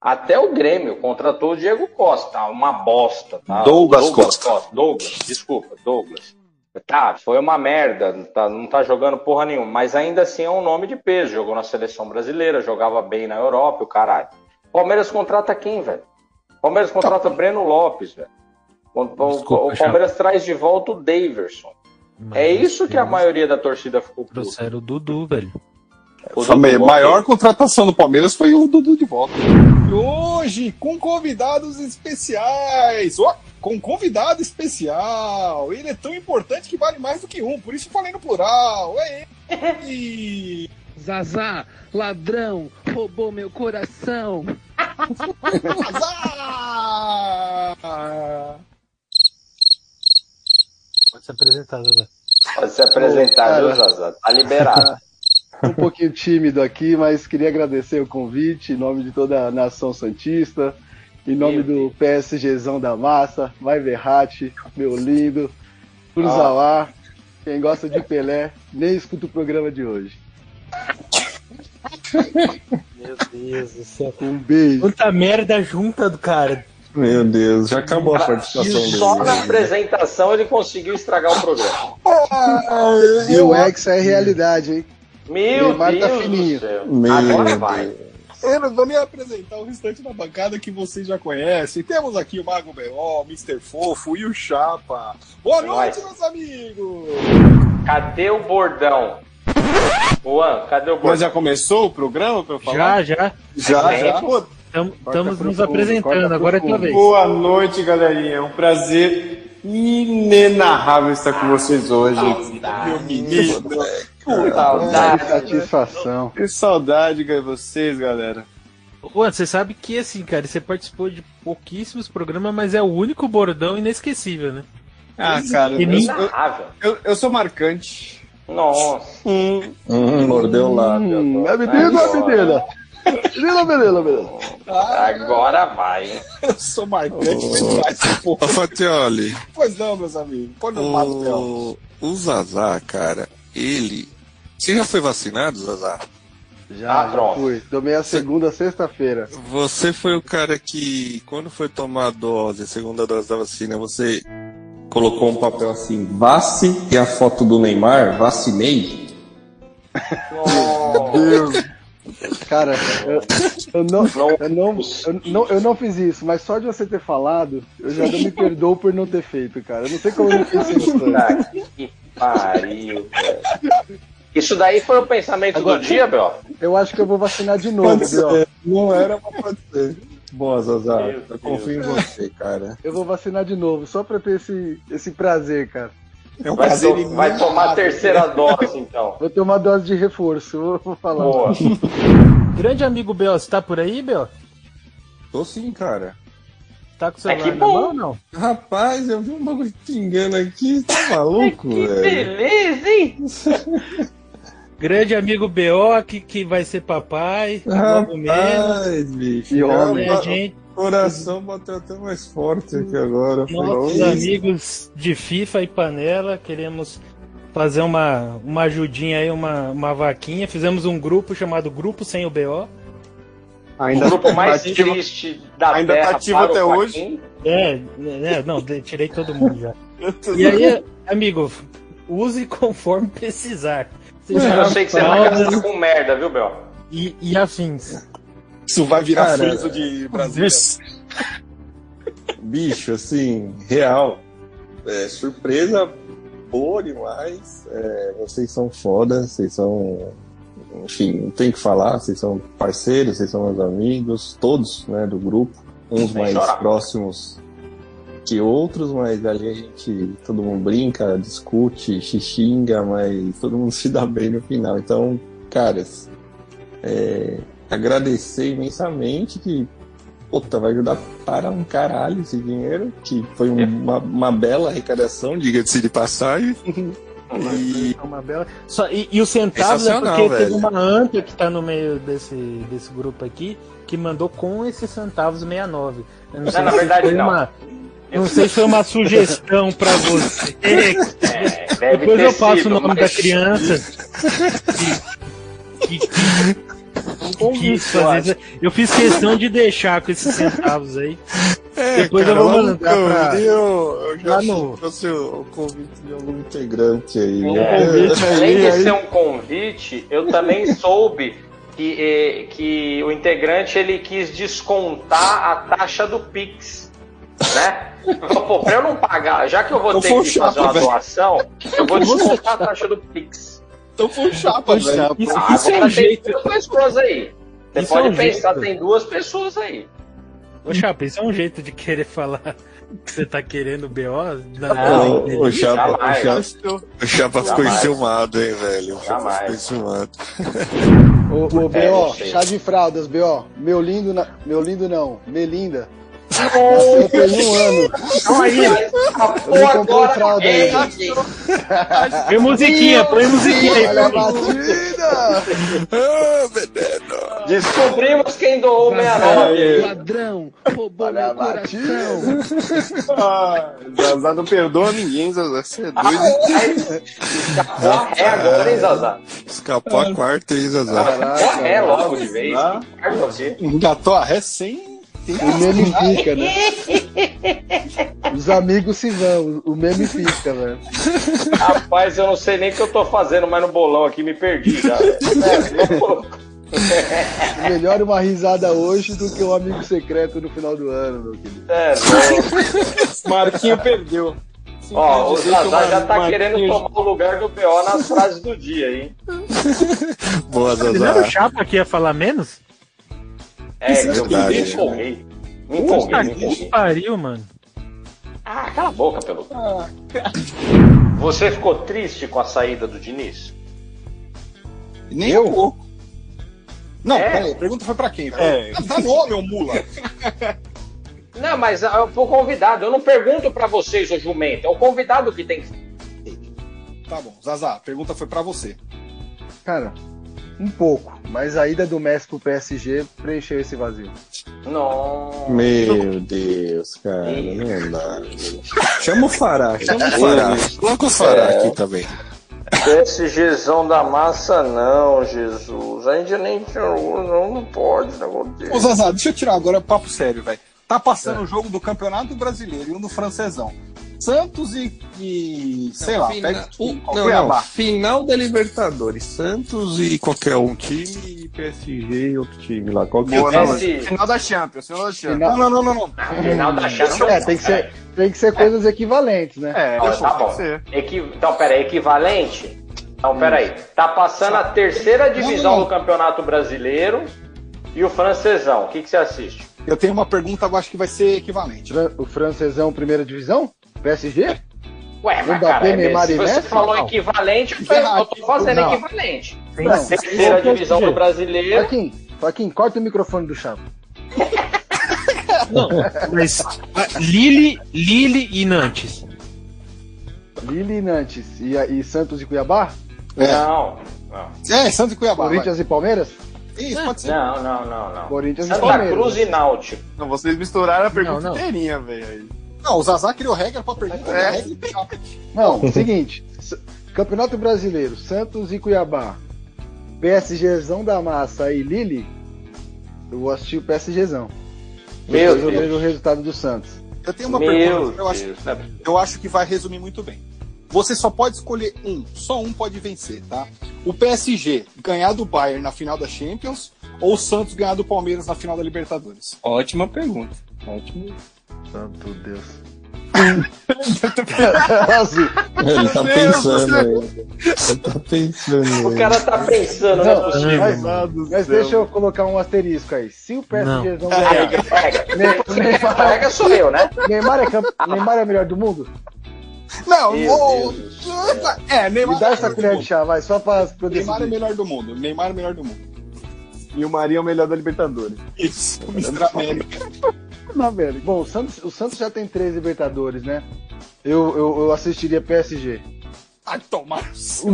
S2: até o Grêmio contratou o Diego Costa, tá uma bosta. Tá?
S1: Douglas Costa.
S2: Douglas, desculpa, Douglas. Tá, foi uma merda, não tá, não tá jogando porra nenhuma, mas ainda assim é um nome de peso. Jogou na seleção brasileira, jogava bem na Europa, o caralho. Palmeiras contrata quem, velho? Palmeiras contrata Breno Lopes, velho. O, o-
S20: Tá Desculpa,
S2: o Palmeiras traz de volta o Daverson. é isso que a maioria da torcida ficou puta.
S20: Trouxeram o Dudu, velho.
S1: A me- maior contratação do Palmeiras foi o Dudu de volta. E hoje, com convidados especiais. Ó, com convidado especial. Ele é tão importante que vale mais do que um. Por isso eu falei no plural. É ele.
S9: Zazá, ladrão, roubou meu coração.
S1: Zazá!
S20: Pode se apresentar, Zé.
S2: Pode se apresentar,
S21: Ô,
S2: viu,
S21: cara.
S2: Zaza? Tá liberado.
S21: um pouquinho tímido aqui, mas queria agradecer o convite em nome de toda a nação santista, em nome do PSGzão da massa, Vai Verratti, meu lindo, Cruzalá, quem gosta de Pelé, nem escuta o programa de hoje.
S20: Meu Deus do céu.
S21: Um beijo.
S20: Quanta merda junta do cara.
S11: Meu Deus, já acabou a
S2: Cara,
S11: participação dele.
S2: Ah, Só na apresentação ele conseguiu estragar o programa.
S21: E o Hexa é realidade, hein?
S2: Meu
S13: Neymar tá
S2: Deus
S13: fininho.
S2: do céu.
S13: Meu
S2: Agora
S13: Deus.
S2: vai.
S13: Eu não vou nem apresentar o restante da bancada que vocês já conhecem. Temos aqui o Mago Beló, o Mr. Fofo e o Chapa. Boa noite, meus amigos!
S2: Cadê o bordão? Juan, cadê o bordão?
S13: Mas já começou o programa pra eu falar?
S5: Já, já.
S13: Já,
S2: É
S13: já.
S2: tempo?
S13: Pô,
S5: Estamos
S2: nos apresentando, agora é tua vez.
S22: Boa noite, galerinha. É um prazer inenarrável estar com vocês hoje.
S2: Tá
S13: Ah, Meu menino.
S22: Que
S9: saudade. satisfação.
S22: Que saudade de vocês, galera.
S8: Juan, você sabe que assim, cara, você participou de pouquíssimos programas, mas é o único bordão inesquecível, né?
S22: Ah, cara,
S8: E
S22: eu,
S8: nem-
S22: eu- eu- eu sou marcante.
S2: Nossa.
S1: Hum, mordeu o lábio.
S9: É menino ou é menina? Menina, menina, menina.
S2: Agora vai. hein?
S13: Eu sou marcante, mas vai ser pouco.
S11: Ô, Fatioli,
S13: Pois não, meus amigos. Põe no papel.
S11: o, o Zazá, cara, ele. Você já foi vacinado, Zazá?
S2: Tá
S9: Já, já
S11: pronto.
S9: fui. Tomei a segunda sexta-feira.
S11: Você foi o cara que, quando foi tomar a dose, a segunda dose da vacina, você colocou um papel assim, vace e a foto do Neymar, vacinei?
S9: Meu Deus. Cara, eu, eu não, eu, não, eu, não, eu não fiz isso, mas só de você ter falado, eu já não me perdoo por não ter feito, cara. Eu não sei como eu não fiz isso.
S2: Puta que pariu, velho. Isso daí foi o pensamento do dia, Bel?
S9: Eu acho que eu vou vacinar de novo,
S1: Pode ser.
S9: Bel.
S1: Não era, mas pode ser. Boa,
S22: Tá,
S1: Zazá.
S9: Meu
S1: Eu confio em você, cara.
S9: Eu vou vacinar de novo, só pra ter esse, esse prazer, cara.
S1: É um
S2: Vai, to- vai tomar a terceira dose, então.
S9: Vou tomar dose de reforço, vou- vou falar.
S2: Boa.
S5: Grande amigo Bel, você tá por aí, Bel?
S1: Tô sim, cara.
S5: Tá com o
S1: É
S5: celular
S1: que
S5: na
S1: bom.
S5: mão ou não?
S1: Rapaz, eu vi um bagulho pingando aqui, tá maluco, velho?
S2: Beleza, hein?
S8: Grande amigo BO que, que vai ser papai, logo menos.
S1: Rapaz, bicho.
S8: E homem,
S1: cara,
S8: né, gente?
S1: O coração bateu até mais forte aqui agora.
S8: Nossos
S1: Falou,
S8: amigos de FIFA e Panela, queremos fazer uma, uma ajudinha aí, uma, uma vaquinha. Fizemos um grupo chamado Grupo Sem o BO.
S22: Ainda
S8: O grupo
S22: tá
S8: mais
S22: ativo-
S8: triste
S2: da
S22: Ainda
S8: terra
S22: tá ativo
S8: para o
S22: até
S8: Joaquim.
S22: hoje.
S8: É, né, não, de- tirei todo mundo já. E aí, amigo, use conforme precisar. Seja
S2: Eu sei que você vai
S8: fralda
S2: gastar com merda, viu, Bel?
S8: e, e afins.
S13: Isso vai virar
S8: Cara,
S13: friso de Brasília.
S1: bicho, assim, real. É, surpresa boa demais. É, vocês são foda, vocês são. Enfim, não tem o que falar, vocês são parceiros, vocês são meus amigos, todos né, do grupo, uns
S22: Sem
S1: mais
S22: chorar.
S1: próximos que outros, mas ali a gente, todo mundo brinca, discute, se xinga, mas todo mundo se dá bem no final. Então, caras, é, agradecer imensamente que Puta, vai ajudar para um caralho esse dinheiro, que foi um- uma, uma bela arrecadação, diga-se de passagem. E-
S5: É uma bela. Só, e, e o centavo é
S1: Sensacional,
S5: porque teve
S1: velho.
S5: uma anta que tá no meio desse, desse grupo aqui que mandou com esses centavos 69. Eu
S2: Não, na verdade, não.
S5: Uma, não sei se foi uma sugestão pra você.
S2: É, deve
S5: Depois
S2: ter
S5: eu passo
S2: sido,
S5: o nome
S2: mas-
S5: da criança. Que isso, às vezes eu fiz questão de deixar com esses centavos aí. Depois
S1: É, cara,
S5: eu vou
S1: lá no
S5: mandar
S1: canto,
S21: Ah,
S5: pra.
S1: Eu, eu já
S5: Lá
S1: achei
S5: no-
S1: que fosse o o convite de algum integrante aí.
S2: É,
S11: Um
S1: né?
S2: Além de ser um convite, eu também soube que, eh, que o integrante ele quis descontar a taxa do Pix. Né? Pô, pra eu não pagar, já que eu vou
S13: Então
S2: ter
S13: foi o
S2: que fazer
S13: Chapa,
S2: uma
S13: velho.
S2: doação, eu vou descontar a taxa do Pix.
S13: Então foi o Chapa,
S2: Isso-
S13: velho.
S2: isso- isso é um jeito. pessoas aí. Você
S8: Isso
S2: pode
S8: é um
S2: pensar,
S8: jeito.
S2: tem duas pessoas aí.
S8: Ô, Chapa, isso é um jeito de querer falar que você tá querendo BO?
S1: Não, o, o Chapa, o
S8: Jamais.
S1: Chapa, o Chapa ficou
S8: Jamais.
S1: enciumado, hein, velho? O Chapa ficou
S2: Jamais.
S1: enciumado.
S9: Ô, ô
S1: É, eu
S9: B.O.,
S1: sei.
S9: chá de fraldas, B.O. Meu lindo, na- meu lindo não, Melinda.
S2: Nossa,
S9: fez um ano.
S2: Calma aí,
S9: Eu não comprei fralda
S2: É,
S9: ainda.
S5: Põe musiquinha, põe musiquinha aí.
S9: Olha a
S5: pra mim.
S2: Descobrimos quem doou o 69.
S23: Ladrão, roubou meu coração.
S22: Ah, Zazá não perdoa ninguém, Zazá. Você é
S1: Ah,
S22: doido.
S2: É agora, hein, Zazá?
S1: é. Escapou
S2: Ah,
S1: a quarta, hein, Zazá?
S2: Corre, é logo de vez. Guarda você.
S13: Engatou a ré sem
S21: O meme fica, né? Os amigos se vão, o meme fica, velho.
S2: Rapaz, eu não sei nem o que eu tô fazendo, mas no bolão aqui me perdi já. velho. É, louco.
S21: Melhor uma risada hoje do que um amigo secreto no final do ano, meu querido.
S2: É,
S24: Marquinho perdeu.
S2: Ó, o
S24: Sim, quer dizer que
S2: Zazar já
S24: o
S2: tá
S24: Marquinhos-
S2: querendo tomar o lugar do BO nas frases do dia, hein?
S25: Boa,
S5: Não era o
S25: Zazar.
S5: Chapa que ia falar menos?
S2: É,
S25: Isso é
S2: eu
S25: verdade, né?
S2: me
S25: é
S2: empolguei. Me
S5: Puta
S2: empolguei, me
S5: que
S2: empolguei.
S5: pariu, mano.
S2: Ah, cala a boca, Peludo.
S21: Ah.
S2: Você ficou triste com a saída do Diniz?
S1: Nem um pouco. Não,
S21: É.
S1: peraí, a pergunta foi pra quem?
S2: É.
S1: Dá nome, ô mula.
S2: Não, mas ah, pro convidado, eu não pergunto pra vocês, ô jumento, é o convidado que tem que...
S1: Tá bom, Zazá, a pergunta foi pra você.
S21: Cara, um pouco. Mas a ida do Messi pro PSG preencheu esse vazio.
S2: Não.
S11: Meu Deus, cara, não dá. Chama o Fará, chama o Fará. Coloca o Fará aqui também.
S2: PSGzão da massa não, Jesus. Ainda nem não, não pode, tá negócio
S1: Ô, Zazá, deixa eu tirar agora papo sério, velho. Tá passando o jogo do Campeonato Brasileiro e um do francesão. Santos e. e, sei lá,
S25: fina-
S1: pega
S25: o-
S1: o
S25: não, não,
S1: Cuiabá.
S25: final da Libertadores. Santos e qualquer um time, e PSG e outro time lá. Qual que é o
S11: um.
S24: Boa, não,
S25: time?
S24: mas- Final da Champions, final da Champions.
S21: Final-
S1: Não, não, não, não.
S2: Final da Champions.
S21: É, tem que ser, tem que ser coisas equivalentes, né?
S2: É, tá bom. Equi... Então, peraí, equivalente? Então, peraí. Tá passando a terceira divisão do Campeonato Brasileiro e o francesão. O que, que você assiste?
S1: Eu tenho uma pergunta, eu acho que vai ser equivalente. né?
S21: Fran- O francesão, primeira divisão? PSG?
S2: Ué, mas
S21: Mbappé,
S2: cara, é mesmo.
S21: Neymar
S2: se
S21: e
S2: você
S21: Messi?
S2: falou
S21: Não.
S2: equivalente, eu tô- eu tô fazendo
S21: Não.
S2: equivalente.
S21: Não.
S2: terceira divisão do brasileiro.
S21: Joaquim, Joaquim, corta o microfone do Chapa.
S20: Não, mas ah, Lille, Lille e Nantes.
S21: Lille e Nantes e, e Santos e Cuiabá?
S2: Não, não.
S1: É, Santos e Cuiabá.
S21: Corinthians e Palmeiras?
S1: Isso, pode
S21: ser.
S2: Não, não, não, não.
S21: Corinthians e
S2: Santa
S21: Palmeiras.
S2: Cruz e Náutico.
S24: Não, vocês misturaram a pergunta
S1: Não, não.
S24: inteirinha, velho.
S1: Não, o Zazá criou regra pra pergunta.
S24: É.
S1: regra e pegava.
S21: Não, seguinte. S- Campeonato Brasileiro, Santos e Cuiabá. PSGzão da massa e Lille. Eu vou assistir o PSGzão.
S2: Meu
S21: Depois eu
S2: Deus.
S21: vejo o resultado do Santos.
S1: Eu tenho uma
S2: Meu
S1: pergunta. Eu acho,
S2: Deus.
S1: eu acho que vai resumir muito bem. Você só pode escolher um, só um pode vencer, tá? O PSG ganhar do Bayern na final da Champions ou o Santos ganhar do Palmeiras na final da Libertadores?
S24: Ótima pergunta. Ótimo.
S21: Santo Deus.
S11: Ele tá pensando aí. Ele tá pensando aí.
S2: O cara tá pensando, não é possível.
S21: mas mas deixa eu colocar um asterisco aí. Se o PSGzão
S24: É.
S21: ganhar.
S2: Pega sou eu, né?
S21: Neymar é, campe- Neymar é o melhor do mundo?
S1: Não,
S2: Meu
S1: ô,
S2: Deus
S1: é, Neymar
S21: Me dá
S1: é
S21: essa colher
S1: melhor do
S21: de
S1: mundo.
S21: chá, vai, só pra, pra eu
S1: Neymar é
S21: decidir.
S1: melhor do mundo. Neymar é melhor do mundo.
S24: E o Marinho é o melhor da Libertadores.
S1: Isso, Mr. América.
S21: Não, velho. Bom, o Santos, o Santos já tem três Libertadores, né? Eu, eu, eu assistiria PSG.
S1: Ai, tomar.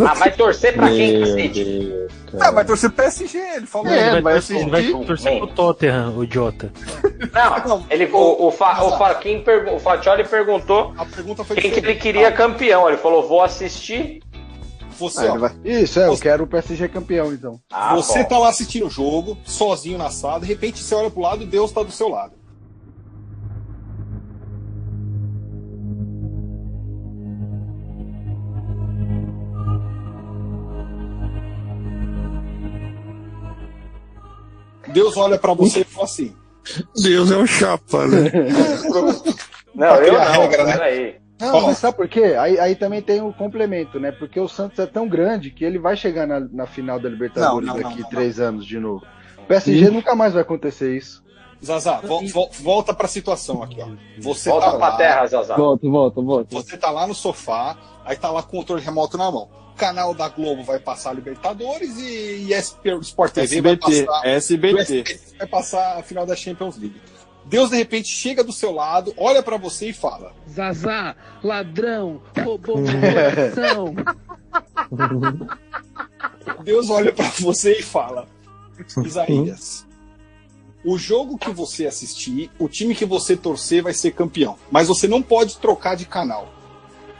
S2: Ah, vai torcer pra quem,
S11: Meu
S2: cacete?
S11: Deus,
S1: Ah, vai
S11: cara.
S1: torcer PSG, ele falou.
S24: É,
S1: Ele
S24: vai
S1: torcer-
S24: assistir.
S1: vai-
S2: Ju-
S20: Torcer pro
S2: bem.
S20: Tottenham, o idiota.
S2: Não, ele, o, o, Fa, o, Faquin pergu- o Fatioli perguntou
S1: A pergunta foi
S2: quem que ele
S1: diferente.
S2: queria campeão. Ele falou, vou assistir.
S1: Você,
S21: Ah,
S1: ó,
S21: ele vai- Isso, é, eu quero o PSG campeão, então.
S2: Ah,
S1: você
S2: bom.
S1: tá lá assistindo o jogo, sozinho na sala, de repente você olha pro lado e Deus tá do seu lado. Deus olha pra você e fala assim:
S25: Deus é um chapa, né?
S2: Não, Ah, eu
S1: criar
S2: não,
S1: regra, né?
S2: peraí.
S21: Não,
S1: Ó.
S21: mas sabe por quê? Aí, aí também tem o complemento, né? Porque o Santos é tão grande que ele vai chegar na, na final da Libertadores
S1: Não, não, não,
S21: daqui
S1: não,
S21: três anos de novo. O PSG nunca mais vai acontecer isso.
S1: Zazá, vol- vol- volta pra situação aqui, ó. Você
S2: Volta
S1: tá
S2: pra
S1: lá,
S2: terra, Zazá.
S26: Volto, volto, volto.
S1: Você tá lá no sofá, aí tá lá com o controle remoto na mão. O canal da Globo vai passar Libertadores e ESPN Sport TV vai
S24: SBT,
S1: passar. o
S24: SBT.
S1: SBT vai passar a final da Champions League. Deus de repente chega do seu lado, olha pra você e fala:
S9: Zazá, ladrão, roubou meu coração.
S1: Deus olha pra você e fala: Isaías, o jogo que você assistir, o time que você torcer vai ser campeão, mas você não pode trocar de canal.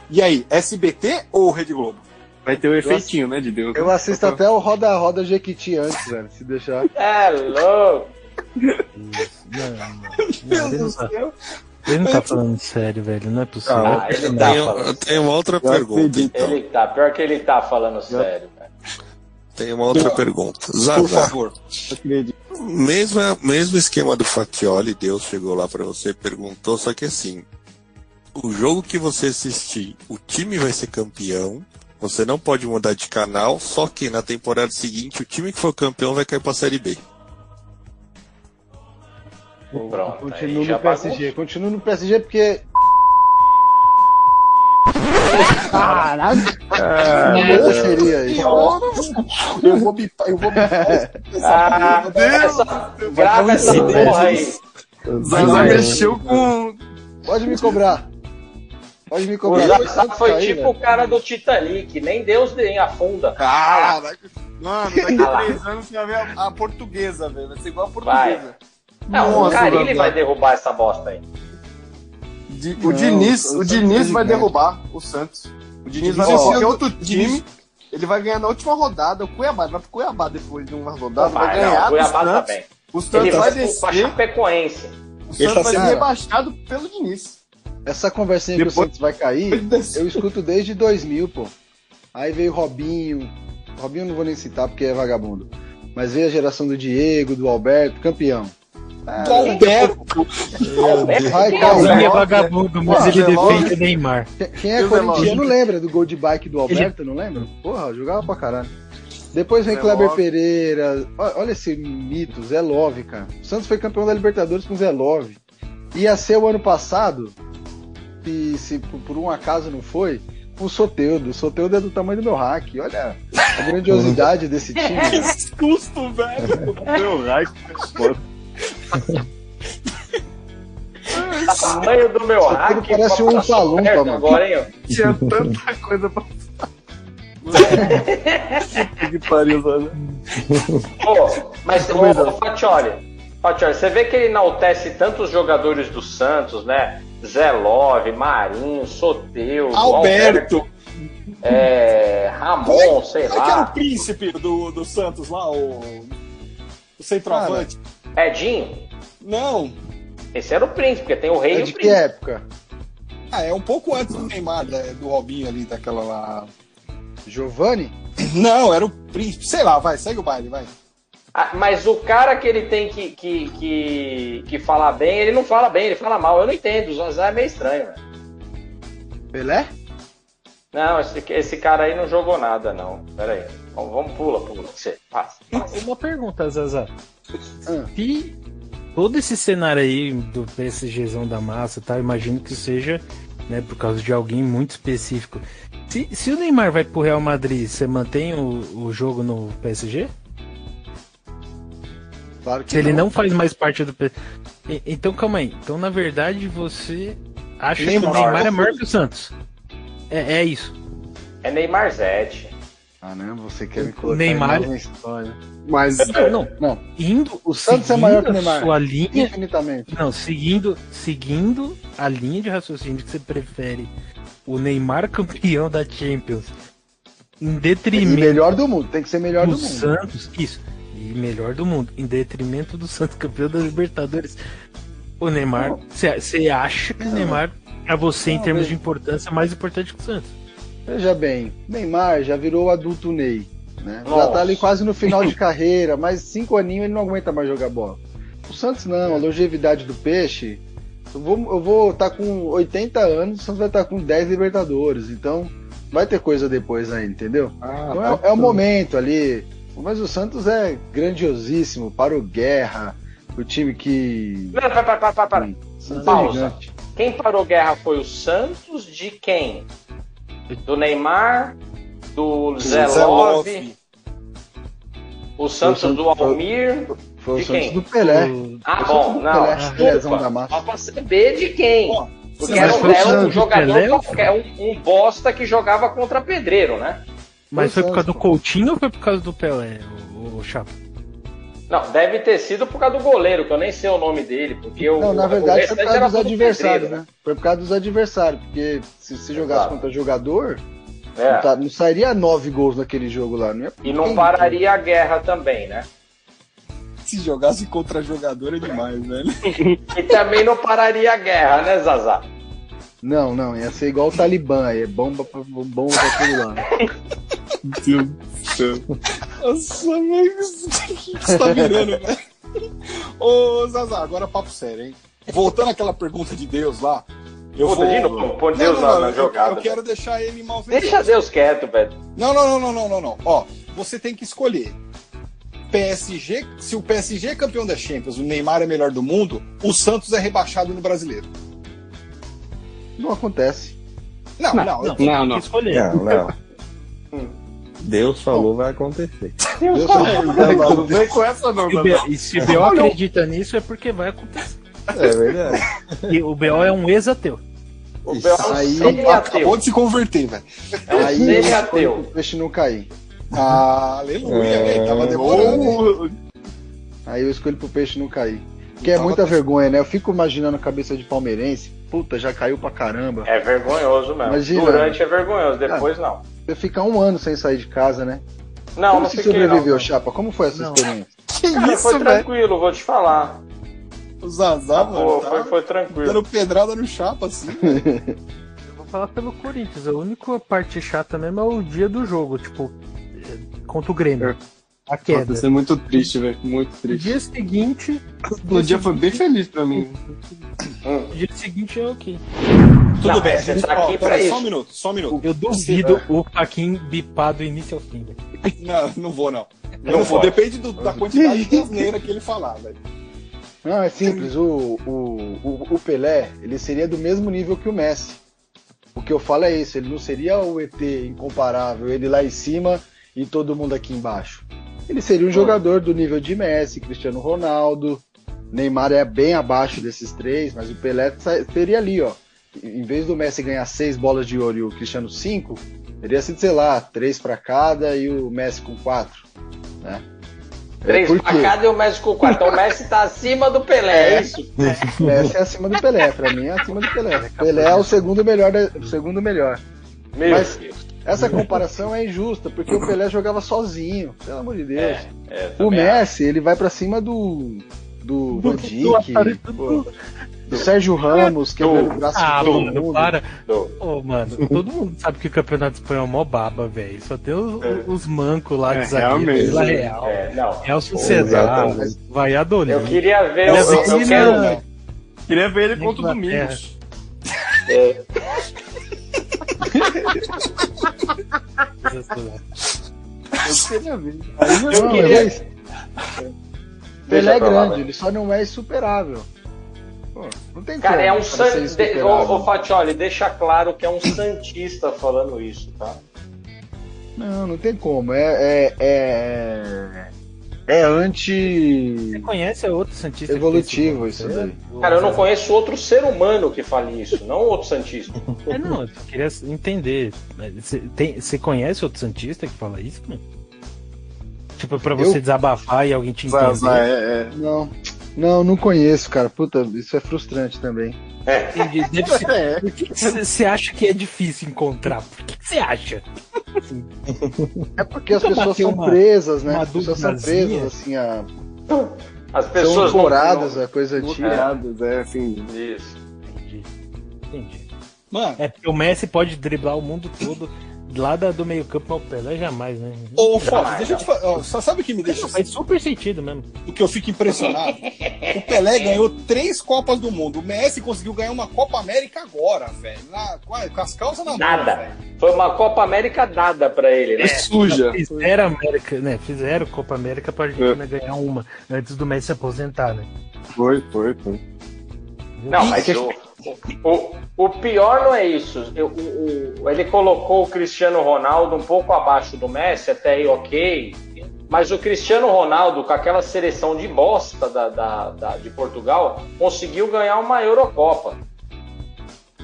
S1: E aí, SBT ou Rede Globo?
S24: Vai ter o efeitinho, né, de Deus.
S21: Eu assisto até o Roda Roda Jequiti antes, velho, se deixar.
S2: É louco.
S5: Não, ele, não tá, ele não tá falando sério, velho. Não é possível.
S2: Ah, ele tá falando.
S13: Tem uma outra
S2: Eu
S13: pergunta,
S2: acredito.
S13: então.
S2: Ele tá, pior que ele tá falando sério. velho.
S13: Tem uma outra pergunta. Zaza,
S2: Por favor.
S13: Mesmo, mesmo esquema do Facchioli, Deus chegou lá pra você, perguntou, só que assim, o jogo que você assistir, o time vai ser campeão, você não pode mudar de canal, só que na temporada seguinte, o time que for campeão vai cair pra Série B.
S2: Pronto.
S11: Continua no PSG, continua no PSG porque. Caralho! Nada seria isso.
S1: Eu vou bipar, eu vou bipar.
S2: Ah, essa, grava essa porra aí.
S27: Zaza mexeu com.
S11: Pode me cobrar. Pode me
S2: O
S11: cobrar. né?
S2: Zaza foi
S11: Aí,
S2: tipo
S11: velho.
S2: o cara do Titanic, nem Deus nem afunda.
S1: Ah, vai- Mano, daqui
S2: Ah
S1: a
S2: lá.
S1: três anos você vai ver a, a portuguesa, velho. Vai ser igual a
S2: Vai.
S1: portuguesa.
S2: Não, É, o
S1: Nossa,
S2: Carilli
S1: Zaza.
S2: vai derrubar essa bosta aí.
S1: Di-
S11: Não,
S1: o Diniz,
S11: o
S1: o
S11: Santos
S1: Diniz
S11: é
S1: vai
S11: gigante.
S1: derrubar o Santos. O Diniz vai
S11: Ó,
S1: vencer outro
S11: Diniz-
S1: time. Ele vai ganhar na última rodada. O Cuiabá ele vai pro Cuiabá depois de uma rodada.
S2: Vai,
S1: Vai,
S2: não,
S1: ganhar
S2: o
S1: do
S2: Cuiabá tá
S1: Santos.
S2: bem.
S1: O Santos
S2: Ele
S1: vai
S2: vai pro
S1: descer.
S2: Chapecoense.
S1: O
S11: Ele tá
S1: Santos vai ser
S11: sendo-
S1: rebaixado pelo Diniz.
S11: Essa conversinha que o Santos vai cair, eu escuto desde 2000, pô. Aí veio Robinho. Robinho eu não vou nem citar porque é vagabundo. Mas veio a geração do Diego, do Alberto, campeão.
S1: Do Alberto.
S11: Alberto. Vai,
S5: Quem
S11: cara,
S5: é
S11: Alberto.
S5: vagabundo, mas
S11: Pô,
S5: ele
S11: Veloso.
S5: defende o Neymar.
S11: Quem é
S5: Eu, Veloso.
S11: corintiano lembra do gol de bike do Alberto, não lembra? Porra, eu jogava pra caralho. Depois vem
S1: Zé
S11: Kleber
S1: Love.
S11: Pereira. Ó- Olha esse mito, Zé Love, cara. O Santos foi campeão da Libertadores com o Zé Love. Ia ser o ano passado, e se por por um acaso não foi, o Soteudo. O Soteudo é do tamanho do meu hack. Olha a grandiosidade desse time.
S27: Que susto, velho! Meu raio,
S2: Tamanho do meu hack.
S11: parece um
S2: passou
S11: Umpa-Lumpa,
S2: perto
S11: mano.
S2: Agora, hein? ó.
S27: tinha tanta coisa pra. que pariu, Zaza.
S2: Pô, mas ô, ô, Fatioli, Fatioli, você vê que ele enaltece tantos jogadores do Santos, né? Zé Love, Marinho, Soteu,
S1: Alberto.
S2: é, Ramon, sei
S1: Como é que era
S2: lá.
S1: o príncipe do, do Santos lá, o, o centroavante?
S2: Edinho?
S1: Não.
S2: Esse era o príncipe, porque tem o rei
S1: É
S2: e
S1: de
S2: o
S1: que
S2: príncipe.
S11: época?
S1: Ah, é um pouco antes do Neymar, da- do Robinho ali, daquela lá.
S11: Giovanni?
S1: Não, era o príncipe. Sei lá, vai, segue o baile, vai.
S2: Ah, mas o cara que ele tem que, que, que, que falar bem, ele não fala bem, ele fala mal. Eu não entendo, o Zazá é meio estranho, velho.
S11: Pelé?
S2: Não, esse, esse cara aí não jogou nada, não. Pera aí. Vamos, vamos pula, pula. Você, passa.
S5: Uma pergunta, Zaza.
S11: Ah.
S5: Se todo esse cenário aí do PSGzão da massa, tá? Imagino que seja, né, por causa de alguém muito específico. Se, se o Neymar vai pro Real Madrid, você mantém o, o jogo no PSG?
S11: Claro que
S5: Se ele não faz mais parte do PSG. Então calma aí. Então na verdade você acha
S2: Neymar.
S5: que o Neymar é maior que o Santos. É, é isso.
S2: É Neymar Zete.
S11: Ah, não, você quer me
S5: O
S11: colocar
S5: Neymar.
S11: em nova história.
S1: Mas.
S5: Não, não.
S11: Não.
S5: Indo, o
S11: Santos é maior que o Neymar.
S5: Sua linha,
S11: Infinitamente.
S5: Não, seguindo, seguindo a linha de raciocínio que você prefere o Neymar campeão da Champions em
S11: E
S5: detrimento
S11: melhor do mundo, tem que ser é melhor
S5: do
S11: do mundo.
S5: Santos, isso, e melhor do mundo, em detrimento do Santos campeão da Libertadores. O Neymar, você acha que o Neymar é você em
S11: Não,
S5: termos
S11: veja.
S5: de importância é mais importante que o Santos?
S11: Veja bem, Neymar já virou o adulto Ney. Né? Já
S5: Nossa.
S11: tá ali quase no final de carreira, mas cinco aninhos ele não aguenta mais jogar bola. O Santos não, a longevidade do peixe. Eu vou estar eu vou tá com 80 anos, o Santos vai estar com 10 Libertadores, então vai ter coisa depois ainda, entendeu?
S2: Ah,
S9: Ah,
S11: Então é- é, o momento ali. Mas o Santos é grandiosíssimo para o Guerra, o time que.
S2: Não, para, para, para, para.
S11: Santos é
S2: Pausa.
S11: gigante.
S2: Quem parou guerra foi o Santos de quem? Do Neymar, do Zé
S11: Zé
S2: Love, o Santos
S11: Foi o
S2: do
S11: Santos-
S2: Almir.
S11: Foi o
S2: de
S11: Santos
S2: quem?
S11: do Pelé.
S2: Ah,
S11: Foi o
S2: bom,
S11: Santos do
S2: não.
S11: Pelé, é Pelézão da
S2: Desculpa.
S11: massa.
S2: Só pra saber de quem. Porque
S11: mas
S2: era um,
S11: foi o
S2: era um
S11: Santos do
S2: jogador
S5: Pelé ou-
S2: qualquer, um, um bosta que jogava contra pedreiro, né?
S5: Mas
S2: Foi
S5: foi
S2: o
S5: por causa do Coutinho ou foi por causa do Pelé, o, Chapo?
S2: Não, deve ter sido por causa do goleiro, que eu nem sei o nome dele, porque o
S11: Não, na
S2: o
S11: verdade foi
S2: restante
S11: por causa
S2: era
S11: dos
S2: tudo
S11: adversários,
S2: pedreiro,
S11: né? Foi por causa dos adversários, porque se, se jogasse
S2: Exato.
S11: contra jogador,
S2: É.
S11: não, tá- não sairia nove gols naquele jogo lá, não é?
S2: E não pararia a guerra também, né?
S1: se jogasse contra jogador é demais, velho.
S2: E também não pararia a guerra, né, Zaza?
S11: Não, não, ia ser igual o Talibã, aí é bomba pra bomba pra aquele lá.
S1: Meu Deus do céu. Nossa, velho, isso tá virando, velho. Ô, Zaza, agora papo sério, hein? Voltando àquela pergunta de Deus lá. Eu
S2: Puta,
S1: vou...
S2: de novo, pôr Deus na- na
S1: eu-
S2: jogada, né?
S1: Eu quero deixar ele mal
S2: Deixa Deus quieto, velho.
S1: Não, não, não, não, não, não, não. Ó, você tem que escolher. PSG, se o PSG é campeão da Champions, o Neymar é melhor do mundo, o Santos é rebaixado no brasileiro.
S11: Não acontece.
S1: Não, não, eu tenho que escolher.
S9: Não, não. Deus falou, vai acontecer.
S11: Deus falou, vai
S9: Não
S11: acontecer.
S9: vem com essa, não,
S5: E o
S9: Zaza.
S5: B- E se o B.O. acredita nisso, é porque vai acontecer.
S9: É verdade.
S5: E o B.O. é um ex-ateu.
S2: O é um
S5: B.O.
S11: Aí
S1: acabou de se converter, velho.
S11: Aí
S1: Ele é
S11: ele
S1: ateu.
S11: O peixe não cair.
S1: Ah, aleluia, velho. Tava demorando. hein?
S11: Aí eu escolho pro peixe não cair. Que é muita vergonha, né? Eu fico imaginando a cabeça de palmeirense. Puta, já caiu pra caramba.
S2: É vergonhoso mesmo.
S11: Imagina.
S2: Durante é vergonhoso, depois não.
S11: Você fica um ano sem sair de casa, né?
S2: Não,
S11: Como
S2: não
S11: você
S2: fiquei,
S11: sobreviveu,
S2: não.
S11: Chapa? Como foi essa experiência?
S2: Cara, foi tranquilo, vou te falar.
S1: O Zazá,
S2: Pô,
S1: mano,
S2: foi,
S1: tá
S2: foi tranquilo.
S1: dando pedrada no chapa, assim.
S5: Vou falar pelo Corinthians. A única parte chata mesmo é o dia do jogo, tipo, é, contra o Grêmio. A queda.
S8: Nossa, isso é muito triste, velho. Muito
S5: No
S8: triste.
S5: dia seguinte.
S8: O dia foi bem feliz pra mim.
S5: No dia seguinte é ok.
S1: Tudo Não, bem, você tá aqui ó, pra peraí, isso. só um minuto, só um minuto.
S5: Eu duvido o Paquim bipar do início ao fim. velho.
S1: Não, não vou, não.
S5: Não
S1: Não, vou.
S5: pode.
S1: Depende do- da quantidade de asneira que ele falar, velho.
S11: Não, é simples. O, o, o, o Pelé, ele seria do mesmo nível que o Messi. O que eu falo é isso. Ele não seria o ET incomparável. Ele lá em cima e todo mundo aqui embaixo. Ele seria um jogador do nível de Messi, Cristiano Ronaldo. Neymar é bem abaixo desses três, mas o Pelé sa- seria ali, ó. Em vez do Messi ganhar seis bolas de ouro e o Cristiano cinco, teria sido, sei lá, três pra cada e o Messi com quatro, né?
S2: Três
S11: por
S2: pra
S11: quê?
S2: cada e o Messi com o quarto. Então o Messi tá acima do Pelé, é isso?
S11: Messi é acima do Pelé, pra mim é acima do Pelé. Pelé é o segundo melhor, da- o segundo melhor.
S2: Meu
S11: Mas
S2: Deus.
S11: essa comparação é injusta, porque o Pelé jogava sozinho, pelo amor de Deus.
S2: É,
S11: o
S2: também
S11: Messi, ele vai pra cima do do Van Dijk,
S5: do-
S11: pô, do Sérgio Ramos, que é o melhor braço
S5: Ah,
S11: de todo
S5: mano,
S11: mundo.
S5: para. Ô, mano, todo mundo sabe que o campeonato espanhol é mó baba, velho. Só tem os, os mancos lá
S2: É,
S5: de zagueiro,
S2: realmente.
S5: Vila Real.
S2: É, não.
S5: É o Sucedar,
S2: Exatamente. É
S5: vai adorar.
S2: Eu queria ver, eu- eu quero ver.
S8: Queria ver ele
S5: contra o Domingos.
S2: É.
S8: Eu queria ver.
S11: Não,
S8: queria-
S11: mas Pelé é
S2: pra lá,
S8: né?
S11: grande,
S2: velho.
S11: ele só não é insuperável. Pô, não tem
S2: Cara,
S11: como
S2: é um
S11: pra ser
S2: san... de...
S11: insuperável.
S2: Ô, ô Fatioli, deixa claro que é um Santista falando isso, tá?
S11: Não, não tem como. É. É. É, é anti.
S5: Conhece é outro Santista? que
S11: Evolutivo
S5: fez
S8: é
S11: isso daí.
S2: Cara, eu não conheço outro ser humano que fale isso, não outro Santista.
S5: É, não, eu só queria entender. Você conhece outro Santista que fala isso, mano? Tipo, pra você
S11: Eu?
S5: desabafar e alguém te entender.
S8: é,
S11: Não, não, não conheço, cara. Puta, isso é frustrante também. É,
S5: Entendi. Deve ser- Por que você acha que é difícil encontrar? Por que você acha?
S11: É porque as
S5: Nunca
S11: pessoas
S5: bateu
S11: são
S5: uma-
S11: presas, né?
S5: uma
S11: As pessoas são
S5: duvidazinha?
S11: presas, assim, a.
S2: As
S11: são
S2: pessoas
S11: ancoradas,
S2: não-
S11: a coisa antiga.
S8: Tirados, é assim.
S2: Isso.
S5: Entendi.
S1: Mano.
S5: É porque o Messi pode driblar o mundo todo lá da- do meio-campo, mas o Pelé jamais, né?
S1: Ô, Fox, deixa eu te falar. ó, Só sabe o que me deixa. assim,
S5: Faz super sentido mesmo.
S1: O que eu fico impressionado? O Pelé ganhou três Copas do Mundo. O Messi conseguiu ganhar uma Copa América agora, velho. Na- Com a- com as calças na mão.
S2: Nada. Foi uma Copa América dada pra ele, né?
S5: Fizeram a América, né? Fizeram Copa América pra Argentina ganhar uma antes do Messi se aposentar, né?
S8: Foi, foi, foi.
S2: Não, mas o, o, o pior não é isso. Eu- o- o- ele colocou o Cristiano Ronaldo um pouco abaixo do Messi, até aí ok. Mas o Cristiano Ronaldo, com aquela seleção de bosta da, da- da- de Portugal, conseguiu ganhar uma Eurocopa.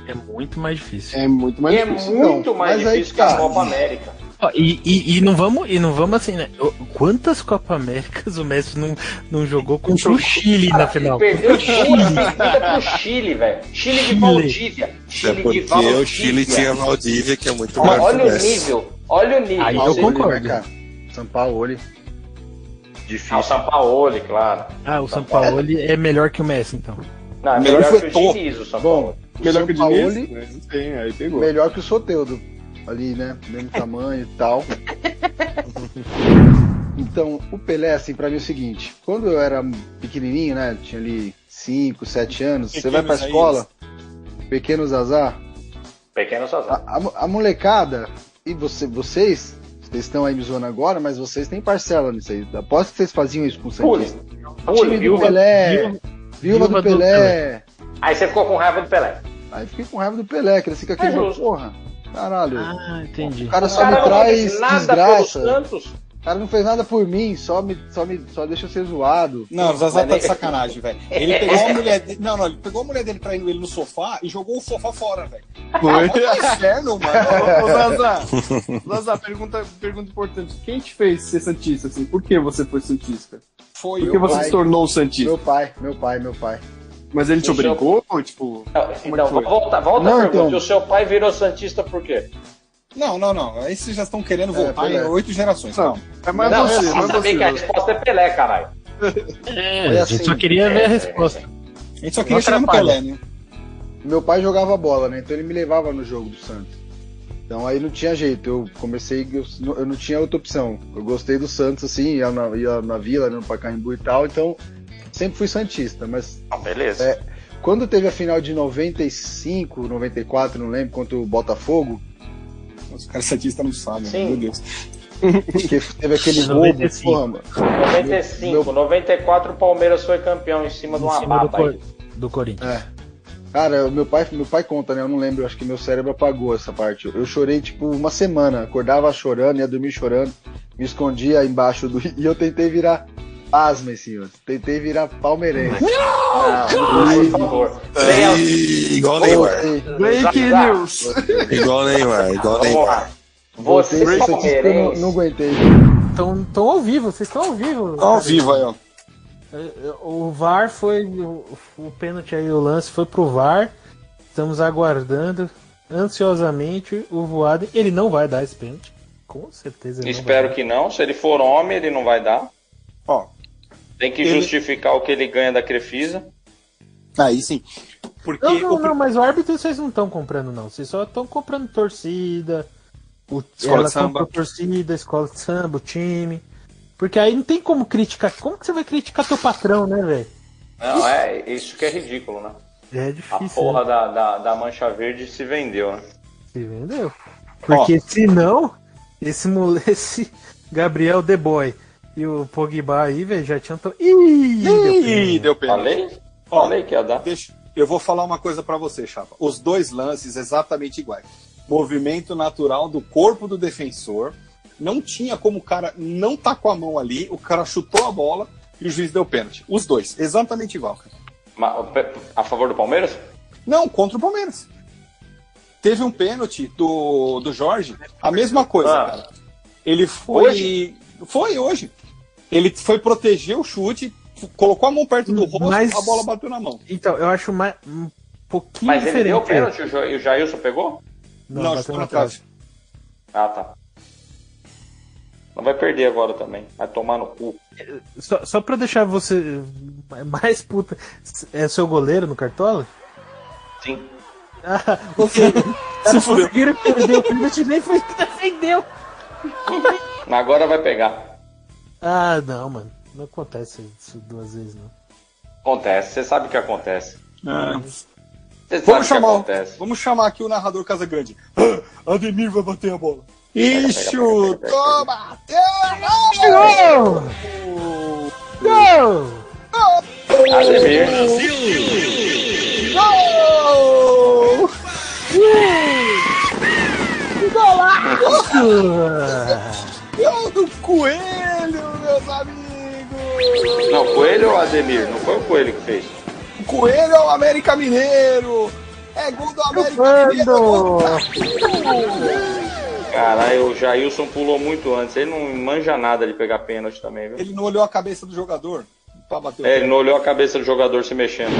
S5: É muito mais difícil.
S8: É muito mais
S2: e é muito mais difícil que
S11: tá.
S2: a Copa América.
S5: Ó, E, e- e não vamos, e não vamos assim, né? Ô, Quantas Copa Américas o Messi não, não jogou Ah, contra o Chile na final?
S2: Perdeu
S5: Contra o
S2: duas seguidas pro Chile, velho. Chile de
S5: Chile.
S2: Valdívia. Chile
S28: É
S2: de
S28: porque
S2: Valdívia.
S28: o Chile tinha Valdívia, que é muito
S2: Olha,
S28: melhor que
S2: olha o
S28: Messi.
S2: nível. Olha o nível.
S11: Aí eu concordo. São Paulo.
S2: Difícil. Ah, o Sampaoli, claro.
S5: Ah, o Sampaoli é melhor que o Messi, então.
S2: Não, é melhor,
S11: Melhor
S2: que,
S11: que
S2: o
S11: o Tom.
S2: Diniz, o Sampaoli.
S11: Bom,
S2: Melhor
S11: o
S2: que o
S11: Sampaoli,
S2: Diniz,
S11: Sim, aí pegou. Melhor que o Soteudo. Ali, né? Mesmo tamanho e tal. Então, o Pelé, assim, pra mim é o seguinte. Quando eu era pequenininho, né? Tinha ali 5, 7 anos. você vai pra
S2: Pequenos
S11: escola, pequenos azar.
S2: Pequeno Sazão.
S11: A, a- a molecada, e você, vocês, vocês estão aí me zoando agora, mas vocês têm parcela nisso aí. Aposto que vocês faziam isso com o Santista.
S2: Pule,
S11: Time do
S2: viúva-
S11: Pelé.
S2: viúva-
S11: Viúva,
S2: viúva
S11: do
S2: do
S11: Pelé.
S2: Aí você ficou com raiva do Pelé.
S11: Aí fiquei com raiva do Pelé, cresci com
S2: É
S11: aquele
S2: justo.
S11: porra. Caralho.
S5: Ah, entendi.
S11: O cara só me
S2: não
S11: traz
S2: fez nada
S11: desgraça.
S2: pelo Santos.
S11: O cara não fez nada por mim, só me, só me só deixa eu ser zoado.
S1: Não, o Zaza tá de sacanagem, velho. Ele pegou a mulher dele. Não, não, ele pegou a mulher dele traindo ele no sofá e jogou o sofá fora, velho.
S9: Foi.
S1: Ah, vai inferno,
S9: Ô, ô,
S1: mano.
S9: Zaza,
S11: é.
S9: Zaza, pergunta, pergunta importante. Quem te fez ser Santista, assim? Por que você foi Santista?
S1: Foi
S9: Por que
S11: meu
S9: você
S11: pai.
S9: se tornou Santista?
S11: Meu pai, meu pai, meu pai.
S9: Mas ele te
S11: Deixa eu-
S9: obrigou? Tipo,
S2: Então, volta, volta
S11: Não,
S2: a pergunta.
S11: então.
S2: E o seu pai virou Santista por quê?
S1: Não, não, não. Aí vocês já estão querendo voltar
S11: Pelé.
S1: em oito gerações. É, Não.
S9: É mais
S2: não,
S9: você,
S11: assim,
S2: você
S9: mais
S2: sabe
S9: você.
S2: que a resposta é Pelé, caralho.
S5: É,
S11: Foi
S5: a gente
S11: assim.
S5: só queria ver a resposta.
S1: A gente só
S11: Não
S1: queria chegar no
S11: atrapalha.
S1: Pelé, né?
S11: Meu pai jogava bola, né? Então ele me levava no jogo do Santos. Então aí não tinha jeito, eu comecei, eu, não- eu não tinha outra opção. Eu gostei do Santos, assim, ia na, ia na vila, né, no Pacaembu e tal, então sempre fui Santista, mas
S2: Ah, beleza.
S11: É, quando teve a final de 95, 94, não lembro, contra o Botafogo,
S1: Os caras santistas não sabem, né?
S2: Sim.
S1: meu Deus.
S11: que teve aquele roubo,
S5: 95.
S11: porra, mano.
S2: 95, 94, o Palmeiras foi campeão em cima de
S5: Em
S2: uma
S5: cima do,
S2: baba aí.
S5: Cor- do Corinthians.
S11: É. Cara, o meu pai, meu pai conta, né? Eu não lembro, acho que meu cérebro apagou essa parte. Eu chorei tipo uma semana, acordava chorando, ia dormir chorando, me escondia embaixo do. E eu tentei virar. Pasmem, senhores. Tentei virar palmeirense.
S2: Ah, por favor.
S29: E- Igual Neymar.
S9: Breaking
S2: Zaza.
S9: news.
S29: Igual Neymar. Igual
S2: Vamos
S29: Neymar.
S2: lá. Você
S11: Voltei,
S2: é
S11: Santista, eu não, não
S2: palmeirense.
S11: aguentei.
S5: Estão tão ao vivo, vocês estão ao vivo. É,
S1: Ao vivo aí, ó.
S5: O VAR foi. O, o pênalti aí, o lance foi pro VAR. Estamos aguardando ansiosamente o voado. Ele não vai dar esse pênalti. Com certeza ele
S2: Espero que não. Se ele for homem, ele não vai dar.
S1: Ó.
S2: Tem que
S1: Ele-
S2: justificar o que ele ganha da Crefisa.
S1: Aí sim. Porque
S5: não vai dar. Não,
S1: o
S5: não, não, mas o árbitro vocês não estão comprando, não. Vocês só estão comprando torcida. O,
S1: Escola
S5: ela
S1: de samba.
S5: comprou torcida, escola de samba, o time. Porque aí não tem como criticar. Como que você vai criticar teu patrão, né, velho?
S2: Não, é isso que é ridículo, né?
S5: É
S2: A
S5: difícil. né?
S2: porra da, da, da Mancha Verde se vendeu, né?
S5: Se vendeu. Porque se não, esse moleque, esse Gabriel The Boy e o Pogba aí, velho, já tinham. To... Ih, deu
S1: Ih,
S5: pênalti.
S1: deu pênalti.
S2: Falei?
S1: Ó,
S2: Falei que ia dar.
S1: Deixa, eu vou falar uma coisa pra você, Chapa. Os dois lances exatamente iguais. Movimento natural do corpo do defensor. Não tinha como o cara não tá com a mão ali. O cara chutou a bola e o juiz deu pênalti. Os dois, exatamente igual. cara.
S2: Ma- o pe- A favor do Palmeiras?
S1: Não, contra o Palmeiras. Teve um pênalti do, do Jorge. A mesma coisa,
S2: Ah.
S1: cara. Ele foi. Foi hoje. Ele foi proteger o chute, f- colocou a mão perto do rosto,
S5: Hum, Mas-
S1: a bola bateu na mão.
S5: Então, eu acho mais, um pouquinho
S2: Mas ele
S5: diferente.
S2: deu pênalti e o Jo- e o Jailson pegou?
S5: Não,
S1: Não,
S5: bateu
S1: chutou
S5: na
S1: na
S5: trave.
S1: trave.
S2: Ah, tá. Não vai perder agora também. Vai tomar no cu.
S5: Só, só pra deixar você mais puta. É seu goleiro no Cartola?
S2: Sim.
S5: Ah, ok. Se conseguiram perder o pênalti, nem foi que defendeu.
S2: Mas Agora vai pegar.
S5: Ah, não, mano. Não acontece isso duas vezes, não.
S2: Acontece. Você sabe o que acontece. Você sabe
S1: Ah. Vamos
S2: o que
S1: chamar, o-
S2: acontece.
S1: vamos chamar aqui o narrador Casa Grande. Ademir vai bater a bola.
S2: pega,
S1: E
S2: pega,
S1: chutou, bateu! né?
S5: Gol! Gol!
S2: Ademir.
S1: Gol! Gol do Coelho, meus amigos!
S2: Não, Coelho ou Ademir? Não foi o Coelho que fez.
S1: O Coelho é o América Mineiro! É gol do América Mineiro! é gol do Brasil!
S2: Caralho, o Jailson pulou muito antes. Ele não manja nada de pegar pênalti também, viu?
S1: Ele não olhou a cabeça do jogador pra bater o
S2: É, ele não olhou a cabeça do jogador se mexendo.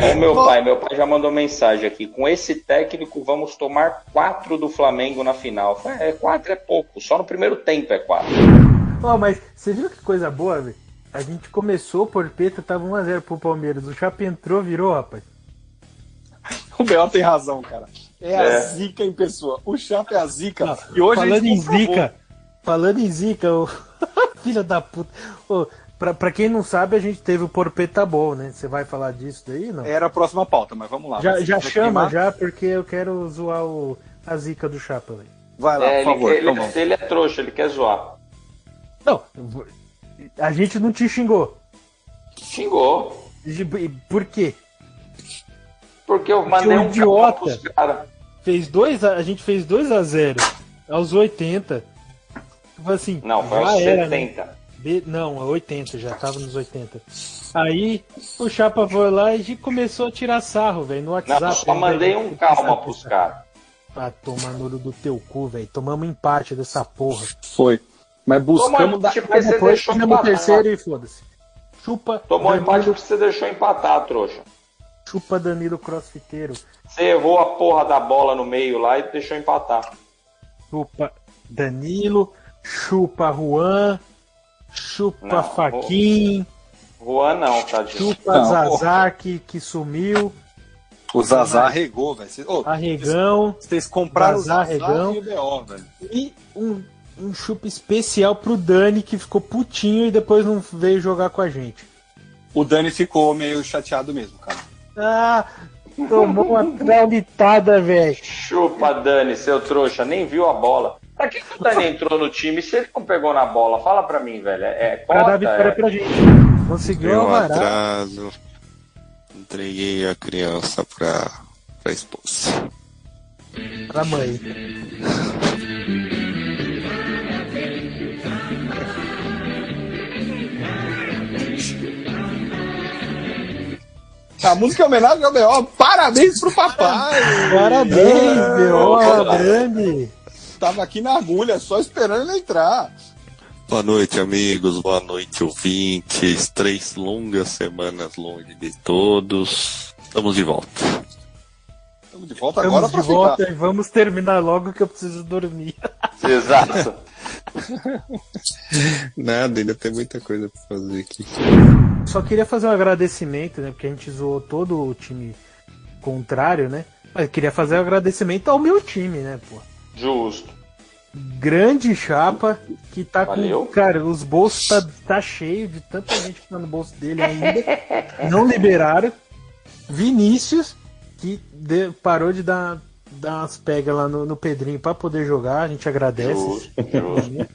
S2: É o meu pai, meu pai já mandou mensagem aqui. Com esse técnico, vamos tomar quatro do Flamengo na final. Eu falei, É, quatro é pouco, só no primeiro tempo é quatro.
S5: Ó, mas você viu que coisa boa, velho? A gente começou, Porpeta tava 1x0 pro Palmeiras. O Chapa entrou, virou, rapaz.
S1: O B.O. tem razão, cara. É, a
S5: É.
S1: zica em pessoa. O Chapa é a um zica.
S5: Não,
S1: e hoje
S5: falando
S1: eles
S5: em
S1: comprovou.
S5: zica, falando em zica, ô, filha da puta. Ô, pra, pra quem não sabe, a gente teve o Porpeta Bom, né? Você vai falar disso daí, não?
S1: Era a próxima pauta, mas vamos
S2: Ah,
S1: lá.
S5: já
S1: Vai,
S5: já
S1: vai
S5: chama,
S1: queimar?
S5: já, porque eu quero zoar o- a zica do Chapa, velho.
S1: Vai
S2: É, ele,
S5: então
S2: ele-
S1: vamos.
S2: ele é trouxa, ele quer zoar.
S5: Não, a gente não te xingou.
S2: Xingou.
S5: E Por quê?
S2: Porque eu
S5: Porque
S2: mandei
S5: o
S2: um
S5: idiota
S2: cara.
S5: fez dois a, a gente fez 2 a 0 aos 80. Tipo assim,
S2: Não, foi aos
S5: já era,
S2: 70.
S5: né? Be- Não, 80, já tava nos 80. Aí o Chapa foi lá e começou a tirar sarro, velho, no
S2: Não,
S5: WhatsApp.
S2: eu só
S5: né?
S2: mandei um calma pros caras.
S5: Ah, tomar no olho do teu cu, velho. Tomamos empate dessa porra.
S1: Foi. Mas
S2: Tomou
S5: buscamos
S2: empate
S5: da...
S2: porque você
S5: Depois
S2: deixou
S5: fizemos o
S2: empatar.
S5: terceiro e foda-se. Chupa,
S2: Tomou
S5: Danilo,
S2: empate porque você deixou empatar, trouxa.
S5: chupa Danilo Crossfiteiro.
S2: Você errou a porra da bola no meio lá e deixou empatar.
S5: Chupa Danilo, chupa Juan, chupa
S2: Não,
S5: Faquin,
S2: Juan não, tadinho.
S5: chupa Zazaki que sumiu,
S1: O Zazar arregou, velho. Vocês- ô,
S5: Ah, Arregão.
S1: Vocês compraram
S5: Zazar,
S1: o Zazar
S5: Arregão.
S1: e o B.O., velho.
S5: E um, um chupa especial pro Dani que ficou putinho e depois não veio jogar com a gente.
S1: O Dani ficou meio chateado mesmo, cara.
S5: Ah, tomou uma traulitada, velho.
S2: Chupa, Dani, seu trouxa, nem viu a bola. Pra que, que o Dani entrou no time se ele não pegou na bola? Fala pra mim, velho. É, é
S5: Pra
S2: cota,
S5: dar vitória
S2: é-
S5: pra gente. Conseguiu
S25: Meu
S5: amarrar.
S25: um atraso. Entreguei a criança pra, pra esposa.
S5: Pra mãe.
S1: A música é homenagem ao B.O. Parabéns pro papai!
S5: Parabéns,
S1: É,
S5: B.O.
S1: cara.
S5: grande.
S1: Tava aqui na agulha, só esperando ele entrar.
S25: Boa noite, amigos. Boa noite, ouvintes. Três longas semanas longe de todos. Estamos de volta.
S1: Estamos de volta agora
S5: Estamos de
S1: pra
S5: volta
S1: ficar.
S5: e vamos terminar logo que eu preciso dormir.
S2: Exato.
S25: Nada, ainda tem muita coisa pra fazer aqui.
S5: Só queria fazer um agradecimento, né? Porque a gente zoou todo o time contrário, né? Mas eu queria fazer um agradecimento ao meu time, né, pô?
S2: Justo.
S5: Grande chapa que tá
S2: Valeu.
S5: com. Cara, os bolsos tá, tá cheio de tanta gente que tá no bolso dele ainda. Não liberaram. Vinícius, que de- parou de dar, dar umas pegas lá no, no Pedrinho pra poder jogar. A gente agradece. Né?
S2: Justo, justo.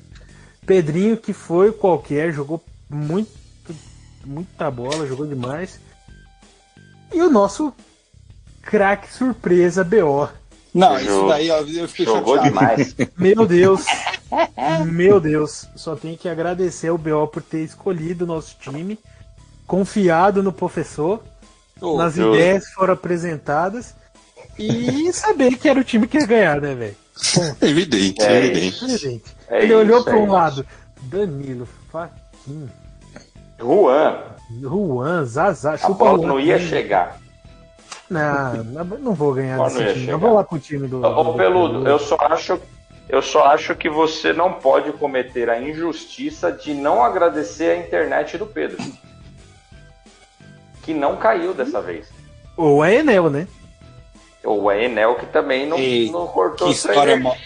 S5: Pedrinho, que foi qualquer, jogou muito, muita bola, jogou demais. E o nosso craque surpresa, BO.
S1: Não, isso daí ó, eu fiquei
S2: Jogou
S1: chateado.
S2: demais.
S5: Meu Deus. Meu Deus. Só tenho que agradecer ao BO por ter escolhido o nosso time, confiado no professor,
S2: Oh,
S1: Ô,
S5: nas
S1: Deus.
S5: ideias que foram apresentadas e saber que era o time que ia ganhar, né, velho?
S25: Evidente,
S2: É
S25: evidente.
S5: Gente,
S2: É
S5: ele
S2: isso,
S5: olhou
S2: é
S5: para um
S2: isso.
S5: lado, Danilo, Faquinha,
S2: Juan,
S5: Juan, Zaza,
S2: a
S5: chupa
S2: bola
S5: Juan
S2: não ia
S5: também.
S2: chegar.
S5: Não, não não vou ganhar
S2: Bola
S5: desse
S2: não ia
S5: time. Eu
S2: chegar.
S5: vou lá com o time do.
S2: Ô,
S5: do-
S2: ô, Peludo, eu só acho. Eu só acho que você não pode cometer a injustiça de não agradecer a internet do Pedro. Que não caiu dessa vez.
S5: Ou é Enel, né?
S2: Ou a Enel que também não, não cortou
S1: que
S2: os
S1: história
S2: três.
S1: mal-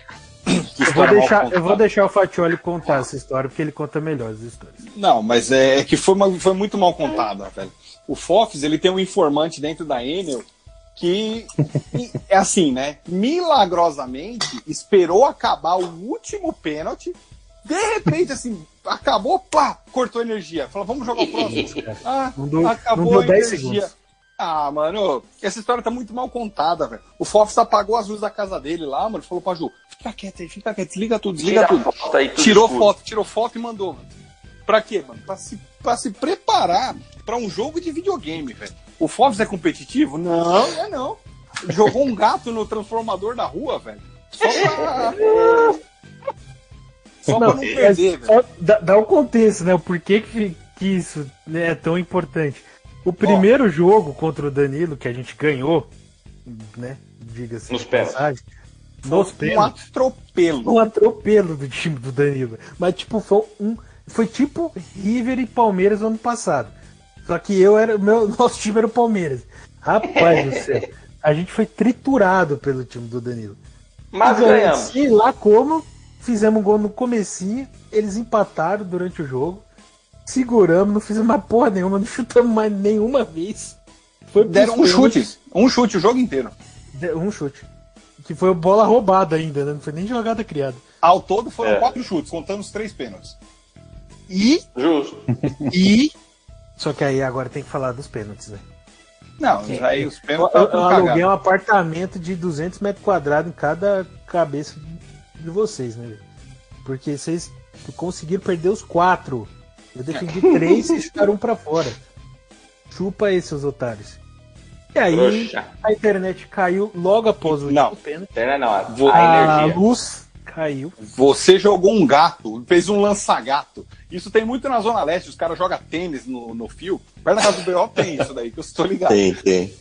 S5: Eu
S2: Tá
S5: vou, deixar, eu vou deixar o Fatioli contar essa história, porque ele conta melhor as histórias.
S1: Não, mas é, é que foi, uma- foi muito mal contada, velho. O Fofis, ele tem um informante dentro da Enel que, e- é assim, né? Milagrosamente, esperou acabar o último pênalti. De repente, assim, acabou, pá, cortou a energia. Falou, vamos jogar o próximo. Ah,
S5: Não deu- não
S1: acabou
S5: deu
S1: a
S5: 10
S1: energia.
S5: segundos.
S1: Ah, mano, essa história tá muito mal contada, velho. O Fofis apagou as luzes da casa dele lá, mano. Falou pra Ju, fica quieto aí, fica quieto, desliga tudo, desliga
S2: Tira
S1: tudo.
S2: foto aí, tudo
S1: tirou
S2: escuro.
S1: foto, tirou foto e mandou. Mano. Pra quê, mano? Pra se, pra se preparar pra um jogo de videogame, velho. O Fofis é competitivo? Não, é não. Jogou um gato no transformador da rua, velho. Só pra, só pra não
S5: é-
S1: perder, velho.
S5: só dá, dá o contexto, né? O porquê que, que isso né, é tão importante. O primeiro jogo contra o Danilo, que a gente ganhou, né? Diga-se.
S2: Nos
S5: de
S2: pênaltis.
S5: passagem, Nos
S1: Um
S5: pênaltis.
S1: atropelo.
S5: Um atropelo do time do Danilo. Mas, tipo, foi um Foi tipo River e Palmeiras ano passado. Só que eu era. Meu, nosso time era o Palmeiras. Rapaz do céu. A gente foi triturado pelo time do Danilo.
S12: Mas
S5: E ganhamos.
S12: ganhamos.
S5: Sei lá como. Fizemos um gol no comecinho. Eles empataram durante o jogo. Seguramos, não fizemos mais porra nenhuma, não chutamos mais nenhuma vez. Foi pros
S1: Deram um
S5: pênaltis.
S1: chute. Um chute o jogo inteiro.
S5: De- Um chute. Que foi bola roubada ainda, né? Não foi nem jogada criada.
S1: Ao todo foram
S5: É.
S1: quatro chutes, contando os três pênaltis.
S5: E.
S2: Justo.
S5: E. Só que aí agora tem que falar dos pênaltis, né?
S1: Não,
S5: Sim.
S1: aí os
S5: É. Eu,
S2: É
S1: pênaltis tá
S5: eu
S1: tudo
S5: aluguei
S1: cagado.
S5: um apartamento de 200 metros quadrados em cada cabeça de vocês, né? velho? Porque vocês conseguiram perder os quatro. Eu defendi três e chutaram um pra fora. Chupa aí, seus otários. E aí,
S2: Trouxa.
S5: a internet caiu logo após o
S1: Não.
S5: pênalti.
S2: Internet não, a, a
S1: Ah,
S5: A
S2: energia.
S5: luz caiu.
S1: Você jogou um gato, fez um lança-gato. Isso tem muito na Zona Leste, os caras jogam tênis no, no fio. Vai na casa do B.O. tem isso daí, que eu estou ligado.
S25: Tem, tem.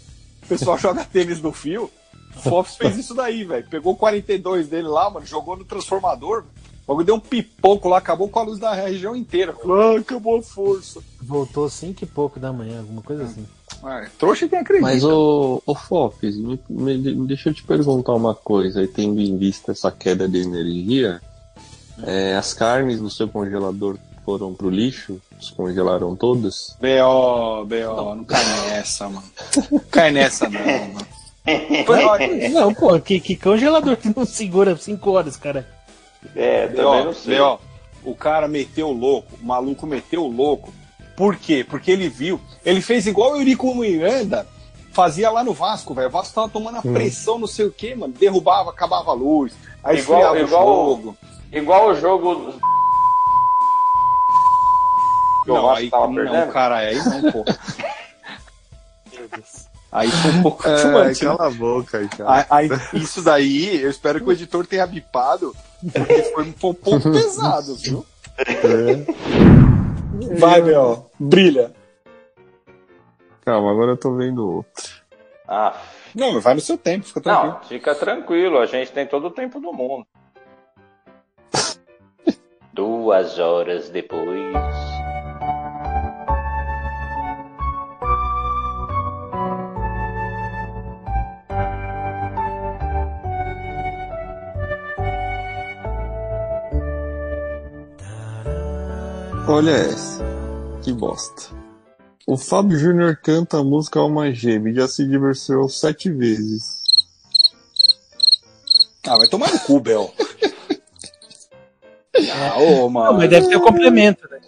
S1: O pessoal joga tênis no fio. O Fops fez isso daí, velho. Pegou o 42 dele lá, mano, jogou no transformador. Logo deu um pipoco lá, acabou com a luz da região inteira. Ah, acabou a força.
S5: Voltou cinco e pouco da manhã, alguma coisa assim.
S1: Ah, trouxa quem acredita.
S11: Mas, ô, ô Fofes, me, me- deixa eu te perguntar uma coisa. E tendo em vista essa queda de energia, é, as carnes do seu congelador foram pro lixo? Descongelaram todas?
S1: B.O., B.O., não cai nessa, mano. Não cai nessa, não, mano.
S5: Não, pô, que, que congelador que não segura 5 horas, cara.
S1: É,
S5: também não sei.
S1: o cara meteu o louco, o maluco meteu o louco. Por quê? Porque ele viu. Ele fez igual o Eurico Miranda fazia lá no Vasco, velho. O Vasco tava tomando a
S2: Hum.
S1: pressão, não sei o quê, mano. Derrubava, acabava a luz. Aí
S2: igual,
S1: esfriava
S2: igual,
S1: o jogo.
S2: igual o jogo. Que o
S1: Não,
S2: Vasco
S1: aí
S2: tava
S1: não,
S2: perdendo.
S1: cara, aí não, pô. Aí foi um pouco
S2: É,
S1: chumante,
S2: cala
S1: né?
S2: a boca, cara.
S1: Aí- aí, isso daí, eu espero que o editor tenha bipado, porque foi, foi um pouco pesado, viu? Vai, Bel, brilha.
S11: Calma, agora eu tô vendo outro.
S2: Ah,
S1: Não, mas vai no seu tempo, fica tranquilo.
S2: não, fica tranquilo, a gente tem todo o tempo do mundo. Duas horas depois.
S11: Olha essa. Que bosta. O Fábio Júnior canta a música Alma Gêmea e já se divorciou sete vezes.
S1: Ah, vai tomar no cu, Bel. ah, ô, mano.
S5: Não, mas deve ter complemento, né?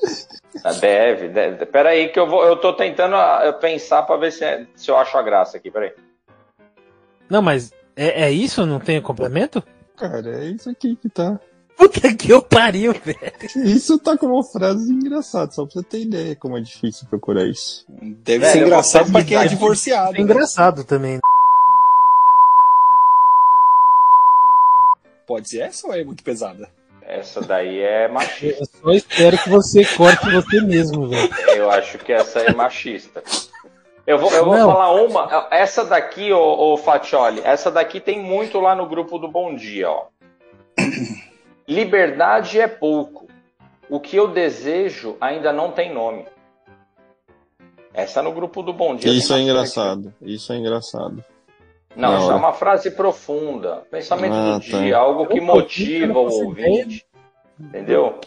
S2: Ah, Deve, deve. Peraí, que eu vou. Eu tô tentando ah, pensar pra ver se, é- se eu acho a graça aqui, peraí.
S5: Não, mas é, é isso? Não tem complemento?
S11: Cara, é isso aqui que tá.
S5: Puta que eu pariu, velho.
S11: Isso tá como uma frase engraçada, só pra você ter ideia como é difícil procurar isso.
S1: Deve ser engraçado pra quem é divorciado.
S5: É engraçado também. né?
S1: Pode ser essa ou é muito pesada?
S2: Essa daí é machista.
S5: Só espero que você corte você mesmo, velho.
S2: Eu acho que essa é machista. Eu vou, eu vou
S5: Não.
S2: falar uma. Essa daqui, ô, ô Fatioli, essa daqui tem muito lá no grupo do Bom Dia, ó. Liberdade é pouco. O que eu desejo ainda não tem nome. Essa é no grupo do Bom Dia.
S11: Isso é
S2: tem bastante.
S11: engraçado, isso é engraçado.
S2: Não,
S11: Na
S2: isso é
S11: hora.
S2: uma frase profunda. Pensamento
S11: Ah,
S2: do
S11: tá.
S2: dia, algo que
S5: Eu não faço
S2: motiva o ouvinte. Entendeu?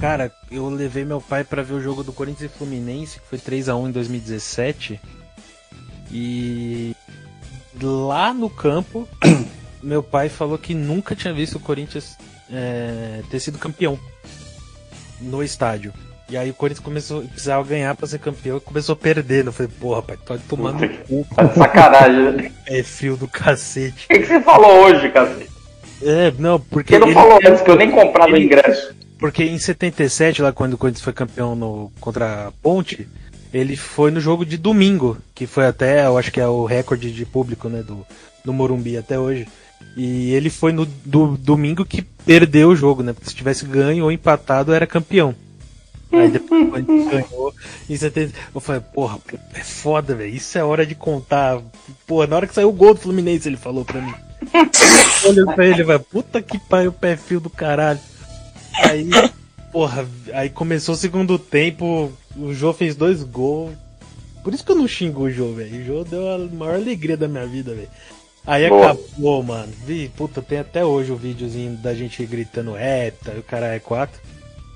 S5: Cara, eu levei meu pai pra ver o jogo do Corinthians e Fluminense, que foi 3 a 1 em 2017. E lá no campo, meu pai falou que nunca tinha visto o Corinthians é, ter sido campeão no estádio. E aí o Corinthians começou, precisava ganhar pra ser campeão e começou a perder. Eu falei, porra, pai, tá tomando
S2: Puta
S5: cu.
S2: Sacanagem, né?
S5: É frio do cacete.
S2: O que, que você falou hoje, cacete?
S5: É, não, porque.
S2: Você não
S5: ele-
S2: falou antes que eu nem comprava ingresso.
S5: Porque em 77, lá quando o Corinthians foi campeão no, contra a Ponte, ele foi no jogo de domingo, que foi até, eu acho que é o recorde de público, né, do, do Morumbi até hoje. E ele foi no do, domingo que perdeu o jogo, né? Porque se tivesse ganho ou empatado, era campeão. Aí depois quando ele ganhou. Em 70, eu falei, porra, é foda, velho. Isso é hora de contar. Porra, na hora que saiu o gol do Fluminense, ele falou pra mim. Olha pra ele, vai, puta que pariu, pé fio do caralho. Aí, Porra, aí começou o segundo tempo, o Jô fez dois gols. Por isso que eu não xingo o Jô, velho. O Jô deu a maior alegria da minha vida, velho. Aí
S30: Boa.
S5: acabou, mano. Vi, puta, tem até hoje o videozinho da gente gritando eta e o cara é quatro.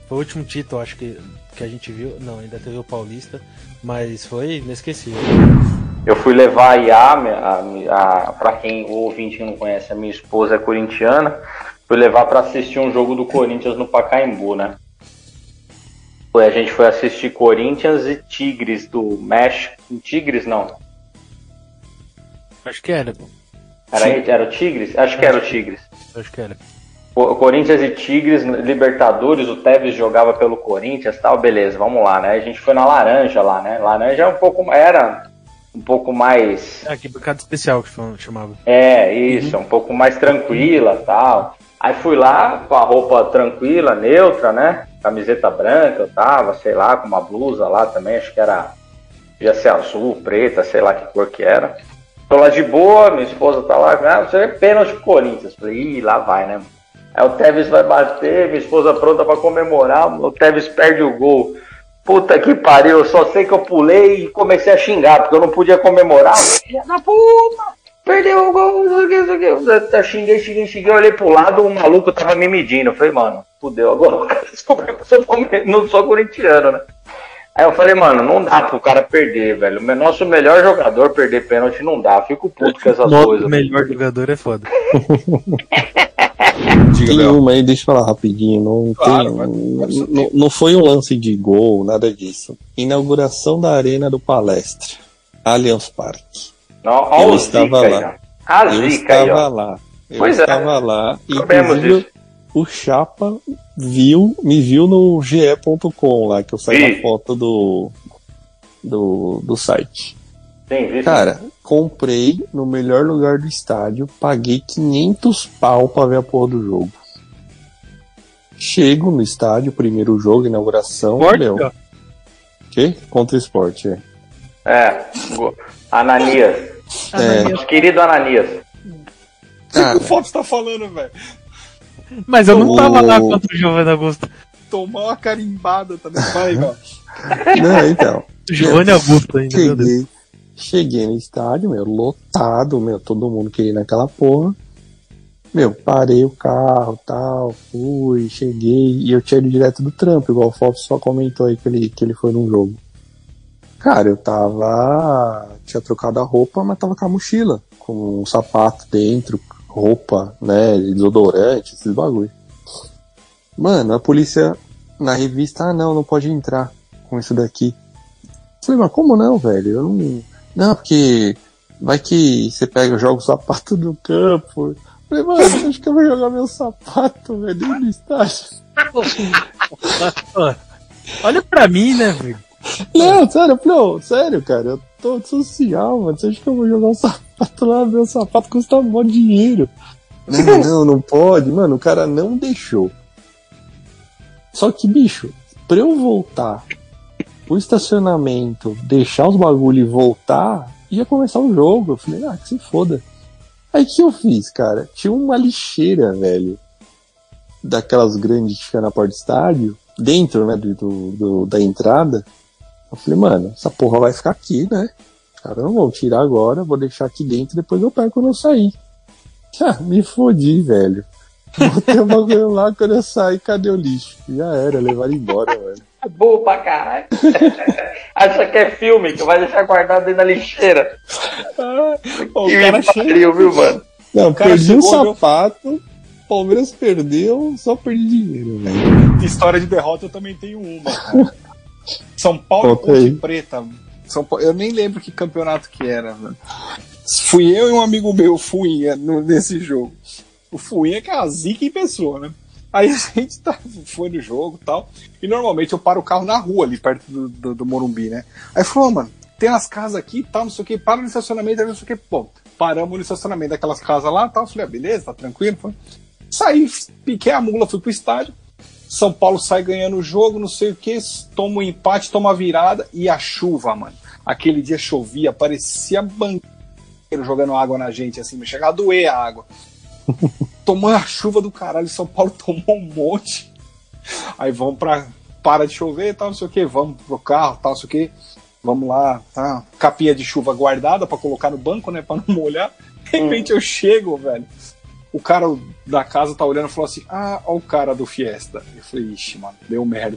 S5: Foi o último título, acho que, que a gente viu. Não, ainda teve o Paulista, mas foi inesquecível.
S2: Eu fui levar a Iá, minha- a, a, pra quem o ouvinte não conhece, a minha esposa é corintiana. Fui levar pra assistir um jogo do Corinthians no Pacaembu, né? Foi, a gente foi assistir Corinthians e Tigres do México. Tigres não.
S5: Acho que era, pô.
S2: Era, era o Tigres? Acho que era o Tigres.
S5: Acho que era.
S2: Co- Corinthians e Tigres, Libertadores, o Tevez jogava pelo Corinthians, tal, beleza, vamos lá, né? A gente foi na Laranja lá, né? Laranja é um pouco era um pouco mais
S5: Ah, que bocado especial que falam- chamava.
S2: é, isso, um pouco mais tranquila tal. Aí fui lá com a roupa tranquila, neutra, né? Camiseta branca eu tava, sei lá, com uma blusa lá também, acho que era. Ia ser azul, preta, sei lá que cor que era. Tô lá de boa, minha esposa tá lá, ah, você é pênalti pro Corinthians. Falei, ih, lá vai, né? Aí o Tevez vai bater, minha esposa pronta pra comemorar, o Tevez perde o gol. Puta que pariu, eu só sei que eu pulei e comecei a xingar, porque eu não podia comemorar. Filha da puta! Perdeu o gol, não sei o que, não sei o que. Eu até xinguei, xinguei, xinguei, eu olhei pro lado, o maluco tava me medindo. Eu falei, mano, fudeu, agora eu sou- eu sou palme- não sou corintiano, né? Aí eu falei, mano, não dá pro cara perder, velho. O Nosso melhor jogador perder pênalti não dá. Eu Fico puto com essas
S5: Nosso
S2: coisas.
S5: melhor jogador é foda.
S13: Tem uma aí, deixa eu falar rapidinho. Não, tem, um- não, não- não foi um lance de gol, nada disso. Inauguração da Arena do Palestra, Allianz Parque.
S2: Não, ó
S13: eu
S2: o
S13: estava
S2: Zica
S13: lá.
S2: aí, ó.
S11: Tá
S2: A
S13: eu
S2: zica aí,
S13: estava
S2: ó.
S13: lá. Eu
S2: Pois é.
S13: estava lá.
S2: Soubemos
S13: Inclusive, o Chapa viu, me viu no ge.com lá, que eu saí na foto do, do, do site.
S2: Sim, vi.
S13: Cara, comprei no melhor lugar do estádio, paguei 500 pau pra ver a porra do jogo. Chego no estádio, primeiro jogo, inauguração, meu. Quê? Contra o esporte, é.
S2: É, go- Ananias.
S13: É.
S2: Nosso querido Ananias.
S1: O que o Fox tá falando, velho?
S5: Mas eu não tava lá
S13: O-
S5: contra o Giovanni Augusto.
S1: Tomar uma carimbada também. Vai, ó.
S13: Não, então.
S5: Giovanni Augusto ainda, meu
S13: Cheguei, cheguei no estádio, meu, lotado, meu, todo mundo queria ir naquela porra. Meu, parei o carro, tal, fui, cheguei, e eu tinha ido direto do trampo, igual o Fox só comentou aí que ele, que ele foi num jogo. Cara, eu tava. Tinha trocado a roupa, mas tava com a mochila, com um sapato dentro, roupa, né, desodorante, esses bagulho. Mano, a polícia na revista, ah não, não pode entrar com isso daqui. Falei, mas como não, velho? Eu não. Não, porque vai que você pega, joga o sapato no campo. Falei, mano, acho que eu vou jogar meu sapato, velho, dentro do estádio.
S5: Olha pra mim, né, velho?
S13: Não, sério, eu falei, ô, sério, cara, eu tô de social, mano. Você acha que eu vou jogar um sapato lá? Meu sapato custa mó dinheiro. Não, não, não pode. Mano, o cara não deixou. Só que, bicho, pra eu voltar pro estacionamento, deixar os bagulho e voltar, ia começar o jogo. Eu falei, ah, que se foda. Aí o que eu fiz, cara? Tinha uma lixeira, velho. Daquelas grandes que fica na porta do estádio, dentro, né, do, do- do- da entrada. Eu falei, mano, essa porra vai ficar aqui, né? Cara, eu não vou tirar agora, vou deixar aqui dentro, depois eu pego quando eu sair. Ah, me fodi, velho. Botei o bagulho lá, quando eu sair, cadê o lixo? Já era, levaram embora, velho.
S2: É boa pra caralho. Acha que é filme que vai deixar guardado dentro da lixeira. Ah,
S1: Ó,
S2: que me pariu, viu, mano?
S13: Não,
S1: O cara
S13: perdi o
S1: chegou, viu?
S13: sapato, Palmeiras perdeu, só perdi dinheiro, velho.
S1: De história de derrota eu também tenho uma. São Paulo
S13: Conta
S1: e
S13: aí.
S1: Ponte Preta. São Paulo, eu nem lembro que campeonato que era. mano. Fui eu e um amigo meu, Fuinha, no- nesse jogo. O Fuinha que é a zica em pessoa, né? Aí a gente tá, foi no jogo e tal. E normalmente eu paro o carro na rua ali, perto do, do, do Morumbi, né? Aí falou, "Ô, mano, tem umas casas aqui e tal, não sei o que, para no estacionamento, não sei o que. Bom, paramos no estacionamento daquelas casas lá e tal. Falei, ah, beleza, tá tranquilo. Falei, Saí, piquei a mula, fui pro estádio. São Paulo sai ganhando o jogo, não sei o que, toma um empate, toma a virada e a chuva, mano. Aquele dia chovia, parecia banqueiro jogando água na gente, assim, mas chegava a doer a água. Tomou a chuva do caralho, São Paulo tomou um monte. Aí vamos pra. Para de chover e tal, não sei o que, vamos pro carro, tal, não sei o que. Vamos lá, tá? Capinha de chuva guardada pra colocar no banco, né? Pra não molhar. De repente eu chego, velho. O cara da casa tá olhando e falou assim: Ah, ó o cara do Fiesta. Eu falei, ixi, mano, deu merda.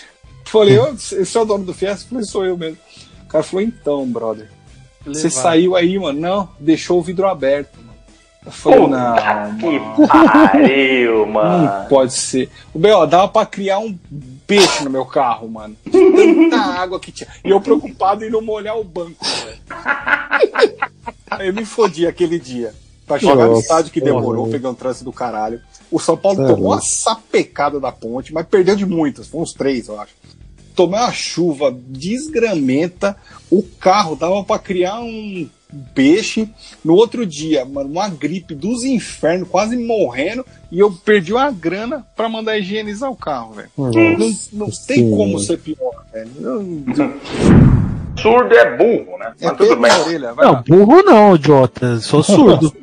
S1: Falei, ô, você é o dono do Fiesta? Eu falei, sou eu mesmo. O cara falou, então, brother. Você
S2: Levar.
S1: saiu aí, mano. Não, deixou o vidro aberto, mano. Eu falei,
S2: Puta
S1: não.
S2: que pariu, mano.
S1: Não pode ser. O B.O., dava pra criar um peixe no meu carro, mano. Tanta água que tinha. E eu preocupado em não molhar o banco, velho. Aí Eu me fodi aquele dia. Pra chegar no
S13: Nossa,
S1: estádio que demorou,
S13: horror.
S1: pegando trânsito do caralho. O São Paulo
S13: Tá
S1: tomou uma
S13: louco.
S1: sapecada da ponte, mas perdeu de muitas. Foi uns três, eu acho. Tomei uma chuva desgramenta. O carro dava pra criar um peixe. No outro dia, mano, uma gripe dos infernos, quase morrendo. E eu perdi uma grana pra mandar higienizar o carro, velho.
S31: Nossa
S1: Não, não tem
S31: Senhora.
S1: como ser pior, velho. Eu-
S2: Surdo é burro, né? Mas tudo bem.
S5: Não, burro não, idiota. Sou surdo.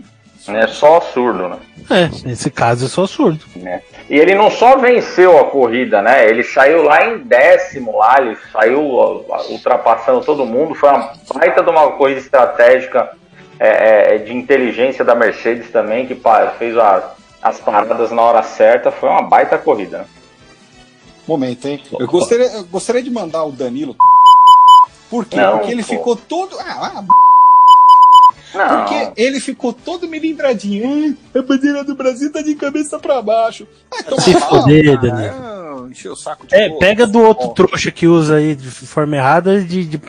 S2: É só surdo, né?
S5: é, nesse caso eu sou surdo.
S2: né? E ele não só venceu a corrida, né? Ele saiu lá em décimo lá, ele saiu ó, ultrapassando todo mundo. Foi uma baita de uma corrida estratégica é, é, de inteligência da Mercedes também, que pa- fez a- as paradas na hora certa. Foi uma baita corrida. né?
S1: Momento, hein? Eu gostaria, eu gostaria de mandar o Danilo. Por quê?
S2: Não,
S1: Porque ele
S2: pô. Ah.
S1: ficou todo. Ah, ah,
S2: Não.
S1: Porque ele ficou todo melindradinho. "Ah, A bandeira do Brasil tá de cabeça pra baixo. Ah, então,
S5: Se foder, Danilo.
S1: Daniel. Encheu o saco de
S5: É,
S1: boa.
S5: pega do outro trouxa que usa aí de forma errada de. de-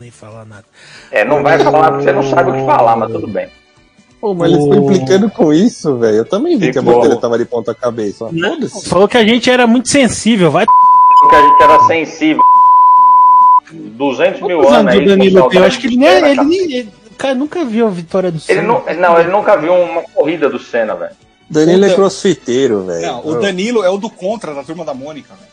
S5: Nem falar nada.
S2: É, não vai falar porque você não sabe o que falar, mas tudo bem.
S13: Pô, mas ele ficou implicando com isso, velho. Eu também vi que a
S2: Ficou.
S13: bandeira tava de ponta cabeça.
S5: Falou que a gente era muito sensível, vai.
S2: Porque a gente era sensível. 200 mil
S5: Quantos
S2: anos
S5: anos
S2: aí.
S5: o
S2: com
S5: Danilo tem? Eu
S2: saudade
S5: acho que
S2: de
S5: ele nem. é,
S2: Senna,
S5: Ele
S2: cara.
S5: nem é ele, cara, nunca viu a vitória do
S2: Ele
S5: Senna.
S2: não, não, ele nunca viu uma corrida do Senna, velho.
S13: Danilo é crossfiteiro, velho.
S1: Não, o Danilo é o do contra da turma da Mônica. velho.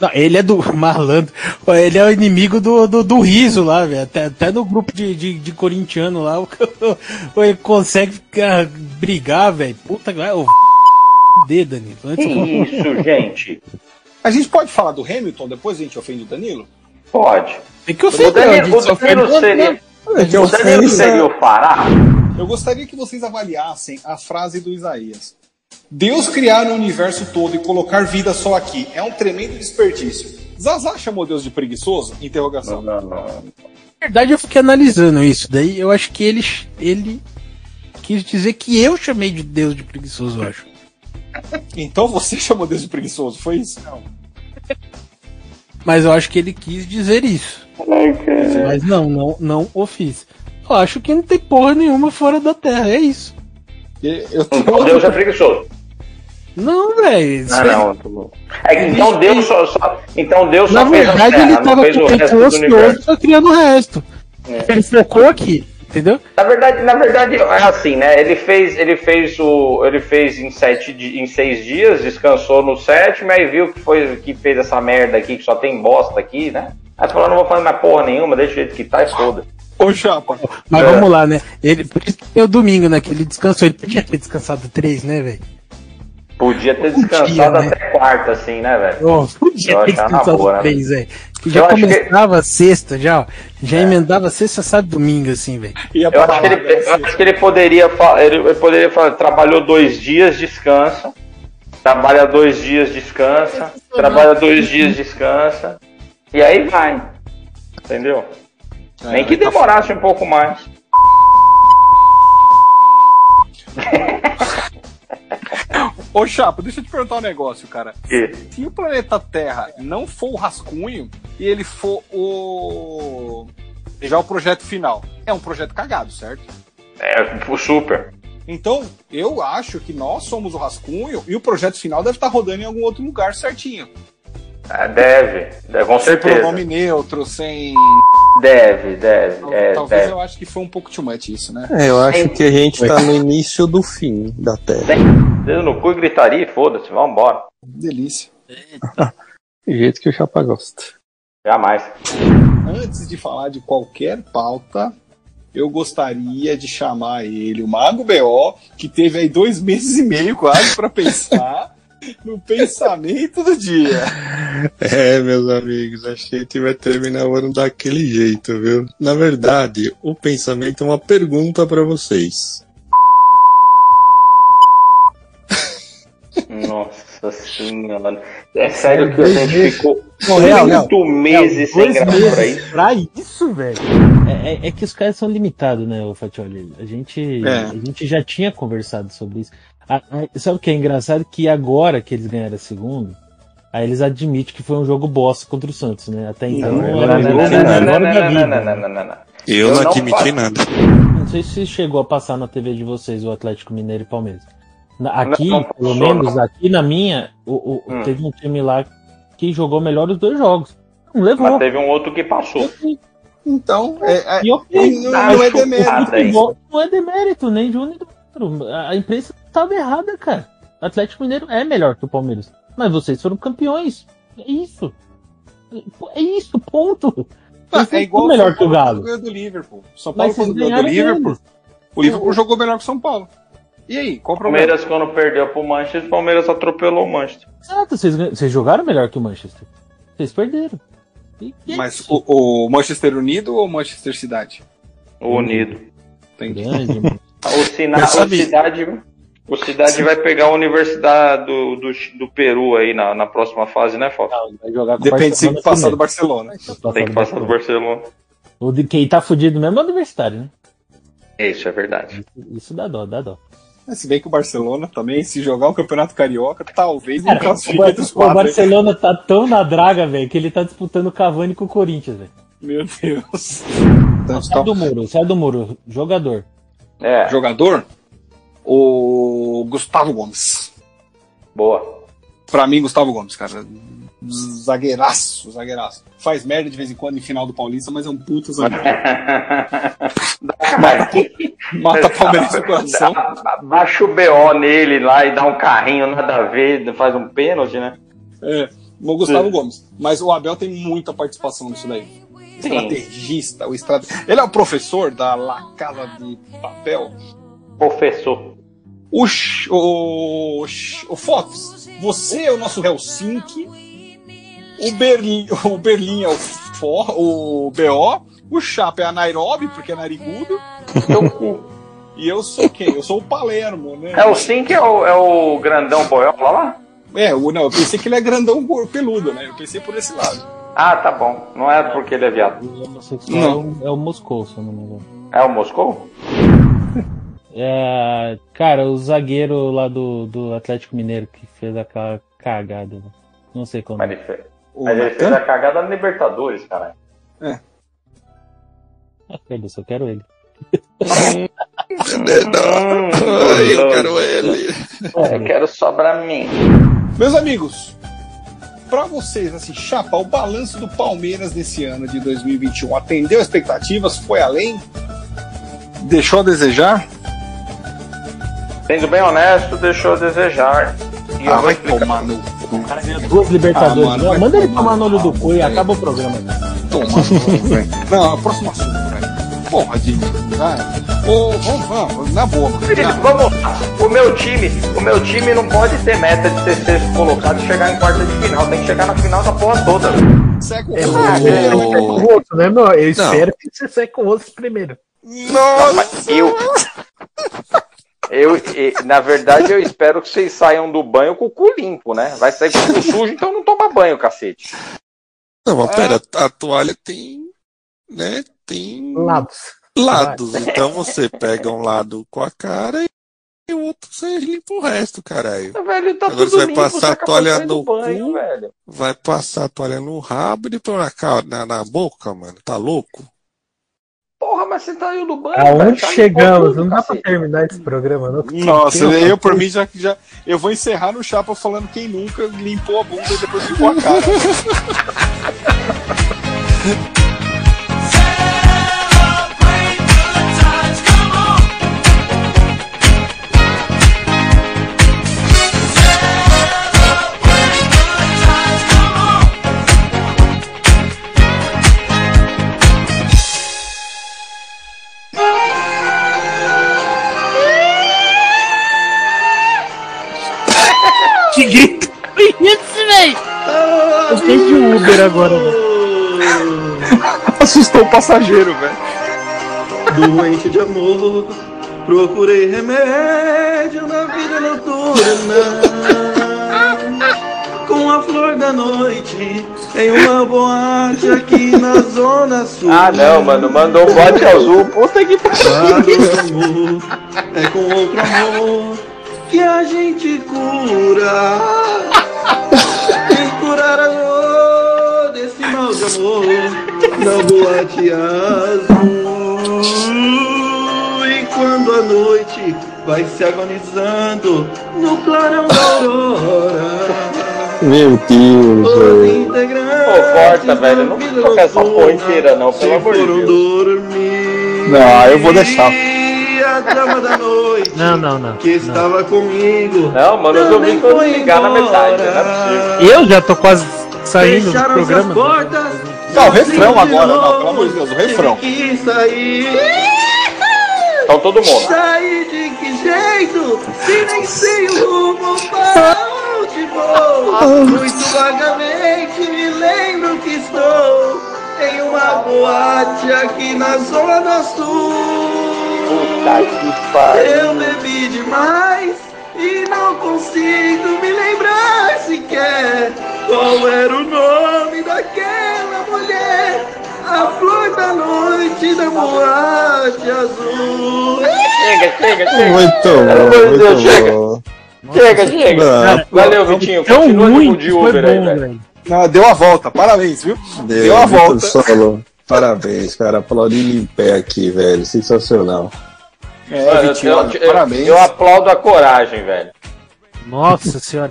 S5: Não, ele é do malandro. Ele é o inimigo do, do, do riso lá, velho. Até, até no grupo de, de, de corintiano lá, o cara- ele consegue ficar- brigar, velho. Puta que o d Danilo. Antes-
S2: gente?
S1: A gente pode falar do Hamilton depois a gente ofende o Danilo?
S2: Pode.
S5: Tem É que
S2: ofender, O Danilo- a gente o Danilo ofende- seria- É que o Danilo ofensa- seria o Pará?
S1: Eu gostaria que vocês avaliassem a frase do Isaías. Deus criar o universo todo e colocar vida só aqui é um tremendo desperdício. Zazá chamou Deus de preguiçoso? Interrogação.
S2: Não, não.
S5: Na verdade, eu fiquei analisando isso. Daí eu acho que ele, ele quis dizer que eu chamei de Deus de preguiçoso, eu acho.
S1: Então você chamou Deus de preguiçoso, foi isso? Não.
S5: Mas eu acho que ele quis dizer isso. Mas não, não, não o fiz. Eu acho que não tem porra nenhuma fora da Terra, é isso.
S1: Eu
S2: Então Deus é preguiçoso.
S5: Não, velho.
S2: Ah, não. É que então Deus só, só- então Deus só
S5: Na
S2: fez a
S5: verdade,
S2: terra,
S5: ele
S2: não
S5: tava
S2: fez
S5: com
S2: o
S5: o
S2: resto
S5: peito
S2: do
S5: ocioso
S2: universo.
S5: e tá criando o resto.
S2: É.
S5: Ele focou aqui, entendeu?
S2: Na verdade, na verdade é assim, né? Ele fez, ele fez o, ele fez em sete, di- em seis dias, descansou no sétimo, aí viu que foi que fez essa merda aqui que só tem bosta aqui, né? Aí falou, não vou fazer mais porra nenhuma, deixa do jeito que tá e foda.
S1: Ô, Chapa.
S5: Mas
S2: É.
S5: vamos lá, né? Ele, por isso que tem o domingo, né? Que ele descansou. Ele podia ter descansado três, né, velho?
S2: Podia ter descansado até quarta, assim, né, velho?
S5: Ô, podia
S2: Eu
S5: ter
S2: achava
S5: descansado
S2: boa, né,
S5: três,
S2: velho?
S5: velho. Que já
S2: Eu acho que- É.
S5: começava sexta, já, ó. Já emendava sexta, sábado, domingo, assim, velho.
S2: Eu acho, que ele, eu acho que ele poderia falar, ele, ele poderia falar, trabalhou dois dias, descansa. Trabalha dois dias, descansa. Trabalha dois dias, descansa. E aí vai. Entendeu?
S5: É,
S1: É.
S2: Nem
S5: tá
S2: que demorasse um pouco mais.
S1: Ô, Chapa, deixa eu te perguntar um negócio, cara.
S2: Que?
S1: Se o planeta Terra não for o rascunho e ele for o. Já o projeto final. É um projeto cagado, certo?
S2: É, o super.
S1: Então, eu acho que nós somos o rascunho e o projeto final deve estar rodando em algum outro lugar certinho.
S2: É, deve, deve, com
S1: sem
S2: certeza.
S1: pronome neutro, sem.
S2: Deve, deve. É,
S1: Talvez
S2: deve.
S1: eu acho que foi um pouco too much isso, né?
S13: É, eu acho que a gente tá no início do fim da Terra.
S2: Dedo no cu e gritaria e foda-se, vambora.
S1: Delícia.
S13: Do jeito que o Chapa gosta.
S2: Jamais.
S1: Antes de falar de qualquer pauta, eu gostaria de chamar ele, o Mago B.O., que teve aí dois meses e meio quase para pensar no pensamento do dia.
S13: É, meus amigos, acho que a gente vai terminar o ano daquele jeito, viu? Na verdade, o pensamento é uma pergunta para vocês.
S2: Nossa senhora. É sério que a
S5: Dois
S2: gente
S5: meses.
S2: ficou
S5: Não, real, real.
S2: oito meses sem
S5: Dois
S2: gravar
S5: meses
S2: pra isso.
S5: pra isso, velho. É, é- é que os caras são limitados, né, o Fatioli? A gente,
S2: É.
S5: a gente já tinha conversado sobre isso. A- a- sabe o que é engraçado? Que agora que eles ganharam a segunda, aí eles admitem que foi um jogo bosta contra o Santos, né? Até então.
S2: Não, não,
S5: era
S2: não,
S5: um
S2: não,
S5: jogo que era
S2: não,
S5: agora
S2: não,
S5: da
S2: não,
S5: vida,
S2: não,
S5: né?
S2: não, não, não.
S13: Eu não admiti
S2: faço-
S13: nada.
S5: Não sei se chegou a passar na TV de vocês o Atlético Mineiro e Palmeiras. Na- Aqui,
S2: Não, não
S5: pelo
S2: passou,
S5: menos, aqui na minha, o, o-
S2: Hum.
S5: teve um time lá que jogou melhor os dois jogos. Não levou.
S2: Mas teve um outro que passou.
S1: Então, é,
S5: E ok,
S1: não- não é demérito.
S2: Ah,
S5: Não é demérito, Não é demérito, nem de um nem do outro. A a imprensa estava errada, cara. O Atlético Mineiro é melhor que o Palmeiras. Mas vocês foram campeões. É isso. É isso, ponto. Vocês
S1: é
S5: são
S1: igual
S5: melhor que o Galo.
S1: ganhou do Liverpool. São Paulo
S5: Mas vocês
S1: quando ganhou do
S5: ganharam
S1: Liverpool.
S5: deles.
S1: O Liverpool jogou melhor que o São Paulo. E aí, qual o
S2: O
S1: problema?
S2: Palmeiras, quando perdeu pro Manchester, o Palmeiras atropelou o Manchester.
S5: Exato, vocês, gan- vocês jogaram melhor que o Manchester. Vocês perderam. E- e é
S1: Mas o, o Manchester Unido ou o Manchester Cidade?
S13: Hum.
S2: O Unido.
S1: Entendi.
S2: O, Sina,
S1: Mas
S2: o
S1: sabe-
S2: Cidade, o Cidade vai pegar a Universidade do, do, do Peru aí na, na próxima fase, né, Falta?
S5: Vai jogar com o
S1: Depende se
S5: Barcelona
S1: passar
S5: primeiro.
S1: do Barcelona.
S2: Tem que passar do Barcelona.
S5: O de quem tá fudido mesmo é o universitário, né?
S2: É Isso, é verdade.
S5: Isso dá dó, dá dó.
S1: Mas Ah, Se bem que o Barcelona também, se jogar o Campeonato Carioca, talvez não
S5: Cara, o,
S1: classifique
S5: Bar-
S1: entre os
S5: o
S1: quatro. hein?
S5: Barcelona tá tão na draga, velho, que ele tá disputando o Cavani com o Corinthians, velho.
S1: Meu Deus. Então, tá
S5: Não, Sai É do muro, sai do muro. Jogador.
S2: É.
S1: Jogador? O Gustavo Gomes.
S2: Boa.
S1: Pra mim, Gustavo Gomes, cara. Zagueiraço, zagueiraço. Faz merda de vez em quando em final do Paulista, mas é um puto zagueiro. Mata Palmeiras no coração.
S2: Ba- Baixa o BO nele lá e dá um carrinho, nada a ver, faz um pênalti, né?
S1: É, o Gustavo
S2: É.
S1: Gomes. Mas o Abel tem muita participação nisso daí. Estrategista, o estrate... Ele é o professor da La Casa de Papel.
S2: Professor.
S1: O, Sh- o, Sh- o Fox, você é o nosso Helsinki. O Berlim, o Berlim é o, Fo- o BO. O Chapa é a Nairobi, porque é narigudo. E eu sou quem? Eu sou o Palermo, né?
S2: É o Sim que é o, é o grandão boiola lá?
S1: É, o, não, eu pensei que ele é grandão gor- peludo, né? Eu pensei por esse lado.
S2: Ah, tá bom. Não é porque ele é viado.
S5: Não. É o Moscou, se eu não me engano.
S2: É o Moscou?
S5: É, cara, o zagueiro lá do, do Atlético Mineiro que fez aquela cagada. né? Não sei como.
S2: Mas ele fez a cagada na Libertadores, cara.
S5: Ah, foda-se, eu quero ele.
S2: eu quero ele. Hum, Eu quero só pra mim.
S1: Meus amigos, pra vocês, assim, Chapa, o balanço do Palmeiras desse ano de 2021 atendeu expectativas? Foi além? Deixou a desejar?
S2: Sendo bem honesto, deixou a desejar. E eu vou explicar.
S5: O cara ganha duas Libertadores.
S1: Ah, mano,
S5: Não,
S1: vai
S5: manda ele tomar no olho do cu e acaba o programa.
S1: um Não, próximo assunto, velho. Porra, de. Ah, ô, vamos, vamos, na boa.
S2: Filho, vamos lá. O meu time, o meu time não pode ter meta de ser sexto colocado e chegar em quarta de final. Tem que chegar na final da porra toda.
S1: Segue
S8: É, o outro, né, meu? Eu espero que você saia com o outro primeiro.
S2: Nossa! Eu, eu, e- na verdade, eu espero que vocês saiam do banho com o cu limpo, né? Vai sair com o cu sujo, então não toma banho, cacete.
S13: Não, mas pera, a toalha tem. né? Tem.
S8: Lados.
S13: Lados. Então você pega um lado com a cara e, e o outro você limpa o resto, caralho.
S2: Velho, tá
S13: Agora
S2: tudo
S13: você vai
S2: limpo,
S13: passar
S2: você
S13: a toalha
S2: acabou
S13: no
S2: saindo do banho,
S13: cu.
S2: velho.
S13: Vai passar a toalha no rabo e depois na, ca- na, na boca, mano. Tá louco?
S2: Porra, mas você saiu do banho, velho,
S8: Aonde
S2: tá
S8: chegamos? Não dá pra terminar esse programa, não.
S1: Nossa,
S8: Tem-
S1: eu por mim já, já. Eu vou encerrar no Chapa falando quem nunca limpou a bunda e depois limpou a cara.
S32: Ah!
S8: Que grito foi esse, velho? Eu fiquei de Uber agora, velho.
S13: Assustou o passageiro, velho.
S5: Doente de amor, procurei remédio na vida noturna. Com a flor da noite, em uma boate aqui na zona sul.
S2: Ah, não, mano, mandou um bote azul. Puta que
S5: pariu. É com outro amor que a gente cura. Tem que curar a dor desse mal de amor na boate azul. E quando a noite vai se agonizando no clarão da aurora.
S13: Meu Deus, velho.
S2: Pô, corta, velho. Não vou tocar essa porra inteira, não, pelo amor de Deus.
S13: Não, eu vou deixar.
S5: E a dama da noite
S8: Não, não, não.
S5: que estava comigo.
S2: Não, mano, eu
S5: também
S2: ouvi quando
S5: foi
S2: ligar na metade. é
S5: embora.
S8: Eu já tô quase saindo do
S5: Fecharam suas
S8: programa.
S5: portas.
S1: Não, refrão agora, não, pelo amor de Deus, o refrão.
S5: Que sair.
S1: Então todo
S5: Saí de que jeito? Se nem sei o rumo para onde vou. Muito vagamente me lembro que estou em uma boate aqui na Zona Sul. Eu bebi demais e não consigo me lembrar sequer qual era o nome daquela mulher. A flor da noite da boate azul.
S2: Chega, chega, chega.
S13: Muito bom, muito bom.
S2: Chega, chega.
S13: Não,
S2: Valeu, Vitinho.
S1: tão
S2: Continua
S1: ruim
S2: de
S1: que foi
S2: Uber aí,
S1: bom,
S2: velho.
S1: Não, deu a volta, parabéns, viu? Deu, a
S13: Vitor
S1: volta.
S13: Solo. Parabéns, cara. Aplaudir em pé aqui, velho. Sensacional.
S2: Mano, eu-
S13: Vitinho,
S2: eu-
S13: olha,
S2: eu-
S13: parabéns.
S2: Eu aplaudo a coragem, velho.
S8: Nossa senhora.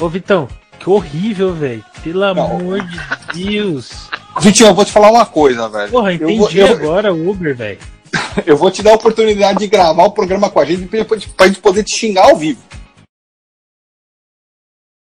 S8: Ô, Vitão, que horrível, velho. Pelo amor de Deus.
S1: Vitinho, eu vou te falar uma coisa, velho.
S8: Porra,
S1: Eu
S8: entendi
S1: vou- eu-
S8: agora o Uber, velho.
S1: Eu vou te dar a oportunidade de gravar o programa com a gente pra, pra gente poder te xingar ao vivo.